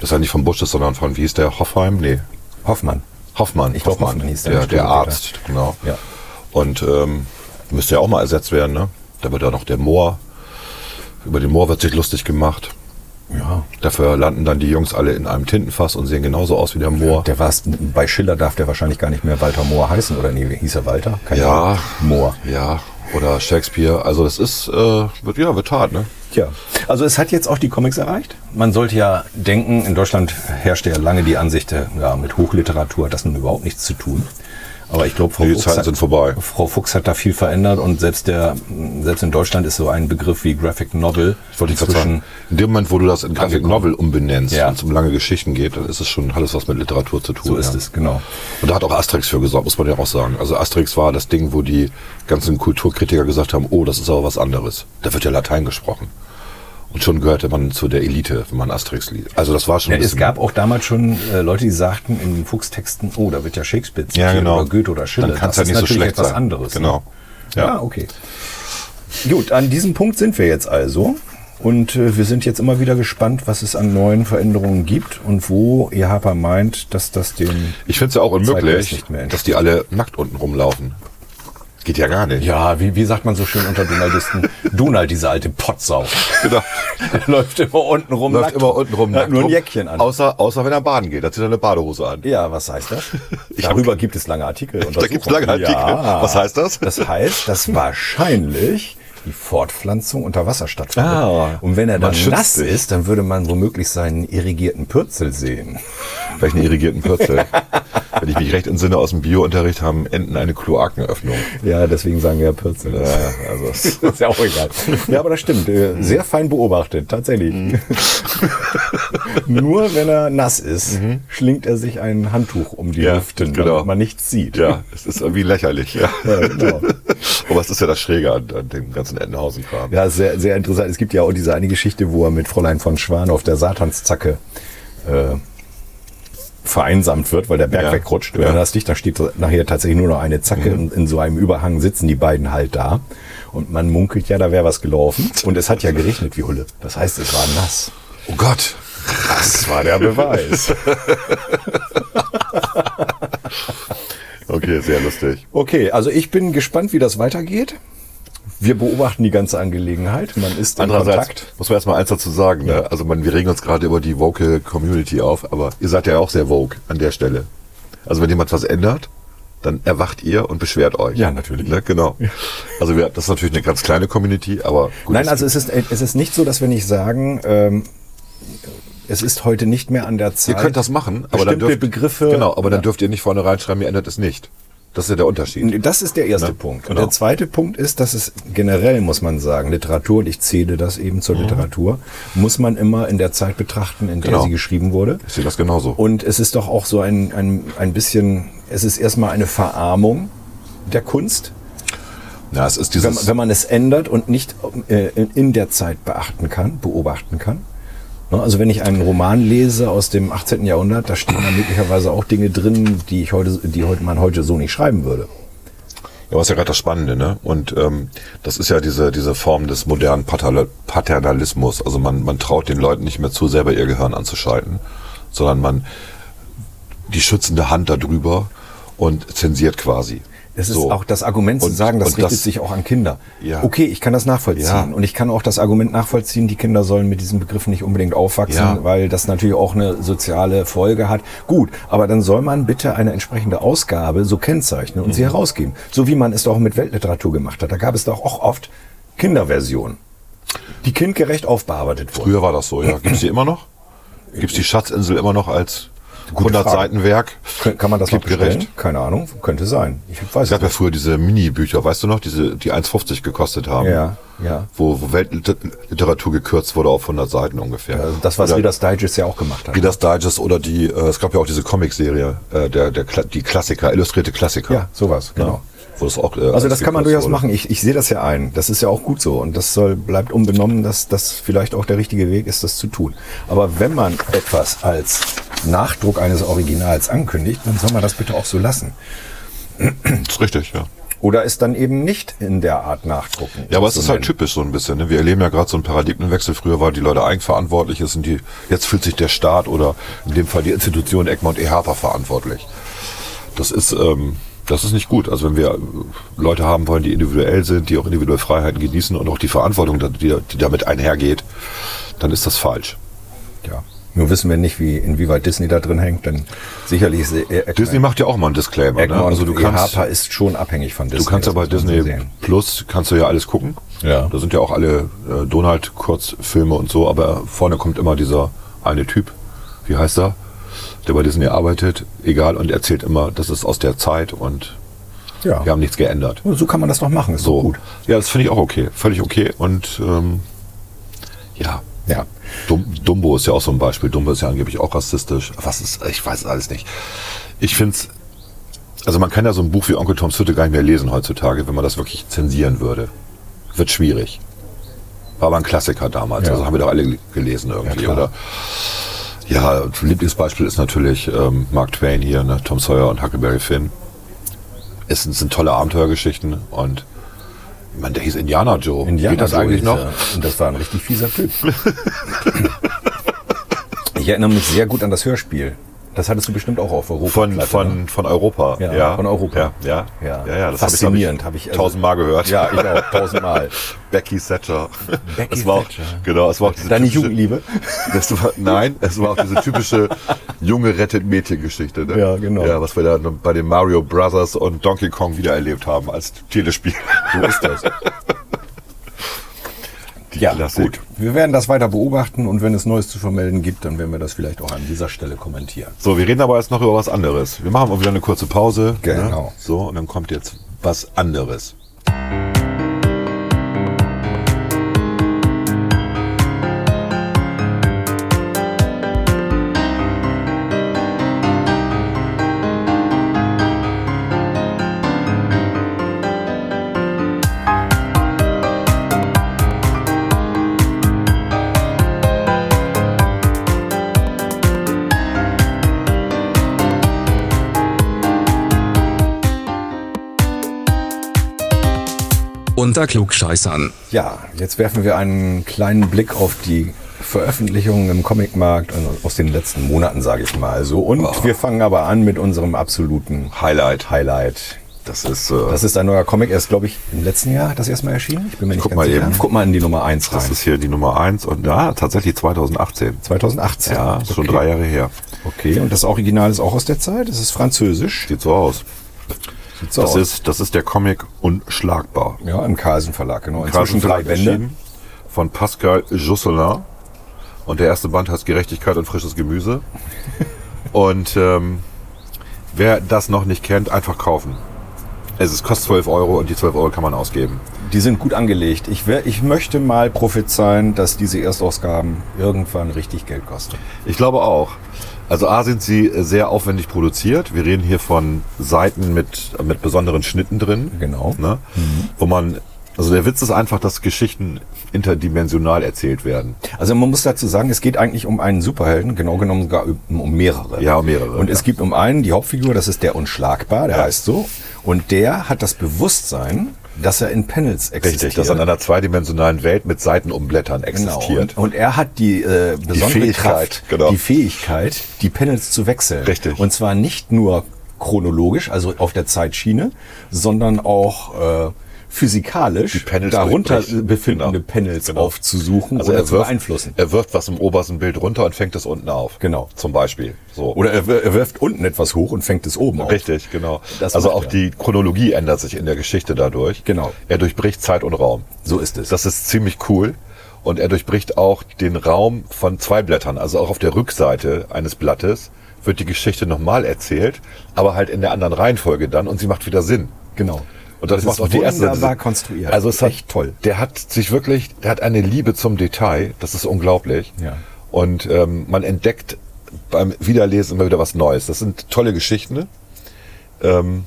Speaker 1: Das ist ja nicht von Busch, ist, sondern von, wie hieß der, Hoffheim? Nee,
Speaker 2: Hoffmann.
Speaker 1: Hoffmann.
Speaker 2: Ich glaub, Hoffmann hieß der
Speaker 1: der. Der
Speaker 2: Struwwelpeter.
Speaker 1: Arzt, genau.
Speaker 2: Ja.
Speaker 1: Und ähm, müsste ja auch mal ersetzt werden, ne? Da wird ja noch der Moor, über den Moor wird sich lustig gemacht.
Speaker 2: Ja.
Speaker 1: Dafür landen dann die Jungs alle in einem Tintenfass und sehen genauso aus wie der Moor.
Speaker 2: Der war's, bei Schiller darf der wahrscheinlich gar nicht mehr Walter Mohr heißen, oder nee, wie hieß er Walter? Keine
Speaker 1: Ja.
Speaker 2: Mohr.
Speaker 1: ja, oder Shakespeare. Also das ist, äh, wird, ja, wird hart, ne?
Speaker 2: Tja, also es hat jetzt auch die Comics erreicht. Man sollte ja denken, in Deutschland herrschte ja lange die Ansicht, äh, ja, mit Hochliteratur hat das nun überhaupt nichts zu tun. Aber ich glaube, Frau,
Speaker 1: Die
Speaker 2: Fuchs
Speaker 1: Zeiten
Speaker 2: hat-
Speaker 1: sind vorbei.
Speaker 2: Frau Fuchs hat da viel verändert und selbst, der, selbst in Deutschland ist so ein Begriff wie Graphic Novel
Speaker 1: Wollte ich gerade sagen. In dem Moment, wo du das in Graphic
Speaker 2: angekommen.
Speaker 1: Novel umbenennst
Speaker 2: Ja.
Speaker 1: und es um lange Geschichten geht, dann ist es schon alles was mit Literatur zu tun.
Speaker 2: So ist
Speaker 1: ja.
Speaker 2: es, genau.
Speaker 1: Und da hat auch Asterix für gesorgt, muss man ja auch sagen. Also Asterix war das Ding, wo die ganzen Kulturkritiker gesagt haben, oh, das ist aber was anderes. Da wird ja Latein gesprochen. Und schon gehörte man zu der Elite, wenn man Asterix liest. Also das war schon
Speaker 2: Ja,
Speaker 1: ein
Speaker 2: es
Speaker 1: bisschen-
Speaker 2: gab auch damals schon äh, Leute, die sagten in den Fuchstexten, oh, da wird ja Shakespeare
Speaker 1: ja,
Speaker 2: zitiert
Speaker 1: genau.
Speaker 2: oder Goethe oder Schiller.
Speaker 1: Dann kann es
Speaker 2: Das
Speaker 1: ja
Speaker 2: ist
Speaker 1: nicht so
Speaker 2: natürlich
Speaker 1: schlecht
Speaker 2: etwas
Speaker 1: sein.
Speaker 2: anderes. ne?
Speaker 1: Genau.
Speaker 2: Ja, okay. Gut, an diesem Punkt sind wir jetzt also. Und äh, wir sind jetzt immer wieder gespannt, was es an neuen Veränderungen gibt und wo ihr Harper meint, dass das den.
Speaker 1: Ich finde es ja auch
Speaker 2: Zeitgeist
Speaker 1: unmöglich,
Speaker 2: nicht mehr
Speaker 1: dass die alle nackt unten rumlaufen. Geht ja gar nicht.
Speaker 2: Ja, wie, wie sagt man so schön unter Donaldisten? Donald, diese alte Potsau.
Speaker 1: Genau.
Speaker 2: Läuft immer unten rum.
Speaker 1: Läuft
Speaker 2: nackt.
Speaker 1: immer unten rum.
Speaker 2: Hat
Speaker 1: nackt
Speaker 2: nur ein
Speaker 1: rum.
Speaker 2: Jäckchen an.
Speaker 1: Außer, außer wenn er baden geht, dann zieht er eine Badehose an.
Speaker 2: Ja, was heißt das?
Speaker 1: Ich hab-
Speaker 2: Darüber gibt es lange Artikel.
Speaker 1: Da gibt's lange
Speaker 2: Untersuchungen.
Speaker 1: Artikel. Was heißt das?
Speaker 2: Das heißt, dass wahrscheinlich die Fortpflanzung unter Wasser stattfindet.
Speaker 1: Ah.
Speaker 2: Und wenn er
Speaker 1: Man
Speaker 2: dann
Speaker 1: schützt
Speaker 2: nass
Speaker 1: sich.
Speaker 2: ist, dann würde man womöglich seinen irrigierten Pürzel sehen.
Speaker 1: Welchen irrigierten Pürzel. Wenn ich mich recht entsinne aus dem Biounterricht, haben Enten eine Kloakenöffnung.
Speaker 2: Ja, deswegen sagen wir ja Pürzel. Das, also, das ist ja auch egal. Ja, aber das stimmt.
Speaker 1: Mhm.
Speaker 2: äh, Sehr fein beobachtet, tatsächlich. Nur wenn er nass ist, schlingt er sich ein Handtuch um die
Speaker 1: Mhm. Ja,
Speaker 2: Hüften,
Speaker 1: genau.
Speaker 2: damit man nichts sieht.
Speaker 1: Ja, es ist irgendwie lächerlich. Ja.
Speaker 2: Ja, genau.
Speaker 1: Aber es ist ja das Schräge an, an dem ganzen Entenhausen-Kram.
Speaker 2: Ja, ist sehr, sehr interessant. Es gibt ja auch diese eine Geschichte, wo er mit Fräulein von Schwan auf der Satanszacke äh, vereinsamt wird, weil der Berg
Speaker 1: Ja.
Speaker 2: wegrutscht. Wenn
Speaker 1: Ja.
Speaker 2: du das Licht, dann steht nachher tatsächlich nur noch eine Zacke und in so einem Überhang sitzen die beiden halt da. Und man munkelt ja, da wäre was gelaufen. Und es hat ja geregnet wie Hulle. Das heißt, es war nass.
Speaker 1: Oh Gott.
Speaker 2: Das war der Beweis.
Speaker 1: Okay, sehr lustig.
Speaker 2: Okay, also ich bin gespannt, wie das weitergeht. Wir beobachten die ganze Angelegenheit. Man ist in
Speaker 1: Andererseits
Speaker 2: Kontakt.
Speaker 1: muss man erstmal eins dazu sagen. Ne? Also man, wir regen uns gerade über die vocal Community auf, aber ihr seid ja auch sehr vogue an der Stelle. Also wenn jemand was ändert, dann erwacht ihr und beschwert euch.
Speaker 2: Ja, natürlich.
Speaker 1: Ne? Genau. Also wir, das ist natürlich eine ganz kleine Community, aber gut.
Speaker 2: Nein,
Speaker 1: es-
Speaker 2: also es ist, es ist nicht so, dass wir nicht sagen, ähm, es ist heute nicht mehr an der
Speaker 1: ihr
Speaker 2: Zeit.
Speaker 1: könnt das machen, aber dann
Speaker 2: bestimmte
Speaker 1: dürft,
Speaker 2: Begriffe.
Speaker 1: Genau, aber dann dürft ihr nicht vorne reinschreiben, ihr ändert es nicht. Das ist ja der Unterschied.
Speaker 2: Das ist der erste
Speaker 1: Ne?
Speaker 2: Punkt.
Speaker 1: Genau.
Speaker 2: Und der zweite Punkt ist, dass es generell, muss man sagen, Literatur, und ich zähle das eben
Speaker 1: Mhm.
Speaker 2: zur Literatur, muss man immer in der Zeit betrachten, in der
Speaker 1: Genau.
Speaker 2: sie geschrieben wurde.
Speaker 1: Ich sehe das genauso.
Speaker 2: Und es ist doch auch so ein, ein, ein bisschen, es ist erstmal eine Verarmung der Kunst,
Speaker 1: Na, es ist
Speaker 2: wenn, wenn man es ändert und nicht äh, in- in der Zeit beachten kann, beobachten kann. Ne, Also wenn ich einen Roman lese aus dem 18. Jahrhundert, da stehen dann möglicherweise auch Dinge drin, die ich heute, die heute man heute so nicht schreiben würde.
Speaker 1: Ja, was ja gerade das Spannende, ne? Und ähm, das ist ja diese, diese Form des modernen Paterla- Paternalismus. Also man, man traut den Leuten nicht mehr zu, selber ihr Gehirn anzuschalten, sondern man die schützende Hand darüber und zensiert quasi.
Speaker 2: Es ist
Speaker 1: So.
Speaker 2: auch das Argument zu
Speaker 1: Und-
Speaker 2: sagen, das
Speaker 1: und
Speaker 2: richtet sich auch an Kinder.
Speaker 1: Ja.
Speaker 2: Okay, ich kann das nachvollziehen.
Speaker 1: Ja.
Speaker 2: Und ich kann auch das Argument nachvollziehen, die Kinder sollen mit diesen Begriffen nicht unbedingt aufwachsen,
Speaker 1: Ja.
Speaker 2: weil das natürlich auch eine soziale Folge hat. Gut, aber dann soll man bitte eine entsprechende Ausgabe so kennzeichnen und sie
Speaker 1: Mhm.
Speaker 2: herausgeben. So wie man es doch mit Weltliteratur gemacht hat. Da gab es doch auch oft Kinderversionen, die kindgerecht aufbearbeitet wurden.
Speaker 1: Früher war das so, ja. Gibt's die immer noch? Gibt's die Schatzinsel immer noch als
Speaker 2: Gute Frage.
Speaker 1: 100-Seiten-Werk?
Speaker 2: Kann- Kann man das noch
Speaker 1: Kindgerecht.
Speaker 2: bestellen? Keine Ahnung, könnte sein. Ich weiß
Speaker 1: Es gab ja
Speaker 2: es
Speaker 1: früher diese Mini-Bücher, weißt du noch, diese, die 1,50 gekostet haben.
Speaker 2: Ja, ja.
Speaker 1: Wo, wo Weltliteratur gekürzt wurde auf 100 Seiten ungefähr.
Speaker 2: nicht. Also Das, was
Speaker 1: Oder-
Speaker 2: Reader's Digest ja auch gemacht hat.
Speaker 1: Wie das Digest oder die, äh, es gab ja auch diese Comic-Serie, äh, der, der, Kla- die Klassiker, illustrierte Klassiker.
Speaker 2: Ja, sowas, genau.
Speaker 1: Wo es auch, äh,
Speaker 2: Also das kann man
Speaker 1: gekürzt
Speaker 2: durchaus
Speaker 1: wurde.
Speaker 2: machen. Ich, ich sehe das ja ein. Das ist ja auch gut so. Und das soll, bleibt unbenommen, dass das vielleicht auch der richtige Weg ist, das zu tun. Aber wenn man etwas als Nachdruck eines Originals ankündigt, dann soll man das bitte auch so lassen.
Speaker 1: Ist richtig, ja.
Speaker 2: Oder es dann eben nicht in der Art nachdrucken.
Speaker 1: Ja, aber es
Speaker 2: zu
Speaker 1: ist halt
Speaker 2: nennen.
Speaker 1: typisch so ein bisschen. Ne? Wir erleben ja gerade so einen Paradigmenwechsel. Früher waren die Leute eigenverantwortlich, jetzt, sind die, jetzt fühlt sich der Staat oder in dem Fall die Institution ECMA und EHAPA verantwortlich. Das ist, ähm, das ist nicht gut. Also wenn wir äh, Leute haben wollen, die individuell sind, die auch individuelle Freiheiten genießen und auch die Verantwortung, die, die damit einhergeht, dann ist das falsch.
Speaker 2: Ja. Nur wissen wir nicht, wie, inwieweit Disney da drin hängt, denn sicherlich ist äh,
Speaker 1: Disney macht ja auch mal einen Disclaimer. Ne?
Speaker 2: Eggman
Speaker 1: Also du kannst,
Speaker 2: Harper ist schon abhängig von halt Disney.
Speaker 1: du kannst ja
Speaker 2: das
Speaker 1: bei
Speaker 2: muss man so
Speaker 1: Disney
Speaker 2: sehen.
Speaker 1: Plus kannst du ja alles gucken.
Speaker 2: Ja.
Speaker 1: Da sind ja auch alle äh, Donald-Kurzfilme und so, aber vorne kommt immer dieser eine Typ, wie heißt er, der bei Disney arbeitet, egal, und erzählt immer, das ist aus der Zeit und
Speaker 2: Ja.
Speaker 1: wir haben nichts geändert.
Speaker 2: So kann man das doch machen. Ist
Speaker 1: So.
Speaker 2: so gut.
Speaker 1: Ja, das finde ich auch okay. Völlig okay. Und ähm, ja.
Speaker 2: Ja.
Speaker 1: Dum Dumbo ist ja auch so ein Beispiel. Dumbo ist ja angeblich auch rassistisch. Was ist, ich weiß es alles nicht. Ich finde es, also man kann ja so ein Buch wie Onkel Toms Hütte gar nicht mehr lesen heutzutage, wenn man das wirklich zensieren würde. Wird schwierig. War aber ein Klassiker damals,
Speaker 2: Ja.
Speaker 1: also haben wir doch alle gelesen irgendwie,
Speaker 2: Ja, klar.
Speaker 1: oder? Ja, Lieblingsbeispiel ist natürlich ähm, Mark Twain hier, ne? Tom Sawyer und Huckleberry Finn. Es sind, sind tolle Abenteuergeschichten und ich meine, der hieß Indiana Joe.
Speaker 2: Indiana
Speaker 1: Geht das
Speaker 2: Joe
Speaker 1: eigentlich
Speaker 2: hieß
Speaker 1: noch?
Speaker 2: er. Und das war ein richtig fieser Typ. ich erinnere mich sehr gut an das Hörspiel. Das hattest du bestimmt auch auf Europa.
Speaker 1: Von,
Speaker 2: ne?
Speaker 1: von, von Europa.
Speaker 2: genau. Ja, von Europa.
Speaker 1: Ja, ja.
Speaker 2: Ja.
Speaker 1: ja, ja das
Speaker 2: Faszinierend,
Speaker 1: habe ich,
Speaker 2: hab
Speaker 1: glaub ich,
Speaker 2: ich, also-
Speaker 1: tausendmal gehört.
Speaker 2: Ja, ich auch, tausendmal.
Speaker 1: Becky Thatcher.
Speaker 2: Becky
Speaker 1: es war auch,
Speaker 2: Thatcher.
Speaker 1: Genau, es war auch diese
Speaker 2: Deine
Speaker 1: typische-
Speaker 2: Jugendliebe?
Speaker 1: Das war, nein, es war auch diese typische junge rettet Mädchen-Geschichte. Ne?
Speaker 2: Ja, genau.
Speaker 1: Ja, was wir da bei den Mario Brothers und Donkey Kong wieder erlebt haben als Telespiel. So ist das. Die
Speaker 2: Ja,
Speaker 1: Klassik.
Speaker 2: gut. Wir werden das weiter beobachten und wenn es Neues zu vermelden gibt, dann werden wir das vielleicht auch an dieser Stelle kommentieren.
Speaker 1: So, wir reden aber jetzt noch über was anderes. Wir machen mal wieder eine kurze Pause.
Speaker 2: Genau.
Speaker 1: Ne? So, und dann kommt jetzt was anderes.
Speaker 4: Unter Klugscheißern.
Speaker 2: Ja, jetzt werfen wir einen kleinen Blick auf die Veröffentlichungen im Comicmarkt und aus den letzten Monaten, sage ich mal so. Und wir fangen aber an mit unserem absoluten
Speaker 1: Ah. Highlight.
Speaker 2: Highlight.
Speaker 1: Das ist, äh,
Speaker 2: Das ist ein neuer Comic, er ist, glaube ich, im letzten Jahr das erste Mal erschienen. Ich bin mir nicht
Speaker 1: guck
Speaker 2: ganz
Speaker 1: mal
Speaker 2: sicher.
Speaker 1: eben.
Speaker 2: Guck mal in die Nummer 1 rein.
Speaker 1: das ist hier die Nummer 1 und ja, tatsächlich 2018.
Speaker 2: 2018.
Speaker 1: Ja, ist schon
Speaker 2: Okay.
Speaker 1: drei Jahre her.
Speaker 2: Okay, und das Original ist auch aus der Zeit. Es ist französisch.
Speaker 1: Sieht so aus.
Speaker 2: Sieht so
Speaker 1: Das
Speaker 2: aus.
Speaker 1: ist, das ist der Comic Unschlagbar.
Speaker 2: ja, im Carlsen Verlag, genau.
Speaker 1: Carlsen
Speaker 2: Inzwischen drei
Speaker 1: Verlag
Speaker 2: Bände.
Speaker 1: erschienen, Von Pascal Josselin. Und der erste Band heißt Gerechtigkeit und frisches Gemüse. und ähm, wer das noch nicht kennt, einfach kaufen. Es ist, kostet 12 Euro und die 12 Euro kann man ausgeben.
Speaker 2: Die sind gut angelegt. Ich, wär, ich möchte mal prophezeien, dass diese Erstausgaben irgendwann richtig Geld kosten.
Speaker 1: Ich glaube auch. Also A sind sie äh, sehr aufwendig produziert. Wir reden hier von Seiten mit, mit besonderen Schnitten drin.
Speaker 2: Genau.
Speaker 1: Ne? Wo man, also der Witz ist einfach, dass Geschichten interdimensional erzählt werden.
Speaker 2: Also man muss dazu sagen, es geht eigentlich um einen Superhelden, genau genommen sogar um, um mehrere.
Speaker 1: Ja, um mehrere,
Speaker 2: Und
Speaker 1: ja.
Speaker 2: es gibt um einen die Hauptfigur, das ist der Unschlagbar, der
Speaker 1: Ja.
Speaker 2: heißt so. Und der hat das Bewusstsein, dass er in Panels existiert.
Speaker 1: Richtig, dass er in einer zweidimensionalen Welt mit Seitenumblättern
Speaker 2: Genau.
Speaker 1: existiert.
Speaker 2: Und, und er hat die äh, besondere
Speaker 1: Fähigkeit,
Speaker 2: Kraft,
Speaker 1: genau.
Speaker 2: die Fähigkeit, die Panels zu wechseln.
Speaker 1: Richtig.
Speaker 2: Und zwar nicht nur chronologisch, also auf der Zeitschiene, sondern auch äh, physikalisch
Speaker 1: Panels
Speaker 2: darunter
Speaker 1: durchbrechen.
Speaker 2: befindende
Speaker 1: Genau.
Speaker 2: Panels
Speaker 1: Genau.
Speaker 2: aufzusuchen
Speaker 1: Also
Speaker 2: oder
Speaker 1: er
Speaker 2: zu
Speaker 1: wirft,
Speaker 2: beeinflussen.
Speaker 1: er wirft was im obersten Bild runter und fängt es unten auf.
Speaker 2: Genau.
Speaker 1: Zum Beispiel. So.
Speaker 2: Oder er wir- er wirft unten etwas hoch und fängt es oben auf.
Speaker 1: Richtig, genau.
Speaker 2: Das
Speaker 1: also
Speaker 2: macht
Speaker 1: auch
Speaker 2: er.
Speaker 1: die Chronologie ändert sich in der Geschichte dadurch.
Speaker 2: Genau.
Speaker 1: Er durchbricht Zeit und Raum.
Speaker 2: So ist es.
Speaker 1: Das ist ziemlich cool. Und er durchbricht auch den Raum von zwei Blättern. Also auch auf der Rückseite eines Blattes wird die Geschichte nochmal erzählt, aber halt in der anderen Reihenfolge dann und sie macht wieder Sinn.
Speaker 2: Genau.
Speaker 1: Und das,
Speaker 2: Das
Speaker 1: macht
Speaker 2: ist
Speaker 1: auch die erste.
Speaker 2: wunderbar konstruiert.
Speaker 1: Also es hat,
Speaker 2: Echt toll.
Speaker 1: Der hat sich wirklich, der hat eine Liebe zum Detail. Das ist unglaublich.
Speaker 2: Ja.
Speaker 1: Und ähm, man entdeckt beim Wiederlesen immer wieder was Neues. Das sind tolle Geschichten. Ähm,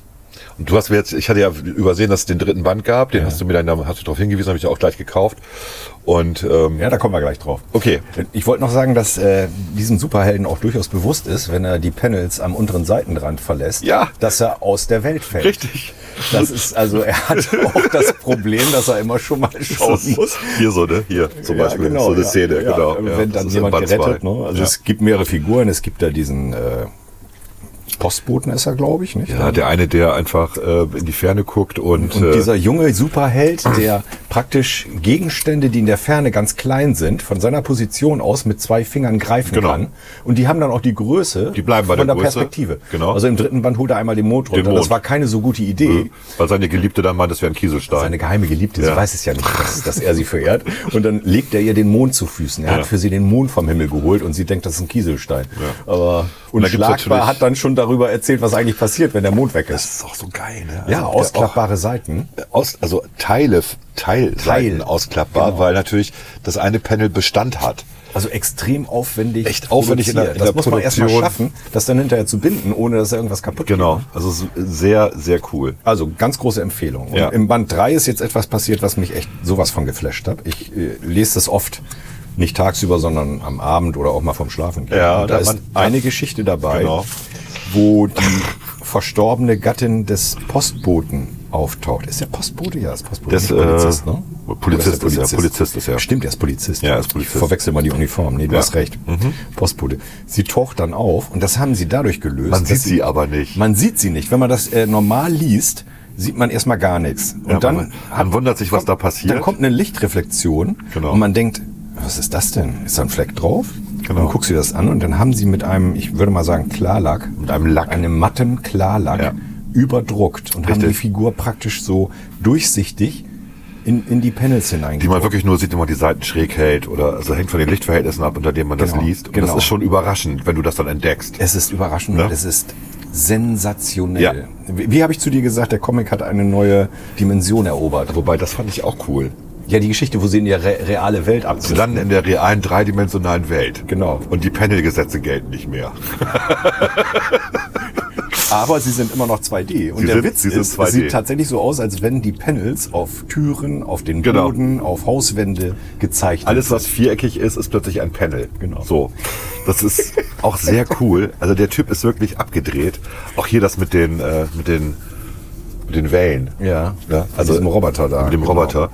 Speaker 1: und du hast mir jetzt, ich hatte ja übersehen, dass es den dritten Band gab. Den hast du mir dann, hast du darauf hingewiesen, habe ich ja auch gleich gekauft. Und ähm,
Speaker 2: Ja, da kommen wir gleich drauf.
Speaker 1: Okay.
Speaker 2: Ich wollte noch sagen, dass äh, diesem Superhelden auch durchaus bewusst ist, wenn er die Panels am unteren Seitenrand verlässt,
Speaker 1: Ja.
Speaker 2: dass er aus der Welt fällt.
Speaker 1: Richtig.
Speaker 2: Das ist also, er hat auch das Problem, dass er immer schon mal schauen
Speaker 1: das
Speaker 2: Oh, muss.
Speaker 1: ist- hier so, ne? Hier zum Beispiel. so eine
Speaker 2: ja,
Speaker 1: Szene,
Speaker 2: ja,
Speaker 1: genau. Ja,
Speaker 2: Wenn
Speaker 1: das
Speaker 2: dann
Speaker 1: ist
Speaker 2: jemand
Speaker 1: in Band
Speaker 2: gerettet,
Speaker 1: zwei.
Speaker 2: ne? Also
Speaker 1: ja.
Speaker 2: es gibt mehrere Figuren, es gibt da diesen äh, Postboten ist er, glaube ich, nicht?
Speaker 1: ja, der eine, der einfach äh, in die Ferne guckt und,
Speaker 2: Und
Speaker 1: äh,
Speaker 2: dieser junge Superheld, der praktisch Gegenstände, die in der Ferne ganz klein sind, von seiner Position aus mit zwei Fingern greifen
Speaker 1: Genau.
Speaker 2: kann. Und die haben dann auch die Größe
Speaker 1: Die bleiben bei
Speaker 2: von
Speaker 1: der
Speaker 2: der,
Speaker 1: Größe.
Speaker 2: Perspektive.
Speaker 1: Genau.
Speaker 2: Also im dritten Band holt er einmal den Mond runter.
Speaker 1: Mond.
Speaker 2: Das war keine so gute Idee.
Speaker 1: weil seine Geliebte dann meint, das wäre ein Kieselstein.
Speaker 2: Seine geheime Geliebte,
Speaker 1: Ja.
Speaker 2: sie weiß es ja nicht, dass, dass er sie verehrt. Und dann legt er ihr den Mond zu Füßen. Er
Speaker 1: Ja.
Speaker 2: hat für sie den Mond vom Himmel geholt und sie denkt, das ist ein Kieselstein. Aber
Speaker 1: Und da gibt's
Speaker 2: unschlagbar
Speaker 1: natürlich-
Speaker 2: hat dann schon darüber erzählt, was eigentlich passiert, wenn der Mond weg ist.
Speaker 1: Das ist auch so geil, ne?
Speaker 2: Ja,
Speaker 1: Also,
Speaker 2: ausklappbare Seiten.
Speaker 1: auch- Aus, also Teile, Teil, Teil. ausklappbar,
Speaker 2: Genau.
Speaker 1: weil natürlich das eine Panel Bestand hat.
Speaker 2: Also extrem aufwendig.
Speaker 1: Echt aufwendig in der-
Speaker 2: produziert.
Speaker 1: in
Speaker 2: Das
Speaker 1: der
Speaker 2: muss man erstmal
Speaker 1: Produktion.
Speaker 2: schaffen, das dann hinterher zu binden, ohne dass da irgendwas kaputt geht.
Speaker 1: also es ist sehr, sehr cool.
Speaker 2: Also ganz große Empfehlung. Und
Speaker 1: Ja.
Speaker 2: Im Band 3 ist jetzt etwas passiert, was mich echt sowas von geflasht hat. Ich äh, lese das oft. Nicht tagsüber, sondern am Abend oder auch mal vom Schlafen gehen.
Speaker 1: Ja,
Speaker 2: Und da
Speaker 1: da
Speaker 2: ist
Speaker 1: man- ah,
Speaker 2: eine Geschichte dabei,
Speaker 1: Genau.
Speaker 2: wo die verstorbene Gattin des Postboten auftaucht. Ist der Postbote? Ja, ist Postbote.
Speaker 1: Das,
Speaker 2: nicht ne?
Speaker 1: äh,
Speaker 2: Oder
Speaker 1: Polizist
Speaker 2: der
Speaker 1: ist er, Polizist ist er.
Speaker 2: Stimmt, er ist Polizist.
Speaker 1: Ja, er ist Polizist.
Speaker 2: Ich verwechsel mal die Uniform. Nee, du
Speaker 1: Ja. Mhm.
Speaker 2: hast recht. Postbote. Sie taucht dann auf und das haben sie dadurch gelöst.
Speaker 1: Man sieht
Speaker 2: dass
Speaker 1: sie aber nicht.
Speaker 2: Man sieht sie nicht. Wenn man das äh, normal liest, sieht man erstmal gar nichts. Und
Speaker 1: Ja,
Speaker 2: dann
Speaker 1: man- man wundert sich, was da passiert.
Speaker 2: Dann kommt eine Lichtreflexion
Speaker 1: Genau.
Speaker 2: und man denkt, was ist das denn? Ist da ein Fleck drauf?
Speaker 1: Genau.
Speaker 2: Dann guckst du dir das an und dann haben sie mit einem, ich würde mal sagen, Klarlack,
Speaker 1: Mit einem Lack.
Speaker 2: einem matten Klarlack
Speaker 1: Ja.
Speaker 2: überdruckt und haben
Speaker 1: Richtig.
Speaker 2: die Figur praktisch so durchsichtig in, in die Panels hinein.
Speaker 1: Die man wirklich nur sieht, wenn man die Seiten schräg hält oder also hängt von den Lichtverhältnissen ab, unter denen man das
Speaker 2: Genau,
Speaker 1: liest. Und das
Speaker 2: genau.
Speaker 1: ist schon überraschend, wenn du das dann entdeckst.
Speaker 2: Es ist überraschend
Speaker 1: Ne?
Speaker 2: und es ist sensationell.
Speaker 1: Ja.
Speaker 2: Wie, wie habe ich zu dir gesagt, der Comic hat eine neue Dimension erobert.
Speaker 1: Wobei, das fand ich auch cool.
Speaker 2: Ja, die Geschichte, wo sie in die re reale Welt
Speaker 1: Sie
Speaker 2: abziehen.
Speaker 1: landen in der realen dreidimensionalen Welt.
Speaker 2: Genau.
Speaker 1: Und die Panelgesetze gelten nicht mehr.
Speaker 2: Aber sie sind immer noch 2D. Und
Speaker 1: Sie
Speaker 2: der
Speaker 1: sind-
Speaker 2: Witz
Speaker 1: sie sind
Speaker 2: ist, es
Speaker 1: 2D.
Speaker 2: sieht tatsächlich so aus, als wenn die Panels auf Türen, auf den
Speaker 1: Genau.
Speaker 2: Boden, auf Hauswände gezeichnet
Speaker 1: Alles, was viereckig ist, ist plötzlich ein Panel.
Speaker 2: Genau.
Speaker 1: So. Das ist auch sehr cool. Also der Typ ist wirklich abgedreht. Auch hier das mit den, äh, mit den mit den Wellen.
Speaker 2: Ja.
Speaker 1: Ne?
Speaker 2: Also mit dem Roboter da.
Speaker 1: Mit dem
Speaker 2: genau.
Speaker 1: Roboter.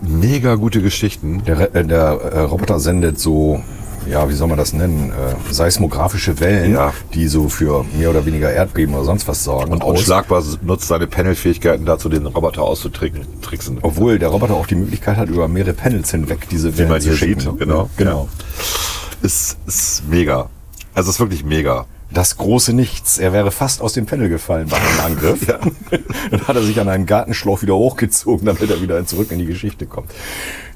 Speaker 1: Mega gute Geschichten.
Speaker 2: Der, Re- äh, der äh, Roboter sendet so, ja, wie soll man das nennen, äh, seismografische Wellen,
Speaker 1: Ja.
Speaker 2: die so für mehr oder weniger Erdbeben oder sonst was sorgen.
Speaker 1: Und unschlagbar nutzt seine Panelfähigkeiten dazu, den Roboter auszutricksen.
Speaker 2: obwohl der Roboter auch die Möglichkeit hat, über mehrere Panels hinweg diese Wellen
Speaker 1: man
Speaker 2: zu
Speaker 1: hier
Speaker 2: schicken.
Speaker 1: sieht,
Speaker 2: ne?
Speaker 1: genau.
Speaker 2: genau.
Speaker 1: Ist, ist mega. Also ist wirklich mega.
Speaker 2: Das große Nichts. Er wäre fast aus dem Panel gefallen bei einem Angriff. Dann hat er sich an einen Gartenschlauch wieder hochgezogen, damit er wieder zurück in die Geschichte kommt.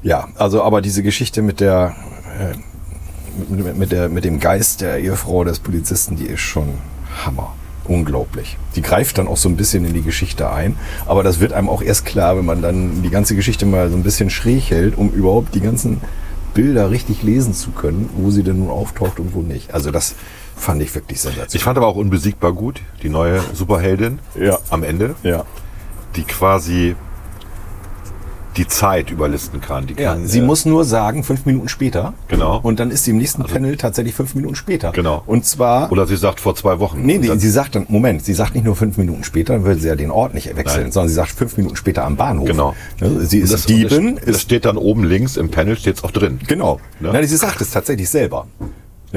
Speaker 2: Ja, also aber diese Geschichte mit der, äh, mit, mit, der mit dem Geist der Ehefrau des Polizisten, die ist schon Hammer. Unglaublich. Die greift dann auch so ein bisschen in die Geschichte ein. Aber das wird einem auch erst klar, wenn man dann die ganze Geschichte mal so ein bisschen schräg hält, um überhaupt die ganzen Bilder richtig lesen zu können, wo sie denn nun auftaucht und wo nicht. Also das fand ich wirklich sensationell.
Speaker 1: Ich fand aber auch unbesiegbar gut, die neue Superheldin
Speaker 2: Ja.
Speaker 1: am Ende,
Speaker 2: Ja.
Speaker 1: die quasi die Zeit überlisten kann. Die
Speaker 2: Ja,
Speaker 1: kann
Speaker 2: sie
Speaker 1: äh,
Speaker 2: muss nur sagen, fünf Minuten später.
Speaker 1: Genau.
Speaker 2: Und dann ist sie im nächsten Panel tatsächlich fünf Minuten später.
Speaker 1: Genau.
Speaker 2: Und zwar.
Speaker 1: Oder sie sagt vor zwei Wochen.
Speaker 2: nee,
Speaker 1: Und
Speaker 2: nee
Speaker 1: dann-
Speaker 2: sie sagt dann, Moment, sie sagt nicht nur fünf Minuten später, dann würde sie ja den Ort nicht wechseln,
Speaker 1: Nein.
Speaker 2: sondern sie sagt fünf Minuten später am Bahnhof.
Speaker 1: Genau.
Speaker 2: Ne, Sie ist
Speaker 1: das,
Speaker 2: Dieben,
Speaker 1: das, das steht dann oben links im Panel, steht es auch drin.
Speaker 2: Genau.
Speaker 1: Ne?
Speaker 2: Nein, sie sagt es tatsächlich selber. Ne,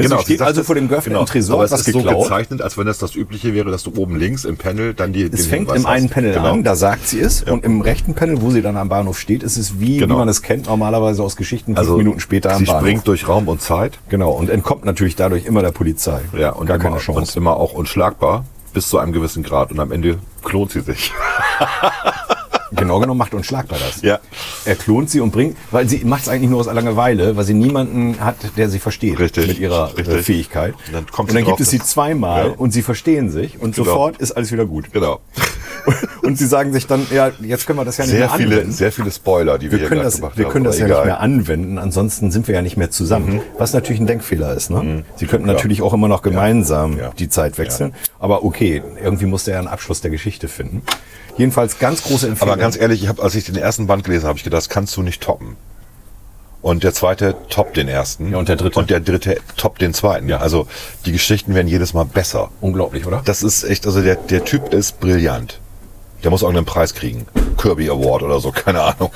Speaker 1: Genau,
Speaker 2: sie steht
Speaker 1: sagt
Speaker 2: also
Speaker 1: es-
Speaker 2: vor dem geöffneten
Speaker 1: genau.
Speaker 2: Tresor,
Speaker 1: aber es
Speaker 2: was
Speaker 1: ist so
Speaker 2: geklaut.
Speaker 1: gezeichnet, als wenn das das Übliche wäre, dass du oben links im Panel dann die.
Speaker 2: es
Speaker 1: den
Speaker 2: fängt
Speaker 1: Hinweis
Speaker 2: im einen
Speaker 1: hast.
Speaker 2: Panel
Speaker 1: genau.
Speaker 2: an, da sagt sie es. Und im rechten Panel, wo sie dann am Bahnhof steht, ist es wie,
Speaker 1: Genau.
Speaker 2: wie man es kennt, normalerweise aus Geschichten, fünf
Speaker 1: also
Speaker 2: Minuten später am
Speaker 1: Sie
Speaker 2: Bahnhof.
Speaker 1: springt durch Raum und Zeit.
Speaker 2: Genau, und entkommt natürlich dadurch immer der Polizei.
Speaker 1: Ja, und
Speaker 2: gar
Speaker 1: immer,
Speaker 2: keine
Speaker 1: Und
Speaker 2: Chance.
Speaker 1: immer auch unschlagbar bis zu einem gewissen Grad. Und am Ende klont sie sich.
Speaker 2: genau genommen macht unschlagbar das.
Speaker 1: Ja.
Speaker 2: Er klont sie und bringt, weil sie macht es eigentlich nur aus Langeweile, weil sie niemanden hat, der sie versteht
Speaker 1: Richtig,
Speaker 2: mit ihrer äh,
Speaker 1: richtig.
Speaker 2: Fähigkeit.
Speaker 1: Und dann kommt
Speaker 2: und
Speaker 1: sie
Speaker 2: dann gibt
Speaker 1: drauf,
Speaker 2: es sie
Speaker 1: dass-
Speaker 2: zweimal
Speaker 1: Ja.
Speaker 2: und sie verstehen sich und
Speaker 1: Genau.
Speaker 2: sofort ist alles wieder gut.
Speaker 1: Genau.
Speaker 2: und sie sagen sich dann, ja, jetzt können wir das ja nicht
Speaker 1: Sehr
Speaker 2: mehr
Speaker 1: viele,
Speaker 2: anwenden.
Speaker 1: sehr viele Spoiler, die wir,
Speaker 2: wir
Speaker 1: hier
Speaker 2: können
Speaker 1: gerade
Speaker 2: das,
Speaker 1: gemacht
Speaker 2: wir
Speaker 1: haben.
Speaker 2: können das
Speaker 1: aber
Speaker 2: ja
Speaker 1: egal.
Speaker 2: nicht mehr anwenden, ansonsten sind wir ja nicht mehr zusammen. Was natürlich ein Denkfehler ist. Ne? Sie könnten
Speaker 1: Klar.
Speaker 2: natürlich auch immer noch gemeinsam
Speaker 1: Mhm. Ja.
Speaker 2: die Zeit wechseln. Aber okay, irgendwie muss der ja einen Abschluss der Geschichte finden. Jedenfalls ganz große Empfehlung.
Speaker 1: Aber ganz ehrlich, ich hab, als ich den ersten Band gelesen habe, ich gedacht, das kannst du nicht toppen. Und der zweite toppt den ersten.
Speaker 2: Ja, und der dritte.
Speaker 1: Und der dritte toppt den zweiten. Ja. Also die Geschichten werden jedes Mal besser.
Speaker 2: unglaublich, oder?
Speaker 1: Das ist echt, also der, der Typ ist brillant. Der muss irgendeinen Preis kriegen. Kirby Award oder so, keine Ahnung.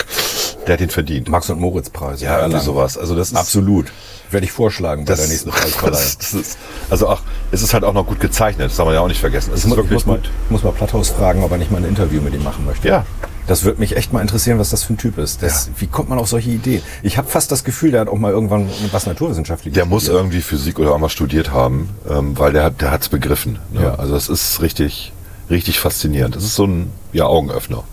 Speaker 1: Der hat ihn verdient.
Speaker 2: Max und Moritz Preis.
Speaker 1: Ja, irgendwie sowas. Also das ist
Speaker 2: absolut. Werde ich vorschlagen bei
Speaker 1: Das,
Speaker 2: der nächsten Preisverleihung.
Speaker 1: das, das ist, also ach, es ist halt auch noch gut gezeichnet, das darf man ja auch nicht vergessen. Es
Speaker 2: Ich
Speaker 1: ist
Speaker 2: muss, ich
Speaker 1: wirklich
Speaker 2: muss, mal,
Speaker 1: gut.
Speaker 2: ich muss mal Platthaus fragen, ob er nicht mal ein Interview mit ihm machen möchte.
Speaker 1: Ja.
Speaker 2: Das würde mich echt mal interessieren, was das für ein Typ ist. Das, Wie kommt man auf solche Ideen? Ich habe fast das Gefühl, der hat auch mal irgendwann was Naturwissenschaftliches.
Speaker 1: Der muss
Speaker 2: studiert.
Speaker 1: irgendwie Physik oder irgendwas studiert haben, ähm, weil der, hat- der hat's begriffen. Ne?
Speaker 2: Ja.
Speaker 1: Also das ist richtig, richtig faszinierend. Das ist so ein ja, Augenöffner.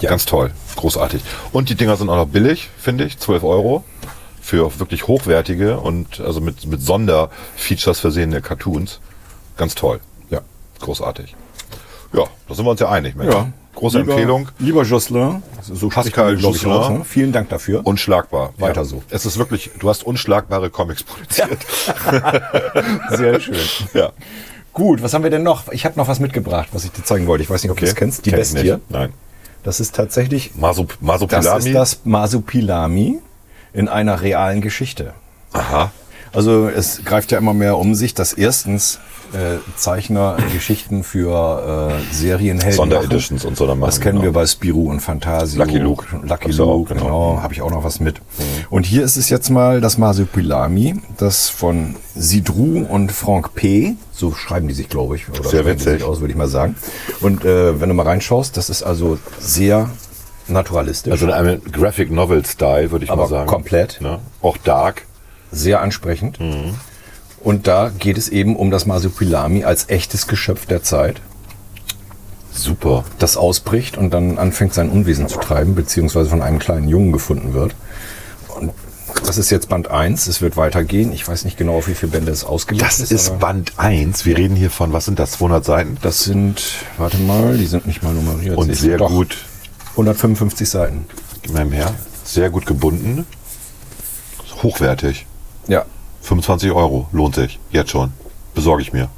Speaker 2: Ja.
Speaker 1: Ganz toll, großartig. Und die Dinger sind auch noch billig, finde ich, 12 Euro. Für wirklich hochwertige und also mit, mit Sonderfeatures versehene Cartoons. Ganz toll. Ja, großartig. Ja, da sind wir uns ja einig, Mensch. Große
Speaker 2: lieber,
Speaker 1: Empfehlung.
Speaker 2: Lieber Jocelyn, so spricht
Speaker 1: Pascal
Speaker 2: man, glaub ich,
Speaker 1: Jocelyn.
Speaker 2: aus, ne? vielen Dank dafür.
Speaker 1: Unschlagbar.
Speaker 2: Weiter
Speaker 1: ja.
Speaker 2: so.
Speaker 1: Es ist wirklich, du hast unschlagbare Comics produziert.
Speaker 2: Sehr schön.
Speaker 1: ja.
Speaker 2: Gut, was haben wir denn noch? Ich habe noch was mitgebracht, was ich dir zeigen wollte. Ich weiß nicht, ob du das kennst. Die
Speaker 1: Kenn ich
Speaker 2: Bestie.
Speaker 1: nicht. Nein.
Speaker 2: Das ist tatsächlich,
Speaker 1: Masup
Speaker 2: das
Speaker 1: Masupilami.
Speaker 2: ist das Masupilami in einer realen Geschichte.
Speaker 1: Aha.
Speaker 2: Also es greift ja immer mehr um sich, dass erstens äh, Zeichner Geschichten für äh, Serienhelden
Speaker 1: Sondereditions und so dann machen,
Speaker 2: Das kennen
Speaker 1: genau.
Speaker 2: wir bei Spirou und Fantasio.
Speaker 1: Lucky Luke.
Speaker 2: Lucky
Speaker 1: Hast du auch,
Speaker 2: Luke,
Speaker 1: genau. Mhm.
Speaker 2: genau. Habe ich auch noch was mit. Und hier ist es jetzt mal das Masupilami, das von Sidru und Franck P., so schreiben die sich, glaube ich. Oder
Speaker 1: Sehr
Speaker 2: sprechen die sich
Speaker 1: witzig.
Speaker 2: aus, würde ich mal sagen. Und äh, wenn du mal reinschaust, das ist also sehr naturalistisch,
Speaker 1: Also in einem Graphic Novel Style, würde ich
Speaker 2: Aber
Speaker 1: mal sagen.
Speaker 2: komplett.
Speaker 1: Ne? Auch dark.
Speaker 2: sehr ansprechend. Und da geht es eben um das Masupilami als echtes Geschöpf der Zeit,
Speaker 1: Super.
Speaker 2: das ausbricht und dann anfängt sein Unwesen zu treiben, beziehungsweise von einem kleinen Jungen gefunden wird. Und das ist jetzt Band 1, es wird weitergehen. Ich weiß nicht genau, auf wie viele Bände es ausgelegt
Speaker 1: Das ist
Speaker 2: aber
Speaker 1: Band 1. Wir reden hier von, was sind das, 200 Seiten?
Speaker 2: das sind, warte mal, die sind nicht mal nummeriert.
Speaker 1: Und
Speaker 2: Sehe ich.
Speaker 1: sehr
Speaker 2: Doch,
Speaker 1: gut,
Speaker 2: 155 Seiten.
Speaker 1: gib mir her, sehr gut gebunden. Hochwertig.
Speaker 2: Ja,
Speaker 1: 25 Euro, lohnt sich. Jetzt schon. Besorge ich mir.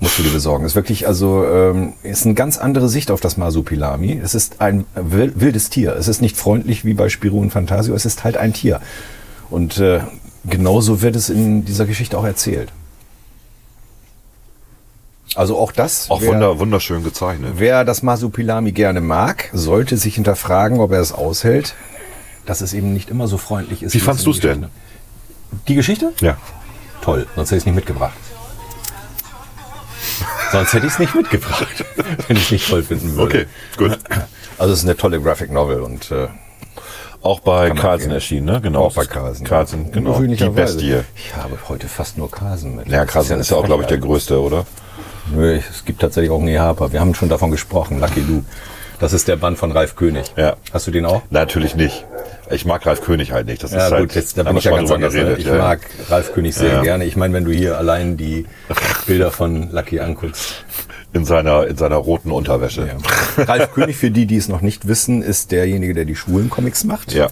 Speaker 2: musst du dir besorgen. Ist wirklich, also ähm, ist eine ganz andere Sicht auf das Masupilami. Es ist ein wil- wildes Tier. Es ist nicht freundlich wie bei Spirou und Fantasio. Es ist halt ein Tier. Und äh, genauso wird es in dieser Geschichte auch erzählt. Also auch das,
Speaker 1: Auch
Speaker 2: wer,
Speaker 1: wunder, wunderschön gezeichnet.
Speaker 2: wer das Masupilami gerne mag, sollte sich hinterfragen, ob er es aushält, dass es eben nicht immer so freundlich ist.
Speaker 1: Wie
Speaker 2: es
Speaker 1: fandst
Speaker 2: in
Speaker 1: du's denn?
Speaker 2: Geschichte- Die Geschichte?
Speaker 1: Ja.
Speaker 2: Toll, sonst hätte ich es nicht mitgebracht. Sonst hätte ich es nicht mitgebracht, wenn ich es nicht toll finden würde.
Speaker 1: Okay, gut.
Speaker 2: Also es ist eine tolle Graphic Novel und äh,
Speaker 1: Auch bei
Speaker 2: man
Speaker 1: Carlsen
Speaker 2: sehen.
Speaker 1: erschienen, ne? Genau.
Speaker 2: auch bei Carlsen.
Speaker 1: Carlsen, genau. Die
Speaker 2: Ungewöhnlicherweise.
Speaker 1: Bestie.
Speaker 2: Ich habe heute fast nur Carlsen mit.
Speaker 1: Ja, Carlsen ist ja auch, glaube ich, der
Speaker 2: Größte.
Speaker 1: größte, oder?
Speaker 2: Nö, es gibt tatsächlich auch einen EH-Paper. Wir haben schon davon gesprochen, Lucky Lou. Das ist der Band von Ralf König.
Speaker 1: Ja.
Speaker 2: Hast du den auch?
Speaker 1: Natürlich nicht. Ich mag Ralf König halt nicht. Das ist halt,
Speaker 2: da bin
Speaker 1: haben
Speaker 2: ich
Speaker 1: wir
Speaker 2: ja
Speaker 1: schon
Speaker 2: ganz
Speaker 1: mal drüber
Speaker 2: anders. ne? Ich
Speaker 1: ja.
Speaker 2: mag Ralf König sehr
Speaker 1: Ja.
Speaker 2: gerne. Ich meine, wenn du hier allein die Bilder von Lucky anguckst.
Speaker 1: In seiner, in seiner roten Unterwäsche.
Speaker 2: Ralf König, für die, die es noch nicht wissen, ist derjenige, der die schwulen Comics macht.
Speaker 1: Ja.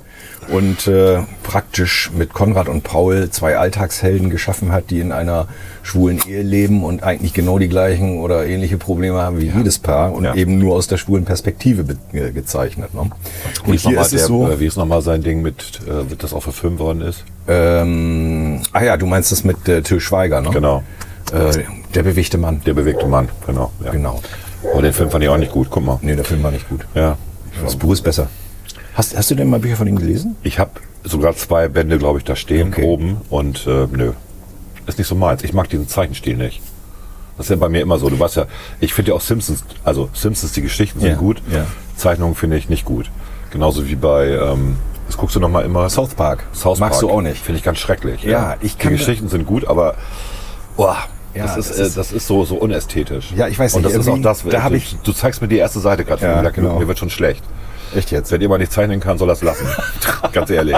Speaker 2: Und äh, praktisch mit Konrad und Paul zwei Alltagshelden geschaffen hat, die in einer schwulen Ehe leben und eigentlich genau die gleichen oder ähnliche Probleme haben wie jedes Paar und
Speaker 1: Ja.
Speaker 2: eben nur aus der schwulen Perspektive be- äh, gezeichnet. Ne? Und
Speaker 1: Wie
Speaker 2: hier
Speaker 1: nochmal
Speaker 2: ist es
Speaker 1: der-
Speaker 2: so.
Speaker 1: äh, Wie ist nochmal sein Ding mit, äh, das auch verfilmt worden ist?
Speaker 2: Ähm, ah ja, du meinst das mit äh, Till Schweiger, ne?
Speaker 1: Genau.
Speaker 2: Äh, der bewegte Mann.
Speaker 1: Der bewegte Mann, genau. Ja.
Speaker 2: Genau.
Speaker 1: Aber den Film fand ich auch nicht gut, guck mal.
Speaker 2: Nee, der Film war nicht gut.
Speaker 1: Ja.
Speaker 2: Das Buch ist besser. Hast, hast du denn mal Bücher von ihm gelesen?
Speaker 1: Ich habe sogar zwei Bände, glaube ich, da stehen,
Speaker 2: Okay.
Speaker 1: oben. Und äh, nö, ist nicht so meins. Ich mag diesen Zeichenstil nicht. Das ist ja bei mir immer so. Du weißt ja, ich finde ja auch Simpsons, also Simpsons, die Geschichten
Speaker 2: Ja,
Speaker 1: sind gut.
Speaker 2: ja.
Speaker 1: Zeichnungen finde ich nicht gut. Genauso wie bei, ähm, das guckst du nochmal immer.
Speaker 2: South Park.
Speaker 1: South
Speaker 2: Magst
Speaker 1: Park.
Speaker 2: du auch nicht.
Speaker 1: Finde ich ganz schrecklich.
Speaker 2: Ja, ich kann-
Speaker 1: Die Geschichten sind gut, aber boah,
Speaker 2: Ja,
Speaker 1: das, ist,
Speaker 2: das
Speaker 1: äh,
Speaker 2: ist-
Speaker 1: das ist so, so unästhetisch.
Speaker 2: Ja, ich weiß
Speaker 1: Und
Speaker 2: nicht,
Speaker 1: das ist auch
Speaker 2: irgendwie-
Speaker 1: das,
Speaker 2: da hab
Speaker 1: du,
Speaker 2: ich-
Speaker 1: du zeigst mir die erste Seite gerade
Speaker 2: Ja,
Speaker 1: von Black
Speaker 2: genau.
Speaker 1: Mir wird schon schlecht.
Speaker 2: Echt jetzt?
Speaker 1: Wenn jemand nicht zeichnen kann, soll das lassen. Ganz ehrlich.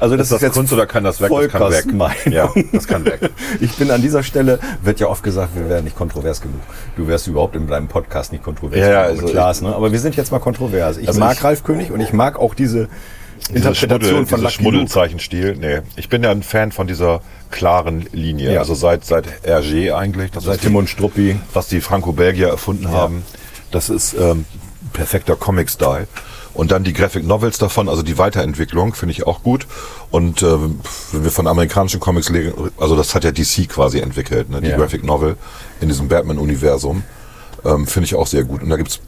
Speaker 2: Also das
Speaker 1: ist das
Speaker 2: ist jetzt
Speaker 1: Kunst oder kann das weg? Das kann
Speaker 2: Volkers
Speaker 1: weg.
Speaker 2: Meinung.
Speaker 1: Ja, das kann weg.
Speaker 2: Ich bin an dieser Stelle, wird ja oft gesagt, wir wären nicht kontrovers genug. Du wärst überhaupt in deinem Podcast nicht kontrovers
Speaker 1: Ja, ja,
Speaker 2: genug mit
Speaker 1: also
Speaker 2: Klaas, ne? Aber wir sind jetzt mal kontrovers. Ich mag
Speaker 1: ich-
Speaker 2: Ralf König und ich mag auch diese
Speaker 1: Diese
Speaker 2: Interpretation
Speaker 1: Schmuddel,
Speaker 2: von
Speaker 1: diese
Speaker 2: Lucky Luke.
Speaker 1: Schmuddelzeichenstil. Nee, ich bin ja ein Fan von dieser klaren Linie.
Speaker 2: Ja.
Speaker 1: Also seit, seit RG eigentlich. Das
Speaker 2: Seit
Speaker 1: ist die,
Speaker 2: Tim und Struppi.
Speaker 1: was die Franco-Belgier erfunden haben. Das ist ähm, perfekter Comic-Style. Und dann die Graphic Novels davon, also die Weiterentwicklung, finde ich auch gut. Und ähm, wenn wir von amerikanischen Comics legen, also das hat ja DC quasi entwickelt, ne? die
Speaker 2: Ja.
Speaker 1: Graphic Novel in diesem Batman-Universum, ähm, finde ich auch sehr gut. Und da gibt's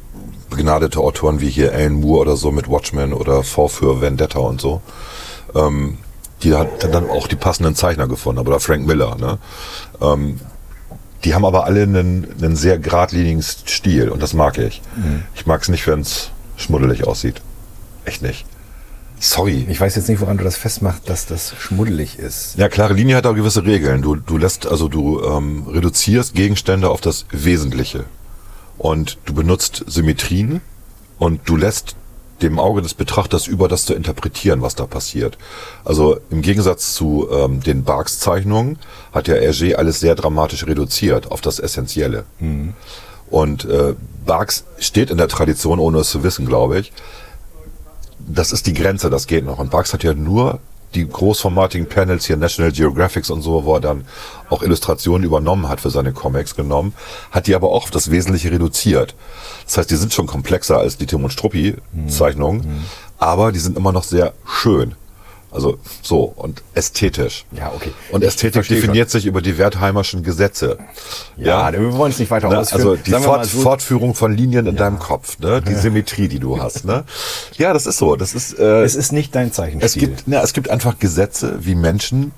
Speaker 1: begnadete Autoren wie hier Alan Moore oder so mit Watchmen oder Vorführ Vendetta und so Ähm, die hat dann auch die passenden Zeichner gefunden, aber da Frank Miller. Ne? Ähm, die haben aber alle einen, einen sehr geradlinigen Stil und das mag ich. Ich mag es nicht, wenn es schmuddelig aussieht. Echt nicht. Sorry.
Speaker 2: Ich weiß jetzt nicht, woran du das festmachst, dass das schmuddelig ist.
Speaker 1: Ja, klare Linie hat auch gewisse Regeln. Du, du lässt, also du ähm, reduzierst Gegenstände auf das Wesentliche. Und du benutzt Symmetrien und du lässt dem Auge des Betrachters über das zu interpretieren, was da passiert. Also im Gegensatz zu ähm, den Barks Zeichnungen hat ja Hergé alles sehr dramatisch reduziert auf das Essentielle. Und äh, Barks steht in der Tradition, ohne es zu wissen, glaube ich, das ist die Grenze, das geht noch. Und Bugs hat ja nur die großformatigen Panels hier, National Geographics und so, wo er dann auch Illustrationen übernommen hat für seine Comics genommen, hat die aber auch auf das Wesentliche reduziert. Das heißt, die sind schon komplexer als die Tim und Struppi Zeichnungen,
Speaker 2: Mhm.
Speaker 1: aber die sind immer noch sehr schön. Also so und ästhetisch.
Speaker 2: Ja, okay.
Speaker 1: Und
Speaker 2: Ich
Speaker 1: Ästhetik
Speaker 2: verstehe
Speaker 1: definiert sich über die wertheimerschen Gesetze.
Speaker 2: wir wollen es nicht weiter
Speaker 1: Ne?
Speaker 2: ausführen.
Speaker 1: Also die
Speaker 2: Sagen wir mal
Speaker 1: Fort
Speaker 2: so,
Speaker 1: Fortführung von Linien in deinem Kopf, ne? die Symmetrie, die du hast. Ne? Ja, das ist so. Das ist, äh,
Speaker 2: es ist nicht dein Zeichenstil.
Speaker 1: es gibt, na, es gibt einfach Gesetze, wie Menschen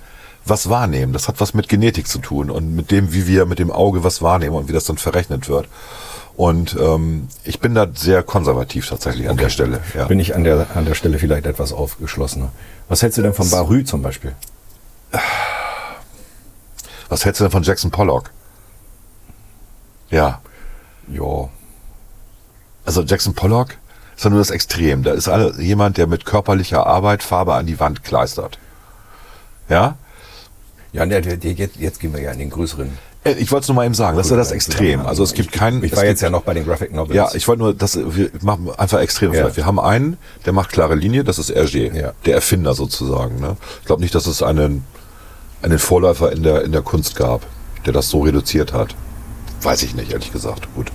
Speaker 1: was wahrnehmen. Das hat was mit Genetik zu tun und mit dem, wie wir mit dem Auge was wahrnehmen und wie das dann verrechnet wird. Und ähm, ich bin da sehr konservativ tatsächlich an der Stelle. Ja.
Speaker 2: bin ich an der, an der Stelle vielleicht etwas aufgeschlossener. Was hältst du denn von Barü zum Beispiel?
Speaker 1: Was hältst du denn von Jackson Pollock? Ja,
Speaker 2: Ja,
Speaker 1: also Jackson Pollock ist ja nur das Extrem. Da ist alle, jemand, der mit körperlicher Arbeit Farbe an die Wand kleistert. Ja,
Speaker 2: Ja, der, der, der, jetzt, jetzt gehen wir ja in den größeren.
Speaker 1: Äh, ich wollte es nur mal eben sagen. Das ist ja das Extrem. Also es gibt keinen.
Speaker 2: Ich
Speaker 1: es
Speaker 2: war
Speaker 1: gibt-
Speaker 2: jetzt ja noch bei den Graphic Novels.
Speaker 1: Ja, ich wollte nur, das, wir machen einfach extrem
Speaker 2: Ja.
Speaker 1: vielleicht. Wir haben einen, der macht klare Linie, das ist RG,
Speaker 2: Ja.
Speaker 1: der Erfinder sozusagen. Ne? Ich glaube nicht, dass es einen, einen Vorläufer in der, in der Kunst gab, der das so reduziert hat. Weiß ich nicht, ehrlich gesagt. Gut.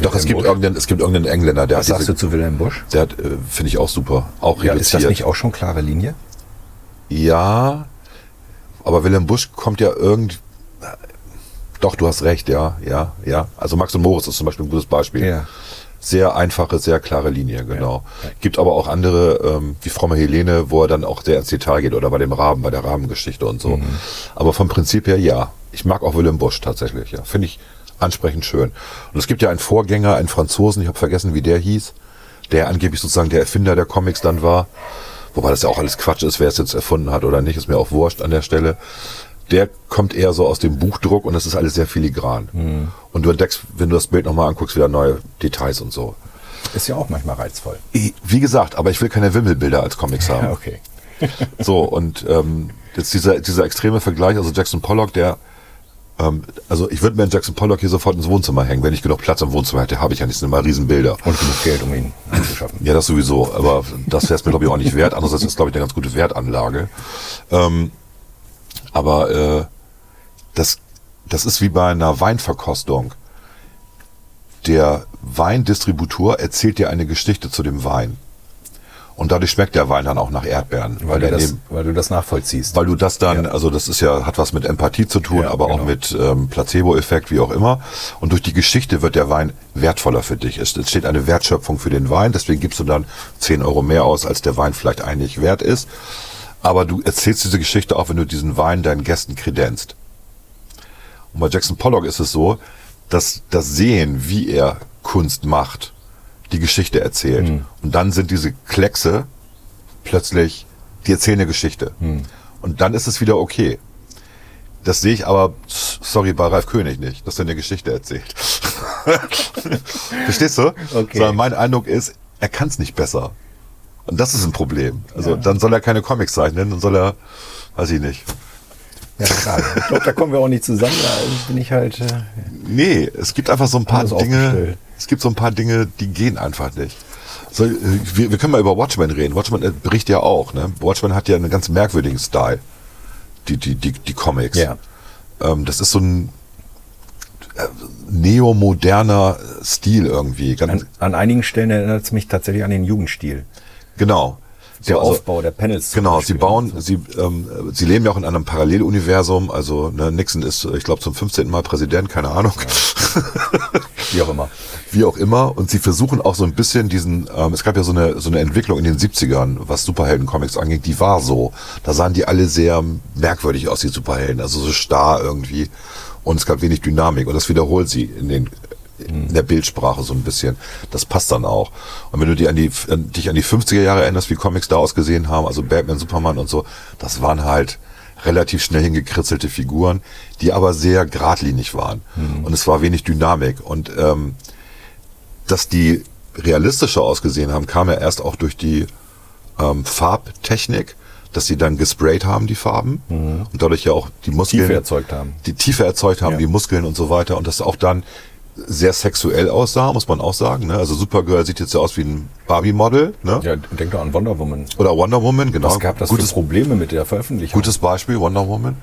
Speaker 1: Doch, es
Speaker 2: dem
Speaker 1: gibt,
Speaker 2: Busch?
Speaker 1: irgendeinen, es gibt irgendeinen Engländer, der
Speaker 2: Was
Speaker 1: hat,
Speaker 2: sagst du
Speaker 1: diese,
Speaker 2: zu Wilhelm Busch?
Speaker 1: der hat, äh, finde ich auch super, auch
Speaker 2: Ja, ist das
Speaker 1: reduziert.
Speaker 2: nicht auch schon klare Linie?
Speaker 1: ja, aber Willem Busch kommt ja irgendwie, Doch, du hast recht, ja, ja, ja. Also Max und Moritz ist zum Beispiel ein gutes Beispiel.
Speaker 6: Ja.
Speaker 1: Sehr einfache, sehr klare Linie, genau. Gibt aber auch andere, ähm, wie fromme Helene, wo er dann auch sehr ins Detail geht oder bei dem Raben, bei der Rabengeschichte und so. Aber vom Prinzip her ja. Ich mag auch Willem Busch tatsächlich, ja. Finde ich ansprechend schön. Und es gibt ja einen Vorgänger, einen Franzosen, ich habe vergessen, wie der hieß, der angeblich sozusagen der Erfinder der Comics dann war. Wobei das ja auch alles Quatsch ist, wer es jetzt erfunden hat oder nicht, ist mir auch wurscht an der Stelle. Der kommt eher so aus dem Buchdruck und das ist alles sehr filigran. Und du entdeckst, wenn du das Bild nochmal anguckst, wieder neue Details und so.
Speaker 2: Ist ja auch manchmal reizvoll.
Speaker 1: I- Wie gesagt, aber ich will keine Wimmelbilder als Comics haben.
Speaker 2: Okay.
Speaker 1: So, und ähm, jetzt dieser, dieser extreme Vergleich, also Jackson Pollock, der, ähm, also ich würde mir einen Jackson Pollock hier sofort ins Wohnzimmer hängen, wenn ich genug Platz im Wohnzimmer hätte, habe ich ja nicht, sind immer Riesenbilder.
Speaker 2: Und genug Geld, um ihn anzuschaffen.
Speaker 1: Ja, das sowieso, aber das wäre es mir, glaube ich, auch nicht wert. Andererseits ist es, glaube ich, eine ganz gute Wertanlage. Ähm, aber äh, das, das ist wie bei einer Weinverkostung. Der Weindistributor erzählt dir eine Geschichte zu dem Wein. Und dadurch schmeckt der Wein dann auch nach Erdbeeren.
Speaker 2: Weil, du
Speaker 1: der
Speaker 2: das,
Speaker 1: neben-
Speaker 2: weil du das nachvollziehst.
Speaker 1: weil du das dann, also das ist ja, hat was mit Empathie zu tun,
Speaker 2: Ja,
Speaker 1: aber auch
Speaker 2: genau.
Speaker 1: mit ähm, Placebo-Effekt, wie auch immer. Und durch die Geschichte wird der Wein wertvoller für dich. Es entsteht eine Wertschöpfung für den Wein, deswegen gibst du dann 10 Euro mehr aus, als der Wein vielleicht eigentlich wert ist. Aber du erzählst diese Geschichte auch, wenn du diesen Wein deinen Gästen kredenzt. Und bei Jackson Pollock ist es so, dass das Sehen, wie er Kunst macht, die Geschichte erzählt.
Speaker 2: Hm.
Speaker 1: Und dann sind diese Kleckse plötzlich, die erzählen eine Geschichte. Und dann ist es wieder okay. Das sehe ich aber, sorry, bei Ralf König nicht, dass er eine Geschichte erzählt. Verstehst du?
Speaker 2: Okay.
Speaker 1: Sondern mein Eindruck ist, er kann es nicht besser. Und das ist ein Problem. Also dann soll er keine Comics zeichnen, dann soll er, weiß ich nicht.
Speaker 2: ja, klar. Ich glaube, da kommen wir auch nicht zusammen. Da bin ich halt. Äh,
Speaker 1: Nee, es gibt einfach so ein paar
Speaker 2: Anders
Speaker 1: Dinge.
Speaker 2: aufgestellt.
Speaker 1: Es gibt so ein paar Dinge, die gehen einfach nicht. So, äh, wir, wir können mal über Watchmen reden. Watchmen äh, bricht ja auch. Ne? Watchmen hat ja einen ganz merkwürdigen Style. Die, die, die, die Comics.
Speaker 2: Ja.
Speaker 1: Ähm, das ist so ein äh, neomoderner Stil irgendwie. Ganz,
Speaker 2: an, an einigen Stellen erinnert es mich tatsächlich an den Jugendstil.
Speaker 1: genau.
Speaker 2: Der
Speaker 1: also-
Speaker 2: Aufbau der Panels. zum
Speaker 1: Genau, sie
Speaker 2: Beispiel.
Speaker 1: bauen, sie, ähm, sie leben ja auch in einem Paralleluniversum. Also ne, Nixon ist, ich glaube, zum 15. Mal Präsident, keine Ahnung.
Speaker 2: Wie auch immer.
Speaker 1: wie auch immer. Und sie versuchen auch so ein bisschen diesen, ähm, es gab ja so eine, so eine Entwicklung in den 70ern, was Superhelden-Comics angeht, die war so. Da sahen die alle sehr merkwürdig aus, die Superhelden, also so starr irgendwie. Und es gab wenig Dynamik. Und das wiederholt sie in den in der Bildsprache so ein bisschen. Das passt dann auch. Und wenn du dich an die, an- dich an die 50er Jahre erinnerst, wie Comics da ausgesehen haben, also Batman, Superman und so, das waren halt relativ schnell hingekritzelte Figuren, die aber sehr geradlinig waren. Und es war wenig Dynamik. Und ähm, dass die realistischer ausgesehen haben, kam ja erst auch durch die ähm, Farbtechnik, dass sie dann gesprayt haben, die Farben, und dadurch ja auch die Muskeln.
Speaker 2: Mhm. Tiefe erzeugt haben.
Speaker 1: Die Tiefe erzeugt haben, die Muskeln und so weiter, und das auch dann sehr sexuell aussah, muss man auch sagen. Ne? Also Supergirl sieht jetzt ja aus wie ein Barbie-Model, ne?
Speaker 2: Ja, denk doch an Wonder Woman.
Speaker 1: Oder Wonder Woman, genau.
Speaker 2: Was gab das
Speaker 1: Gutes
Speaker 2: für Probleme mit der Veröffentlichung?
Speaker 1: Gutes Beispiel, Wonder Woman.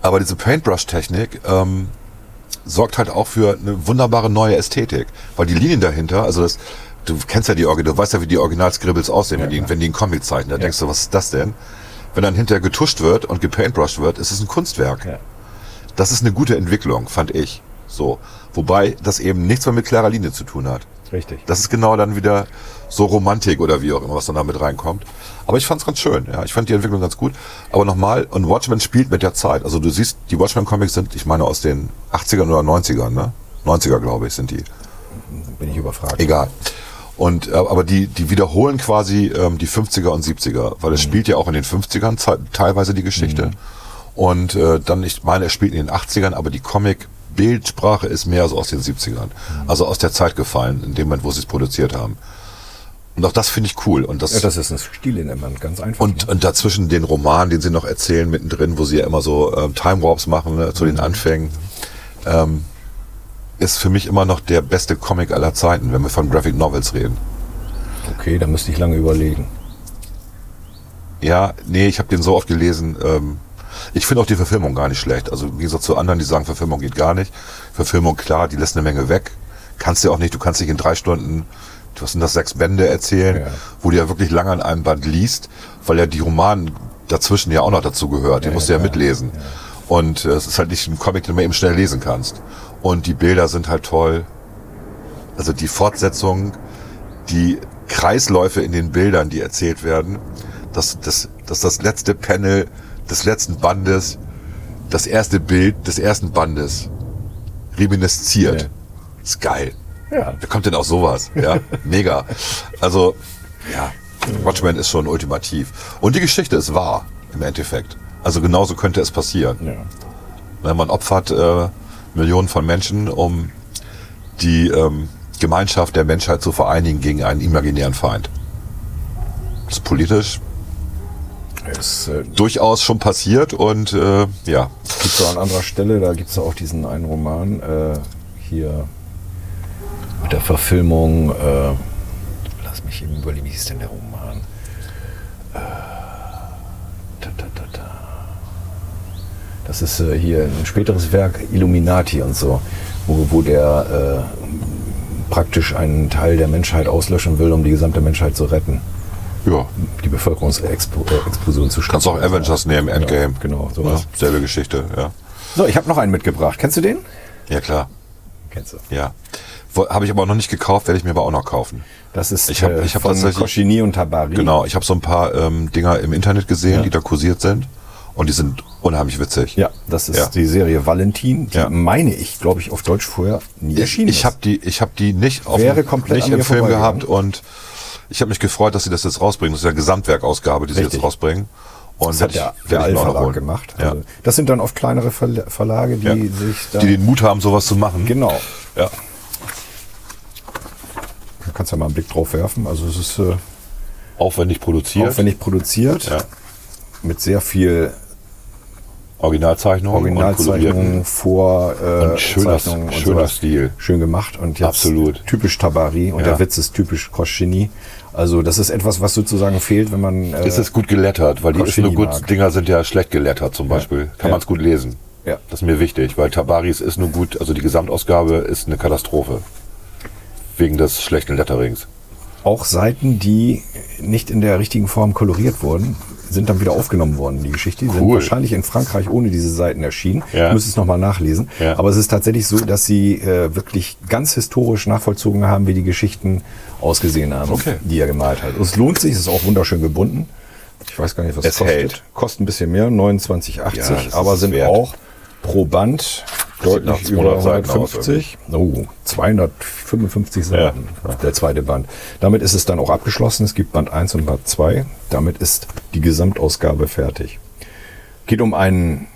Speaker 1: Aber diese Paintbrush-Technik ähm, sorgt halt auch für eine wunderbare neue Ästhetik. Weil die Linien dahinter, also das, du kennst ja die Original, du weißt ja, wie die Original-Scribbles aussehen, wenn, die, wenn die einen Comic zeichnen. Da denkst du, was ist das denn? Wenn dann hinterher getuscht wird und gepaintbrushed wird, ist es ein Kunstwerk.
Speaker 2: Ja.
Speaker 1: Das ist eine gute Entwicklung, fand ich. So. Wobei das eben nichts mehr mit klarer Linie zu tun hat.
Speaker 2: Richtig.
Speaker 1: Das ist genau dann wieder so Romantik oder wie auch immer, was dann damit reinkommt. Aber ich fand's ganz schön. Ja, ich fand die Entwicklung ganz gut. Aber nochmal, und Watchmen spielt mit der Zeit. Also du siehst, die Watchmen-Comics sind, ich meine, aus den 80ern oder 90ern, ne? 90er, glaube ich, sind die.
Speaker 2: Bin ich überfragt.
Speaker 1: Egal. Und, äh, aber die, die wiederholen quasi ähm, die 50er und 70er, weil es spielt ja auch in den 50ern ze- teilweise die Geschichte. Und äh, dann, ich meine, es spielt in den 80ern, aber die Comic-Bildsprache ist mehr so aus den 70ern. Also aus der Zeit gefallen, in dem Moment, wo sie es produziert haben. Und auch das finde ich cool. Und das,
Speaker 2: Ja, das ist ein Stilelement, ganz einfach.
Speaker 1: und, und dazwischen den Roman, den sie noch erzählen, mittendrin, wo sie ja immer so ähm, Time Warps machen ne, zu den Anfängen, ähm, ist für mich immer noch der beste Comic aller Zeiten, wenn wir von Graphic Novels reden.
Speaker 2: okay, da müsste ich lange überlegen.
Speaker 1: Ja, nee, ich habe den so oft gelesen. Ähm, ich finde auch die Verfilmung gar nicht schlecht. Also im Gegensatz zu anderen, die sagen, Verfilmung geht gar nicht. Verfilmung, klar, die lässt eine Menge weg. Kannst du ja auch nicht, du kannst dich in drei Stunden, was sind das, sechs Bände erzählen,
Speaker 2: Ja.
Speaker 1: wo du ja wirklich lange an einem Band liest, weil ja die Romanen dazwischen ja auch noch dazu gehört. Die musst du ja mitlesen. Und äh, es ist halt nicht ein Comic, den man eben schnell lesen kannst. Und die Bilder sind halt toll. Also die Fortsetzung, die Kreisläufe in den Bildern, die erzählt werden, dass das, dass das letzte Panel des letzten Bandes, das erste Bild des ersten Bandes reminisziert.
Speaker 2: Ja.
Speaker 1: Ist geil.
Speaker 2: Ja.
Speaker 1: Wer kommt denn auf sowas? Ja, mega. Also, ja, Watchmen ist schon ultimativ. Und die Geschichte ist wahr, im Endeffekt. Also genauso könnte es passieren.
Speaker 2: ja.
Speaker 1: Wenn man opfert äh, Millionen von Menschen, um die ähm, Gemeinschaft der Menschheit zu vereinigen gegen einen imaginären Feind. Das ist politisch
Speaker 2: Es äh,
Speaker 1: durchaus schon passiert und äh, ja.
Speaker 2: gibt so an anderer Stelle, da gibt es auch diesen einen Roman äh, hier mit der Verfilmung. Äh, lass mich eben überlegen, wie hieß denn der Roman? Äh, ta, ta, ta, ta. Das ist äh, hier ein späteres Werk, Illuminati und so, wo, wo der äh, praktisch einen Teil der Menschheit auslöschen will, um die gesamte Menschheit zu retten. um
Speaker 1: ja.
Speaker 2: Die Bevölkerungsexplosion zu stoppen.
Speaker 1: Kannst auch Avengers nehmen, Endgame.
Speaker 2: Ja, genau,
Speaker 1: Ja,
Speaker 2: sowas.
Speaker 1: selbe Geschichte, ja.
Speaker 2: So, ich habe noch einen mitgebracht. Kennst du den?
Speaker 1: Ja, klar.
Speaker 2: Kennst du.
Speaker 1: Ja. Habe ich aber noch nicht gekauft, werde ich mir aber auch noch kaufen.
Speaker 2: Das ist äh,
Speaker 1: Ich hab- ich hab
Speaker 2: von
Speaker 1: tatsächlich-
Speaker 2: Koschini und Tabari.
Speaker 1: Genau, ich habe so ein paar ähm, Dinger im Internet gesehen, die da kursiert sind. Und die sind unheimlich witzig.
Speaker 2: Ja, das ist
Speaker 1: Ja.
Speaker 2: die Serie Valentin, die
Speaker 1: Ja.
Speaker 2: meine ich, glaube ich, auf Deutsch vorher nie
Speaker 1: Ich,
Speaker 2: erschienen
Speaker 1: ich habe die, ich hab die nicht, auf,
Speaker 2: Wäre komplett
Speaker 1: nicht
Speaker 2: an
Speaker 1: im
Speaker 2: mir
Speaker 1: Film
Speaker 2: vorbeigegangen.
Speaker 1: gehabt. Und ich habe mich gefreut, dass sie das jetzt rausbringen. Das ist ja Gesamtwerkausgabe, die sie
Speaker 2: Richtig.
Speaker 1: jetzt rausbringen. Und
Speaker 2: Das
Speaker 1: werd
Speaker 2: hat
Speaker 1: werd
Speaker 2: der, der
Speaker 1: mir auch noch
Speaker 2: Alpha-Verlag
Speaker 1: holen.
Speaker 2: gemacht.
Speaker 1: Ja.
Speaker 2: Also, das sind dann oft kleinere Verla- Verlage, die
Speaker 1: ja.
Speaker 2: sich dann...
Speaker 1: die den Mut haben, sowas zu machen.
Speaker 2: genau.
Speaker 1: Ja.
Speaker 2: Da kannst du ja mal einen Blick drauf werfen. Also es ist äh,
Speaker 1: Aufwendig produziert.
Speaker 2: aufwendig produziert,
Speaker 1: Ja.
Speaker 2: mit sehr viel
Speaker 1: Originalzeichnungen
Speaker 2: Originalzeichnungen, vor äh,
Speaker 1: Und schöner-
Speaker 2: Zeichnungen und
Speaker 1: schöner
Speaker 2: sowas.
Speaker 1: Stil.
Speaker 2: Schön gemacht und jetzt
Speaker 1: Absolut.
Speaker 2: typisch Tabari und
Speaker 1: Ja.
Speaker 2: der Witz ist typisch Koschini. Also das ist etwas, was sozusagen fehlt, wenn man... äh,
Speaker 1: Ist es gut gelettert, weil die
Speaker 2: Koschini
Speaker 1: Isno
Speaker 2: mag.
Speaker 1: Good Dinger sind ja schlecht gelettert zum Beispiel. Kann
Speaker 2: Ja.
Speaker 1: man es gut lesen.
Speaker 2: Ja.
Speaker 1: Das ist mir wichtig, weil Tabaris ist nur gut, also die Gesamtausgabe ist eine Katastrophe. Wegen des schlechten Letterings.
Speaker 2: auch Seiten, die nicht in der richtigen Form koloriert wurden, sind dann wieder aufgenommen worden, die Geschichte. Die sind
Speaker 1: Cool.
Speaker 2: wahrscheinlich in Frankreich ohne diese Seiten erschienen.
Speaker 1: Ja.
Speaker 2: Ich müsste es nochmal nachlesen.
Speaker 1: Ja.
Speaker 2: Aber es ist tatsächlich so, dass sie äh, wirklich ganz historisch nachvollzogen haben, wie die Geschichten ausgesehen haben,
Speaker 1: Okay.
Speaker 2: die er gemalt hat. Es lohnt sich, es ist auch wunderschön gebunden. Ich weiß gar nicht, was
Speaker 1: Es hält.
Speaker 2: Kostet ein bisschen mehr, 29,80,
Speaker 1: Ja, das ist
Speaker 2: aber
Speaker 1: es
Speaker 2: sind
Speaker 1: wert.
Speaker 2: auch pro Band
Speaker 1: nach
Speaker 2: deutlich über
Speaker 1: 200 Seiten aus,
Speaker 2: 150. Oh, 255 Seiten, der zweite Band. Damit ist es dann auch abgeschlossen. Es gibt Band 1 und Band 2. Damit ist die Gesamtausgabe fertig. Geht um einen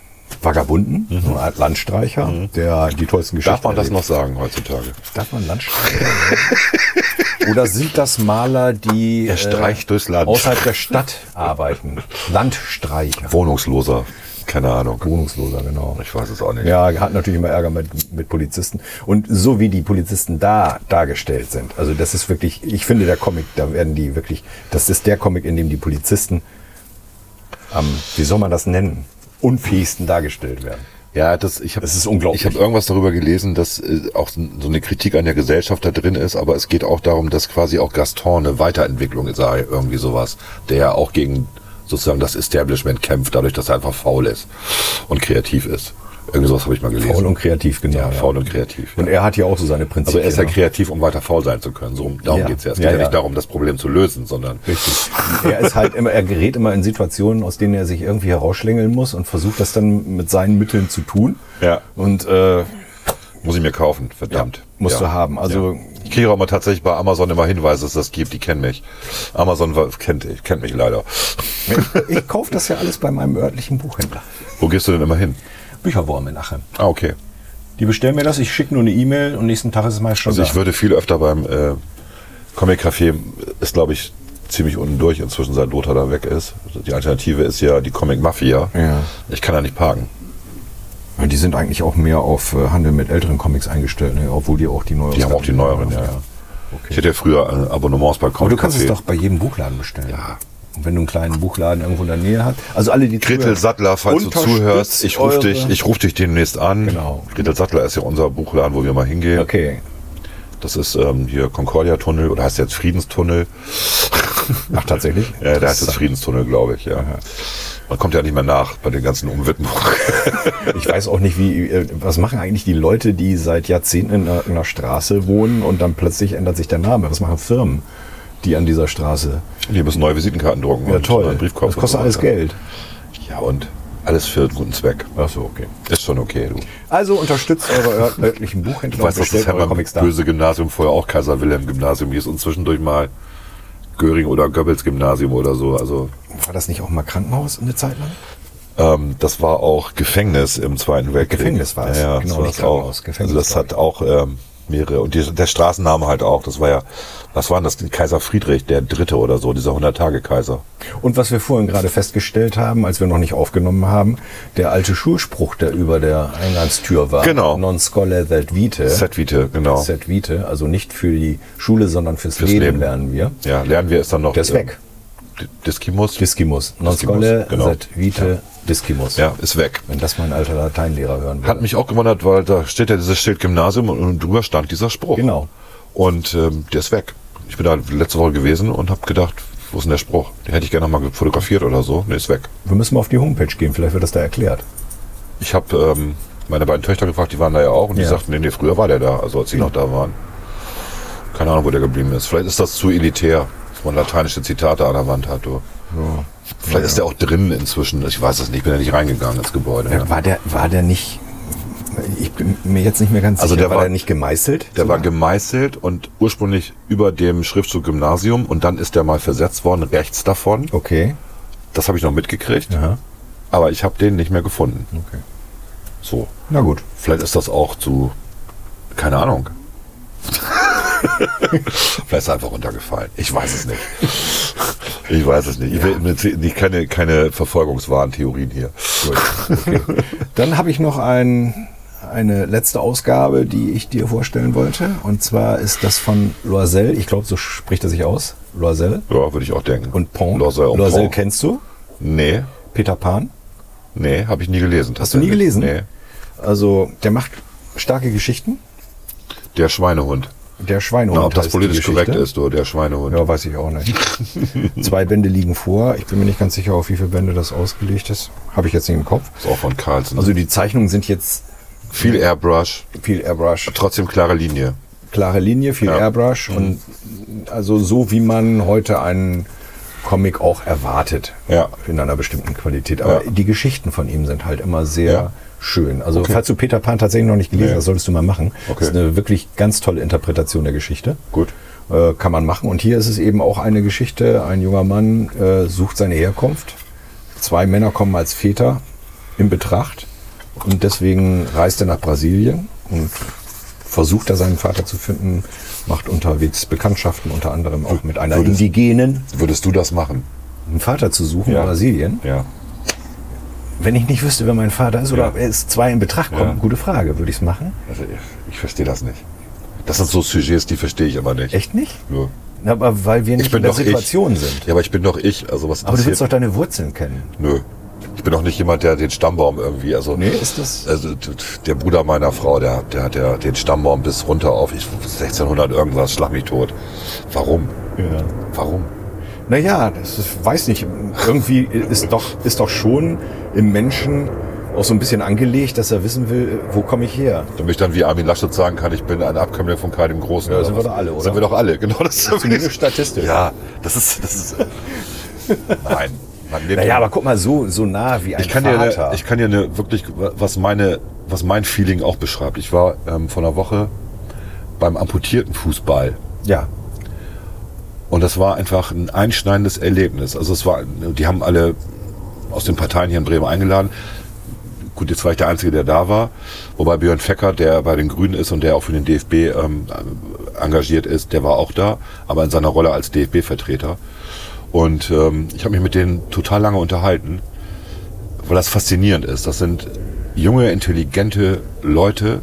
Speaker 2: Vagabunden, so eine Art Landstreicher, der die tollsten Geschichten
Speaker 1: Mhm. Darf man das
Speaker 2: erlebt.
Speaker 1: noch sagen heutzutage?
Speaker 2: Darf man Landstreicher? sagen? Oder sind das Maler, die äh,
Speaker 1: Er streicht durchs Land.
Speaker 2: außerhalb der Stadt arbeiten? Landstreicher.
Speaker 1: Wohnungsloser. Keine Ahnung.
Speaker 2: Wohnungsloser, genau.
Speaker 1: Ich weiß es auch nicht.
Speaker 2: Ja, hat natürlich immer Ärger mit, mit Polizisten. Und so wie die Polizisten da dargestellt sind, also das ist wirklich, ich finde der Comic, da werden die wirklich, das ist der Comic, in dem die Polizisten am, wie soll man das nennen, unfähigsten dargestellt werden.
Speaker 1: Ja, das, ich habe
Speaker 2: Es ist unglaublich.
Speaker 1: Ich habe irgendwas darüber gelesen, dass äh, auch so eine Kritik an der Gesellschaft da drin ist, aber es geht auch darum, dass quasi auch Gaston eine Weiterentwicklung sei, irgendwie sowas, der ja auch gegen sozusagen das Establishment kämpft, dadurch, dass er einfach faul ist und kreativ ist. Irgendwie sowas habe ich mal gelesen.
Speaker 2: Faul und kreativ, genau.
Speaker 1: ja, faul und kreativ.
Speaker 2: Und
Speaker 1: ja.
Speaker 2: er hat ja auch so seine
Speaker 1: also
Speaker 2: Prinzipien.
Speaker 1: er ist ja
Speaker 2: ne?
Speaker 1: kreativ, um weiter faul sein zu können. So, um- darum
Speaker 2: Ja.
Speaker 1: geht's ja. Es
Speaker 2: Ja,
Speaker 1: geht ja,
Speaker 2: ja.
Speaker 1: nicht darum, das Problem zu lösen, sondern
Speaker 2: Richtig. Er ist halt immer, er gerät immer in Situationen, aus denen er sich irgendwie herausschlängeln muss und versucht das dann mit seinen Mitteln zu tun.
Speaker 1: Ja.
Speaker 2: Und äh,
Speaker 1: muss ich mir kaufen, verdammt.
Speaker 2: musst
Speaker 1: Ja.
Speaker 2: du haben. Also
Speaker 1: Ich kriege auch immer tatsächlich bei Amazon immer Hinweise, dass das gibt, die kennen mich. Amazon wa- kennt, kennt mich leider.
Speaker 2: Ich kaufe das ja alles bei meinem örtlichen Buchhändler.
Speaker 1: Wo gehst du denn immer hin?
Speaker 2: Bücherwurm in Achim.
Speaker 1: Ah, okay.
Speaker 2: Die bestellen mir das, ich schicke nur eine E-Mail und nächsten Tag ist es meist schon
Speaker 1: Also
Speaker 2: da.
Speaker 1: ich würde viel öfter beim äh, Comic Café ist, glaube ich, ziemlich unten durch inzwischen, seit Lothar da weg ist. Die Alternative ist ja die Comic Mafia.
Speaker 2: Ja.
Speaker 1: Ich kann da nicht parken.
Speaker 2: Ja, die sind eigentlich auch mehr auf äh, Handel mit älteren Comics eingestellt, ne? obwohl die auch die neueren.
Speaker 1: Die haben auch die neueren, ja. ja. Ich hatte ja früher äh, Abonnements bei Comic
Speaker 2: Aber du kannst
Speaker 1: Café.
Speaker 2: es doch bei jedem Buchladen bestellen.
Speaker 1: Ja.
Speaker 2: Und wenn du einen kleinen Buchladen irgendwo in der Nähe hast. Also alle, die
Speaker 1: Gretel
Speaker 2: zuhören,
Speaker 1: Sattler, falls du
Speaker 2: unterstützt
Speaker 1: zuhörst, ich rufe
Speaker 2: eure-
Speaker 1: dich, ich ruf dich demnächst an.
Speaker 2: Genau.
Speaker 1: Gretel Sattler ist ja unser Buchladen, wo wir mal hingehen.
Speaker 2: Okay.
Speaker 1: Das ist ähm, hier Concordia-Tunnel oder heißt jetzt Friedenstunnel.
Speaker 2: Ach, tatsächlich?
Speaker 1: Ja, da heißt es Friedenstunnel, glaube ich, ja. Man kommt ja nicht mehr nach bei den ganzen Umwidmungen.
Speaker 2: Ich weiß auch nicht, wie, äh, was machen eigentlich die Leute, die seit Jahrzehnten in einer, in einer Straße wohnen und dann plötzlich ändert sich der Name? Was machen Firmen, die an dieser Straße?
Speaker 1: Die müssen neue Visitenkarten drucken.
Speaker 2: Ja,
Speaker 1: und
Speaker 2: toll.
Speaker 1: einen Briefkopf
Speaker 2: Das kostet
Speaker 1: und
Speaker 2: alles
Speaker 1: so weiter.
Speaker 2: Geld.
Speaker 1: Ja, und alles für einen guten Zweck.
Speaker 2: Ach so, okay.
Speaker 1: Ist schon okay, du.
Speaker 2: Also unterstützt eure ör- örtlichen Buchhändler
Speaker 1: Du weißt, dass das
Speaker 2: bestellt eure
Speaker 1: Hermann
Speaker 2: Comics da.
Speaker 1: Böse Gymnasium vorher auch Kaiser Wilhelm Gymnasium hieß und zwischendurch mal Göring oder Goebbels Gymnasium oder so. Also
Speaker 2: War das nicht auch mal Krankenhaus eine Zeit lang?
Speaker 1: ähm, das war auch Gefängnis im Zweiten Weltkrieg.
Speaker 2: Gefängnis war es,
Speaker 1: ja, ja,
Speaker 2: genau,
Speaker 1: genau. Das
Speaker 2: nicht
Speaker 1: war
Speaker 2: Krankenhaus,
Speaker 1: das auch.
Speaker 2: Gefängnis,
Speaker 1: also das
Speaker 2: glaub
Speaker 1: hat auch ähm, mehrere und die, der Straßenname halt auch. Das war ja, was war denn das? Kaiser Friedrich der Dritte oder so, dieser 100-Tage-Kaiser.
Speaker 2: Und was wir vorhin gerade festgestellt haben, als wir noch nicht aufgenommen haben, der alte Schulspruch, der über der Eingangstür war.
Speaker 1: Genau.
Speaker 2: Non scholar that vitae.
Speaker 1: Zetvite, genau.
Speaker 2: Set vitae, also nicht für die Schule, sondern fürs,
Speaker 1: Fürs
Speaker 2: Leben,
Speaker 1: Leben.
Speaker 2: lernen wir.
Speaker 1: Ja, lernen wir es dann noch.
Speaker 2: Der ist weg.
Speaker 1: ähm, Diskimus.
Speaker 2: Discimus. Non
Speaker 1: Discimus,
Speaker 2: scholar
Speaker 1: genau.
Speaker 2: set vitae discimus.
Speaker 1: ja, ist weg.
Speaker 2: Wenn das mein alter Lateinlehrer hören würde.
Speaker 1: Hat mich auch gewundert, weil da steht ja dieses Schild Gymnasium und, und drüber stand dieser Spruch.
Speaker 2: Genau.
Speaker 1: Und ähm, der ist weg. Ich bin da letzte Woche gewesen und habe gedacht, wo ist denn der Spruch? Den hätte ich gerne noch mal fotografiert oder so. Ne, ist weg.
Speaker 2: wir müssen mal auf die Homepage gehen, vielleicht wird das da erklärt.
Speaker 1: Ich habe ähm, meine beiden Töchter gefragt, die waren da ja auch und die
Speaker 2: Ja.
Speaker 1: sagten, nee, nee, früher war der da, also als sie noch da waren. Keine Ahnung, wo der geblieben ist. Vielleicht ist das zu elitär, dass man lateinische Zitate an der Wand hat. Du. Vielleicht ist der auch drinnen inzwischen. Ich weiß es nicht, ich bin ja nicht reingegangen ins Gebäude. Ja.
Speaker 2: Äh, War der, war der nicht, ich bin mir jetzt nicht mehr ganz
Speaker 1: Also
Speaker 2: sicher,
Speaker 1: der war-
Speaker 2: der nicht gemeißelt?
Speaker 1: Der war gemeißelt und ursprünglich über dem Schriftzug Gymnasium und dann ist der mal versetzt worden, rechts davon.
Speaker 2: okay.
Speaker 1: Das habe ich noch mitgekriegt,
Speaker 2: Aha.
Speaker 1: aber ich habe den nicht mehr gefunden.
Speaker 2: Okay.
Speaker 1: So,
Speaker 2: Na gut.
Speaker 1: vielleicht ist das auch zu, keine Ahnung. vielleicht ist er einfach runtergefallen. Ich weiß es nicht. Ich weiß es nicht. Ich will jetzt nicht keine, keine Verfolgungswahntheorien hier.
Speaker 2: Dann habe ich noch ein, eine letzte Ausgabe, die ich dir vorstellen wollte. Und zwar ist das von Loisel. Ich glaube, so spricht er sich aus. Loisel.
Speaker 1: Ja, würde ich auch denken.
Speaker 2: Und Pont.
Speaker 1: Loisel und
Speaker 2: Loisel
Speaker 1: Pont.
Speaker 2: kennst du?
Speaker 1: Nee,
Speaker 2: Peter Pan.
Speaker 1: nee, habe ich nie gelesen.
Speaker 2: Hast du nie gelesen?
Speaker 1: Äh, Nee.
Speaker 2: Also, der macht starke Geschichten.
Speaker 1: Der Schweinehund.
Speaker 2: Der Schweinehund.
Speaker 1: Na, ob das
Speaker 2: heißt die
Speaker 1: politisch korrekt
Speaker 2: Geschichte.
Speaker 1: ist, du, der Schweinehund.
Speaker 2: Ja, weiß ich auch nicht. Zwei Bände liegen vor. Ich bin mir nicht ganz sicher, auf wie viele Bände das ausgelegt ist. Habe ich jetzt nicht im Kopf.
Speaker 1: Ist auch von Carlsen.
Speaker 2: Also die Zeichnungen sind jetzt
Speaker 1: viel Airbrush,
Speaker 2: viel Airbrush.
Speaker 1: trotzdem klare Linie.
Speaker 2: klare Linie, viel
Speaker 1: Ja. Mhm.
Speaker 2: Airbrush und also so wie man heute einen Comic auch erwartet
Speaker 1: Ja.
Speaker 2: in einer bestimmten Qualität. Aber
Speaker 1: Ja.
Speaker 2: die Geschichten von ihm sind halt immer sehr
Speaker 1: Ja.
Speaker 2: schön. Also falls du Peter Pan tatsächlich noch nicht gelesen
Speaker 1: Nee.
Speaker 2: hast, solltest du mal machen.
Speaker 1: Okay.
Speaker 2: Das ist eine wirklich ganz tolle Interpretation der Geschichte.
Speaker 1: Gut.
Speaker 2: Äh, kann man machen. Und hier ist es eben auch eine Geschichte. Ein junger Mann äh, sucht seine Herkunft. Zwei Männer kommen als Väter in Betracht. Und deswegen reist er nach Brasilien und versucht er seinen Vater zu finden, macht unterwegs Bekanntschaften, unter anderem auch mit einer
Speaker 1: Würdest-
Speaker 2: Indigenen,
Speaker 1: Würdest du das machen?
Speaker 2: einen Vater zu suchen
Speaker 1: Ja.
Speaker 2: in Brasilien.
Speaker 1: Ja.
Speaker 2: Wenn ich nicht wüsste, wer mein Vater ist oder
Speaker 1: Ja.
Speaker 2: es zwei in Betracht kommen,
Speaker 1: Ja.
Speaker 2: gute Frage, würde ich es machen?
Speaker 1: Also ich, ich verstehe das nicht. Das sind so Sujets, die verstehe ich aber nicht.
Speaker 2: Echt nicht?
Speaker 1: Nur.
Speaker 2: Na, Aber weil wir nicht
Speaker 1: Ich bin
Speaker 2: in der
Speaker 1: doch
Speaker 2: Situation
Speaker 1: ich.
Speaker 2: sind.
Speaker 1: Ja, aber ich bin doch ich. Also was
Speaker 2: Aber du willst doch
Speaker 1: interessiert-
Speaker 2: deine Wurzeln kennen.
Speaker 1: Nö. Ich bin doch nicht jemand, der den Stammbaum irgendwie. Also
Speaker 2: Nee, ist das-
Speaker 1: Also t- t- der Bruder meiner Frau, der, der hat ja den Stammbaum bis runter auf ich, 1600 irgendwas. Schlag mich tot. Warum?
Speaker 2: Ja.
Speaker 1: Warum?
Speaker 2: Naja, das ist, weiß nicht. Irgendwie ist doch, ist doch schon im Menschen auch so ein bisschen angelegt, dass er wissen will, wo komme ich her.
Speaker 1: Damit ich dann wie Armin Laschet sagen kann, ich bin ein Abkömmling von keinem Großen.
Speaker 2: Ja,
Speaker 1: oder
Speaker 2: sind wir
Speaker 1: was?
Speaker 2: doch alle, oder?
Speaker 1: Sind wir doch alle, genau. Das ist
Speaker 2: zumindest statistisch.
Speaker 1: Ja, das ist... Das ist nein. Man lebt
Speaker 2: Naja, aber guck mal, so, so nah wie ein
Speaker 1: ich kann dir,
Speaker 2: Vater.
Speaker 1: eine, ich kann dir eine, wirklich, was, meine, was mein Feeling auch beschreibt. Ich war ähm, vor einer Woche beim amputierten Fußball.
Speaker 2: ja,
Speaker 1: Und das war einfach ein einschneidendes Erlebnis. Also es war, die haben alle aus den Parteien hier in Bremen eingeladen. Gut, jetzt war ich der Einzige, der da war. Wobei Björn Fecker, der bei den Grünen ist und der auch für den DFB ähm, engagiert ist, der war auch da, aber in seiner Rolle als DFB-Vertreter. Und ähm, ich habe mich mit denen total lange unterhalten, weil das faszinierend ist. Das sind junge, intelligente Leute,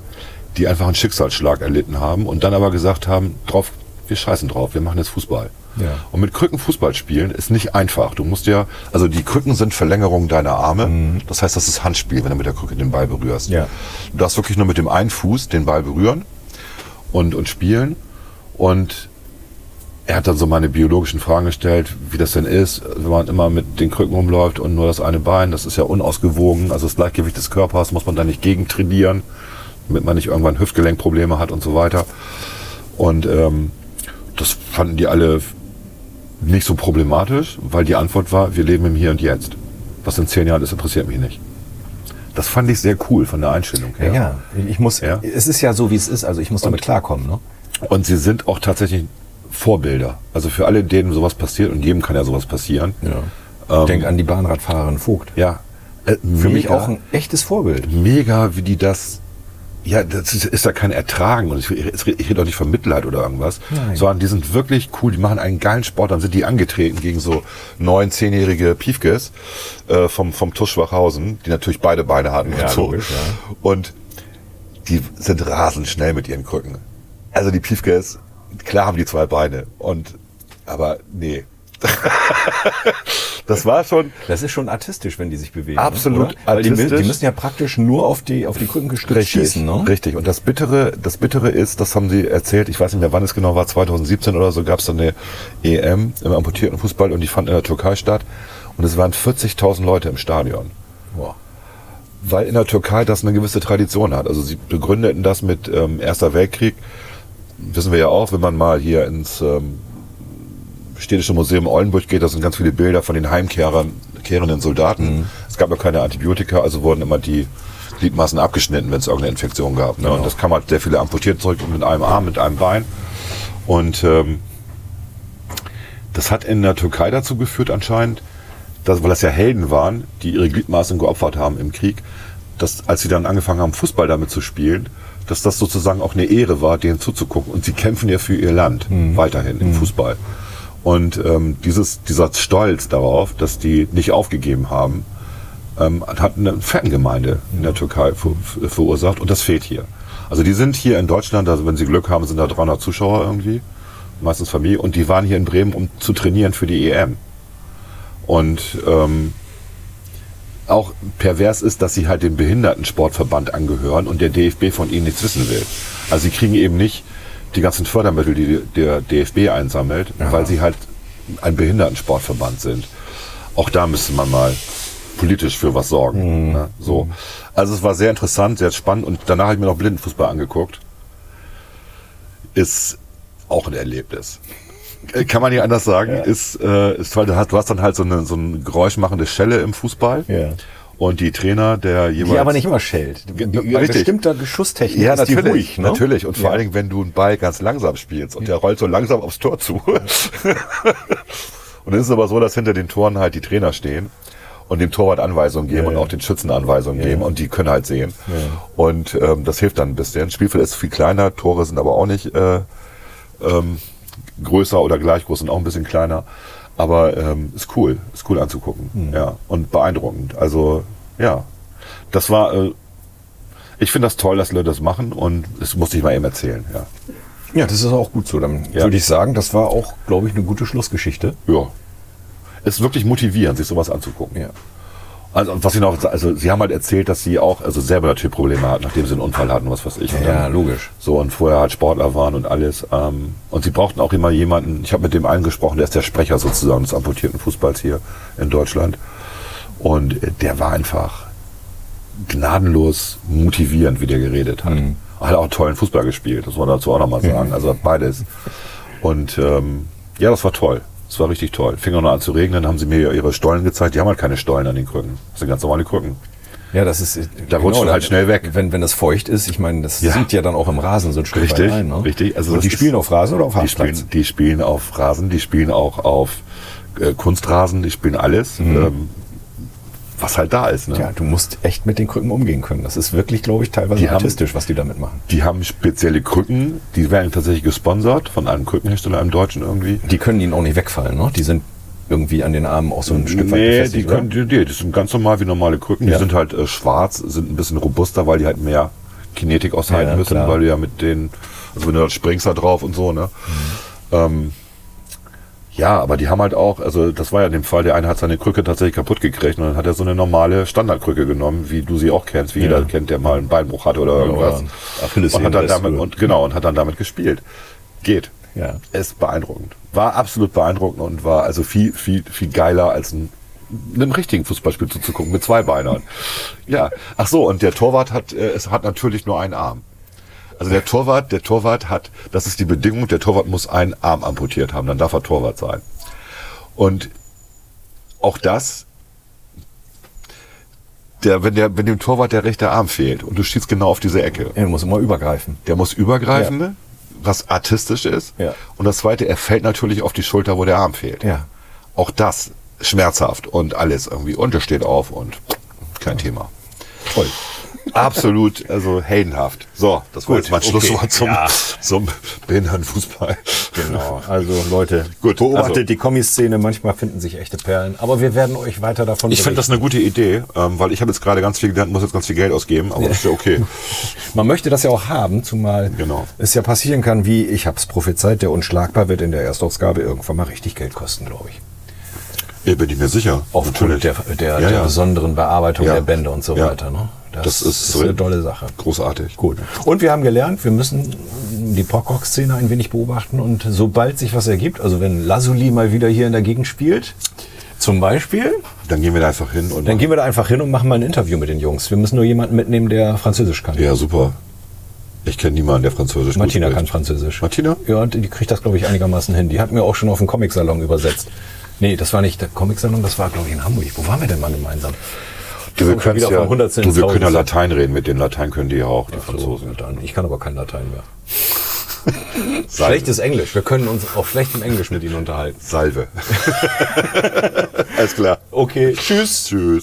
Speaker 1: die einfach einen Schicksalsschlag erlitten haben und dann aber gesagt haben, drauf, wir scheißen drauf, wir machen jetzt Fußball.
Speaker 2: Ja.
Speaker 1: Und mit Krücken Fußball spielen ist nicht einfach. Du musst ja, also die Krücken sind Verlängerung deiner Arme. Das heißt, das ist Handspiel, wenn du mit der Krücke den Ball berührst.
Speaker 2: Mhm. Ja.
Speaker 1: Du darfst wirklich nur mit dem einen Fuß den Ball berühren und, und spielen. Und er hat dann so meine biologischen Fragen gestellt, wie das denn ist, wenn man immer mit den Krücken rumläuft und nur das eine Bein, das ist ja unausgewogen, also das Gleichgewicht des Körpers muss man da nicht gegen trainieren, damit man nicht irgendwann Hüftgelenkprobleme hat und so weiter. Und ähm, das fanden die alle nicht so problematisch, weil die Antwort war, wir leben im Hier und Jetzt. Was in zehn Jahren ist, interessiert mich nicht. Das fand ich sehr cool von der Einstellung her.
Speaker 2: Ja, ja. ich muss,
Speaker 1: Ja.
Speaker 2: es ist ja so, wie es ist, also ich muss damit klarkommen, ne?
Speaker 1: Und sie sind auch tatsächlich Vorbilder. Also für alle, denen sowas passiert, und jedem kann ja sowas passieren. Ähm,
Speaker 2: Ich Denk an die Bahnradfahrerin Vogt.
Speaker 1: Ja. Äh,
Speaker 2: Für mich auch ein echtes Vorbild.
Speaker 1: halt mega, wie die das. Ja, das ist, ist ja kein Ertragen. Und ich, ich ich rede auch nicht von Mitleid oder irgendwas,
Speaker 2: Nein.
Speaker 1: sondern die sind wirklich cool. Die machen einen geilen Sport. Dann sind die angetreten gegen so neun, zehnjährige Piefkes äh, vom, vom TuS Schwachhausen, die natürlich beide Beine hatten
Speaker 2: Ja,
Speaker 1: und so.
Speaker 2: logisch, ja.
Speaker 1: Und die sind rasend schnell mit ihren Krücken. Also die Piefkes, klar haben die zwei Beine. Und, aber nee. das war schon,
Speaker 2: Das ist schon artistisch, wenn die sich bewegen.
Speaker 1: Absolut
Speaker 2: Ne? Oder? Weil die, mü-
Speaker 1: artistisch.
Speaker 2: die müssen ja praktisch nur auf die, auf die Krücken gestützt schießen, ne?
Speaker 1: Richtig. Und das Bittere, das Bittere ist, das haben sie erzählt, ich weiß nicht mehr, wann es genau war, 2017 oder so, gab es dann eine EM im amputierten Fußball und die fand in der Türkei statt. Und es waren 40.000 Leute im Stadion.
Speaker 2: Boah.
Speaker 1: Weil in der Türkei das eine gewisse Tradition hat. Also sie begründeten das mit ähm, Erster Weltkrieg. Wissen wir ja auch, wenn man mal hier ins ähm, Städtische Museum Oldenburg geht, da sind ganz viele Bilder von den heimkehrern- kehrenden Soldaten. Es gab noch keine Antibiotika, also wurden immer die Gliedmaßen abgeschnitten, wenn es irgendeine Infektion gab. Ne? Und das kam halt sehr viele amputiert zurück und mit einem Arm, mit einem Bein. Und ähm, das hat in der Türkei dazu geführt anscheinend, dass, weil das ja Helden waren, die ihre Gliedmaßen geopfert haben im Krieg, dass als sie dann angefangen haben, Fußball damit zu spielen, dass das sozusagen auch eine Ehre war, denen zuzugucken. Und sie kämpfen ja für ihr Land weiterhin im Fußball. Und ähm, dieses, dieser Stolz darauf, dass die nicht aufgegeben haben, ähm, hat eine Fangemeinde in der Türkei ver ver verursacht und das fehlt hier. Also die sind hier in Deutschland, also wenn sie Glück haben, sind da 300 Zuschauer irgendwie, meistens Familie, und die waren hier in Bremen, um zu trainieren für die EM. Und ähm, auch pervers ist, dass sie halt dem Behindertensportverband angehören und der DFB von ihnen nichts wissen will. Also sie kriegen eben nicht die ganzen Fördermittel, die der DFB einsammelt, weil sie halt ein Behindertensportverband sind. Auch da müsste man mal politisch für was sorgen.
Speaker 2: Mhm.
Speaker 1: Ne? So. Also es war sehr interessant, sehr spannend und danach habe ich mir noch Blindenfußball angeguckt. Ist auch ein Erlebnis. Äh, Kann man nicht anders sagen. Ist, äh, ist, weil du hast, du hast dann halt so eine, so eine geräuschmachende Schelle im Fußball.
Speaker 2: Ja.
Speaker 1: Und die Trainer der jeweils.
Speaker 2: Die aber nicht immer schält. Bei
Speaker 1: Richtig.
Speaker 2: bestimmter Geschusstechnik
Speaker 1: Ja,
Speaker 2: ist die
Speaker 1: natürlich,
Speaker 2: ruhig, ne?
Speaker 1: natürlich. Und vor
Speaker 2: Ja.
Speaker 1: allen Dingen, wenn du einen Ball ganz langsam spielst und der rollt so langsam aufs Tor zu. und es ist aber so, dass hinter den Toren halt die Trainer stehen und dem Torwart Anweisungen geben und auch den Schützen Anweisungen geben und die können halt sehen. Und ähm, das hilft dann ein bisschen. Spielfeld ist viel kleiner, Tore sind aber auch nicht äh, ähm, größer oder gleich groß und auch ein bisschen kleiner. Aber ähm, ist cool, ist cool anzugucken. Ja. Und beeindruckend. Also, ja. Das war äh, ich finde das toll, dass Leute das machen und das musste ich mal eben erzählen. Ja,
Speaker 2: Ja, das ist auch gut so. Dann
Speaker 1: Ja.
Speaker 2: würde ich sagen, das war auch, glaube ich, eine gute Schlussgeschichte.
Speaker 1: ja. Ist wirklich motivierend, sich sowas anzugucken.
Speaker 2: Ja.
Speaker 1: Also, und was sie noch, also sie haben halt erzählt, dass sie auch, also selber natürlich Probleme hatten, nachdem sie einen Unfall hatten, was weiß ich. Und
Speaker 2: Ja,
Speaker 1: dann-
Speaker 2: logisch.
Speaker 1: So und vorher halt Sportler waren und alles. Ähm, und sie brauchten auch immer jemanden. Ich habe mit dem einen gesprochen, der ist der Sprecher sozusagen des amputierten Fußballs hier in Deutschland. Und äh, der war einfach gnadenlos motivierend, wie der geredet hat.
Speaker 2: Mhm.
Speaker 1: Hat auch tollen Fußball gespielt, das muss man dazu auch nochmal sagen. Also hat beides. Und ähm, ja, das war toll. Das war richtig toll. Fing auch noch an zu regnen, dann haben sie mir ihre Stollen gezeigt. Die haben halt keine Stollen an den Krücken. Das sind ganz normale Krücken.
Speaker 2: Ja, das ist. äh, genau,
Speaker 1: Da rutscht man halt schnell weg.
Speaker 2: Wenn, wenn das feucht ist, ich meine, das
Speaker 1: Ja.
Speaker 2: sieht ja dann auch im Rasen so ein Stück
Speaker 1: Richtig,
Speaker 2: weit rein. Ne?
Speaker 1: richtig. Also
Speaker 2: Also Und
Speaker 1: das
Speaker 2: die
Speaker 1: ist-
Speaker 2: spielen auf Rasen oder auf
Speaker 1: Die
Speaker 2: Hartplatz?
Speaker 1: spielen, die spielen auf Rasen, die spielen auch auf äh, Kunstrasen, die spielen alles, ähm, was halt da ist. Ne?
Speaker 2: Mhm. Ja, du musst echt mit den Krücken umgehen können. Das ist wirklich, glaube ich, teilweise
Speaker 1: Die haben-
Speaker 2: artistisch, was die damit machen.
Speaker 1: Die haben spezielle Krücken, die werden tatsächlich gesponsert von einem Krückenhersteller, einem Deutschen irgendwie.
Speaker 2: Die können ihnen auch nicht wegfallen, ne? Die sind irgendwie an den Armen auch so ein Stück weit
Speaker 1: Nee,
Speaker 2: befestigt,
Speaker 1: die,
Speaker 2: oder?
Speaker 1: können, die, die die sind ganz normal wie normale Krücken.
Speaker 2: Ja.
Speaker 1: Die sind halt äh, schwarz, sind ein bisschen robuster, weil die halt mehr Kinetik aushalten
Speaker 2: Ja,
Speaker 1: müssen,
Speaker 2: klar.
Speaker 1: weil du ja mit den, also wenn du dort springst da drauf und so, ne?
Speaker 2: Mhm.
Speaker 1: Ähm, ja, aber die haben halt auch, also das war ja in dem Fall, der eine hat seine Krücke tatsächlich kaputt gekriegt und dann hat er so eine normale Standardkrücke genommen, wie du sie auch kennst, wie jeder kennt, der mal einen Beinbruch hat oder irgendwas.
Speaker 2: Achillessehnenriss
Speaker 1: und hat dann damit,
Speaker 2: oder-
Speaker 1: und, genau, und hat dann damit gespielt. Geht.
Speaker 2: Ja.
Speaker 1: Ist beeindruckend. War absolut beeindruckend und war also viel, viel, viel geiler als ein, einem richtigen Fußballspiel zuzugucken mit zwei Beinern. Ja. Ach so, und der Torwart hat, äh, es hat natürlich nur einen Arm. Also der Torwart, der Torwart hat, das ist die Bedingung, der Torwart muss einen Arm amputiert haben, dann darf er Torwart sein. Und auch das, der, wenn, der, wenn dem Torwart der rechte Arm fehlt und du schießt genau auf diese Ecke,
Speaker 2: Er muss immer übergreifen.
Speaker 1: der muss übergreifende, was artistisch ist.
Speaker 2: Ja.
Speaker 1: Und das zweite, er fällt natürlich auf die Schulter, wo der Arm fehlt.
Speaker 2: Ja.
Speaker 1: Auch das schmerzhaft und alles irgendwie. Und er steht auf und kein Thema.
Speaker 2: Toll.
Speaker 1: Absolut, also heldenhaft. So, das war
Speaker 2: Gut,
Speaker 1: jetzt mein
Speaker 2: okay.
Speaker 1: Schlusswort zum, zum Behindertenfußball.
Speaker 2: Genau. Also Leute,
Speaker 1: Gut,
Speaker 2: beobachtet
Speaker 1: also-
Speaker 2: die Kommiszene. Manchmal finden sich echte Perlen. Aber wir werden euch weiter davon
Speaker 1: Ich finde das eine gute Idee, ähm, weil ich habe jetzt gerade ganz viel gelernt, muss jetzt ganz viel Geld ausgeben, aber das ist ja okay.
Speaker 2: Man möchte das ja auch haben, zumal
Speaker 1: Genau.
Speaker 2: es ja passieren kann, wie ich hab's prophezeit, der unschlagbar wird in der Erstausgabe irgendwann mal richtig Geld kosten, glaube ich.
Speaker 1: Ich bin ich mir sicher.
Speaker 2: Aufgrund der, der,
Speaker 1: Ja,
Speaker 2: der
Speaker 1: ja.
Speaker 2: besonderen Bearbeitung
Speaker 1: Ja.
Speaker 2: der Bände und so
Speaker 1: Ja.
Speaker 2: weiter. Ne?
Speaker 1: Das ist
Speaker 2: eine
Speaker 1: drin.
Speaker 2: tolle Sache.
Speaker 1: Großartig.
Speaker 2: Gut. Und wir haben gelernt, wir müssen die Pocock-Szene ein wenig beobachten und sobald sich was ergibt, also wenn Lazuli mal wieder hier in der Gegend spielt, zum Beispiel,
Speaker 1: Dann gehen wir da einfach hin und
Speaker 2: dann gehen wir da einfach hin und machen mal ein Interview mit den Jungs. Wir müssen nur jemanden mitnehmen, der Französisch kann.
Speaker 1: Ja, super. Ich kenne niemanden, der Französisch
Speaker 2: Martina
Speaker 1: gut
Speaker 2: kann
Speaker 1: spricht.
Speaker 2: Französisch.
Speaker 1: Martina?
Speaker 2: Ja, und die kriegt das, glaube ich, einigermaßen hin. Die hat mir auch schon auf dem Comic-Salon übersetzt. Nee, das war nicht der Comic-Salon, das war, glaube ich, in Hamburg. Wo waren wir denn mal gemeinsam?
Speaker 1: Du, wir,
Speaker 2: Schon
Speaker 1: können's
Speaker 2: wieder
Speaker 1: ja,
Speaker 2: vom Hundertsten
Speaker 1: du,
Speaker 2: ins
Speaker 1: wir können ja
Speaker 2: Tausendste.
Speaker 1: Latein reden, mit den Latein können die ja auch, die Franzosen.
Speaker 2: So, dann. Also, Ich kann aber kein Latein mehr. Schlechtes Englisch. Wir können uns auf schlechtem Englisch mit ihnen unterhalten.
Speaker 1: Salve. Alles klar.
Speaker 2: Okay, tschüss.
Speaker 1: Tschüss.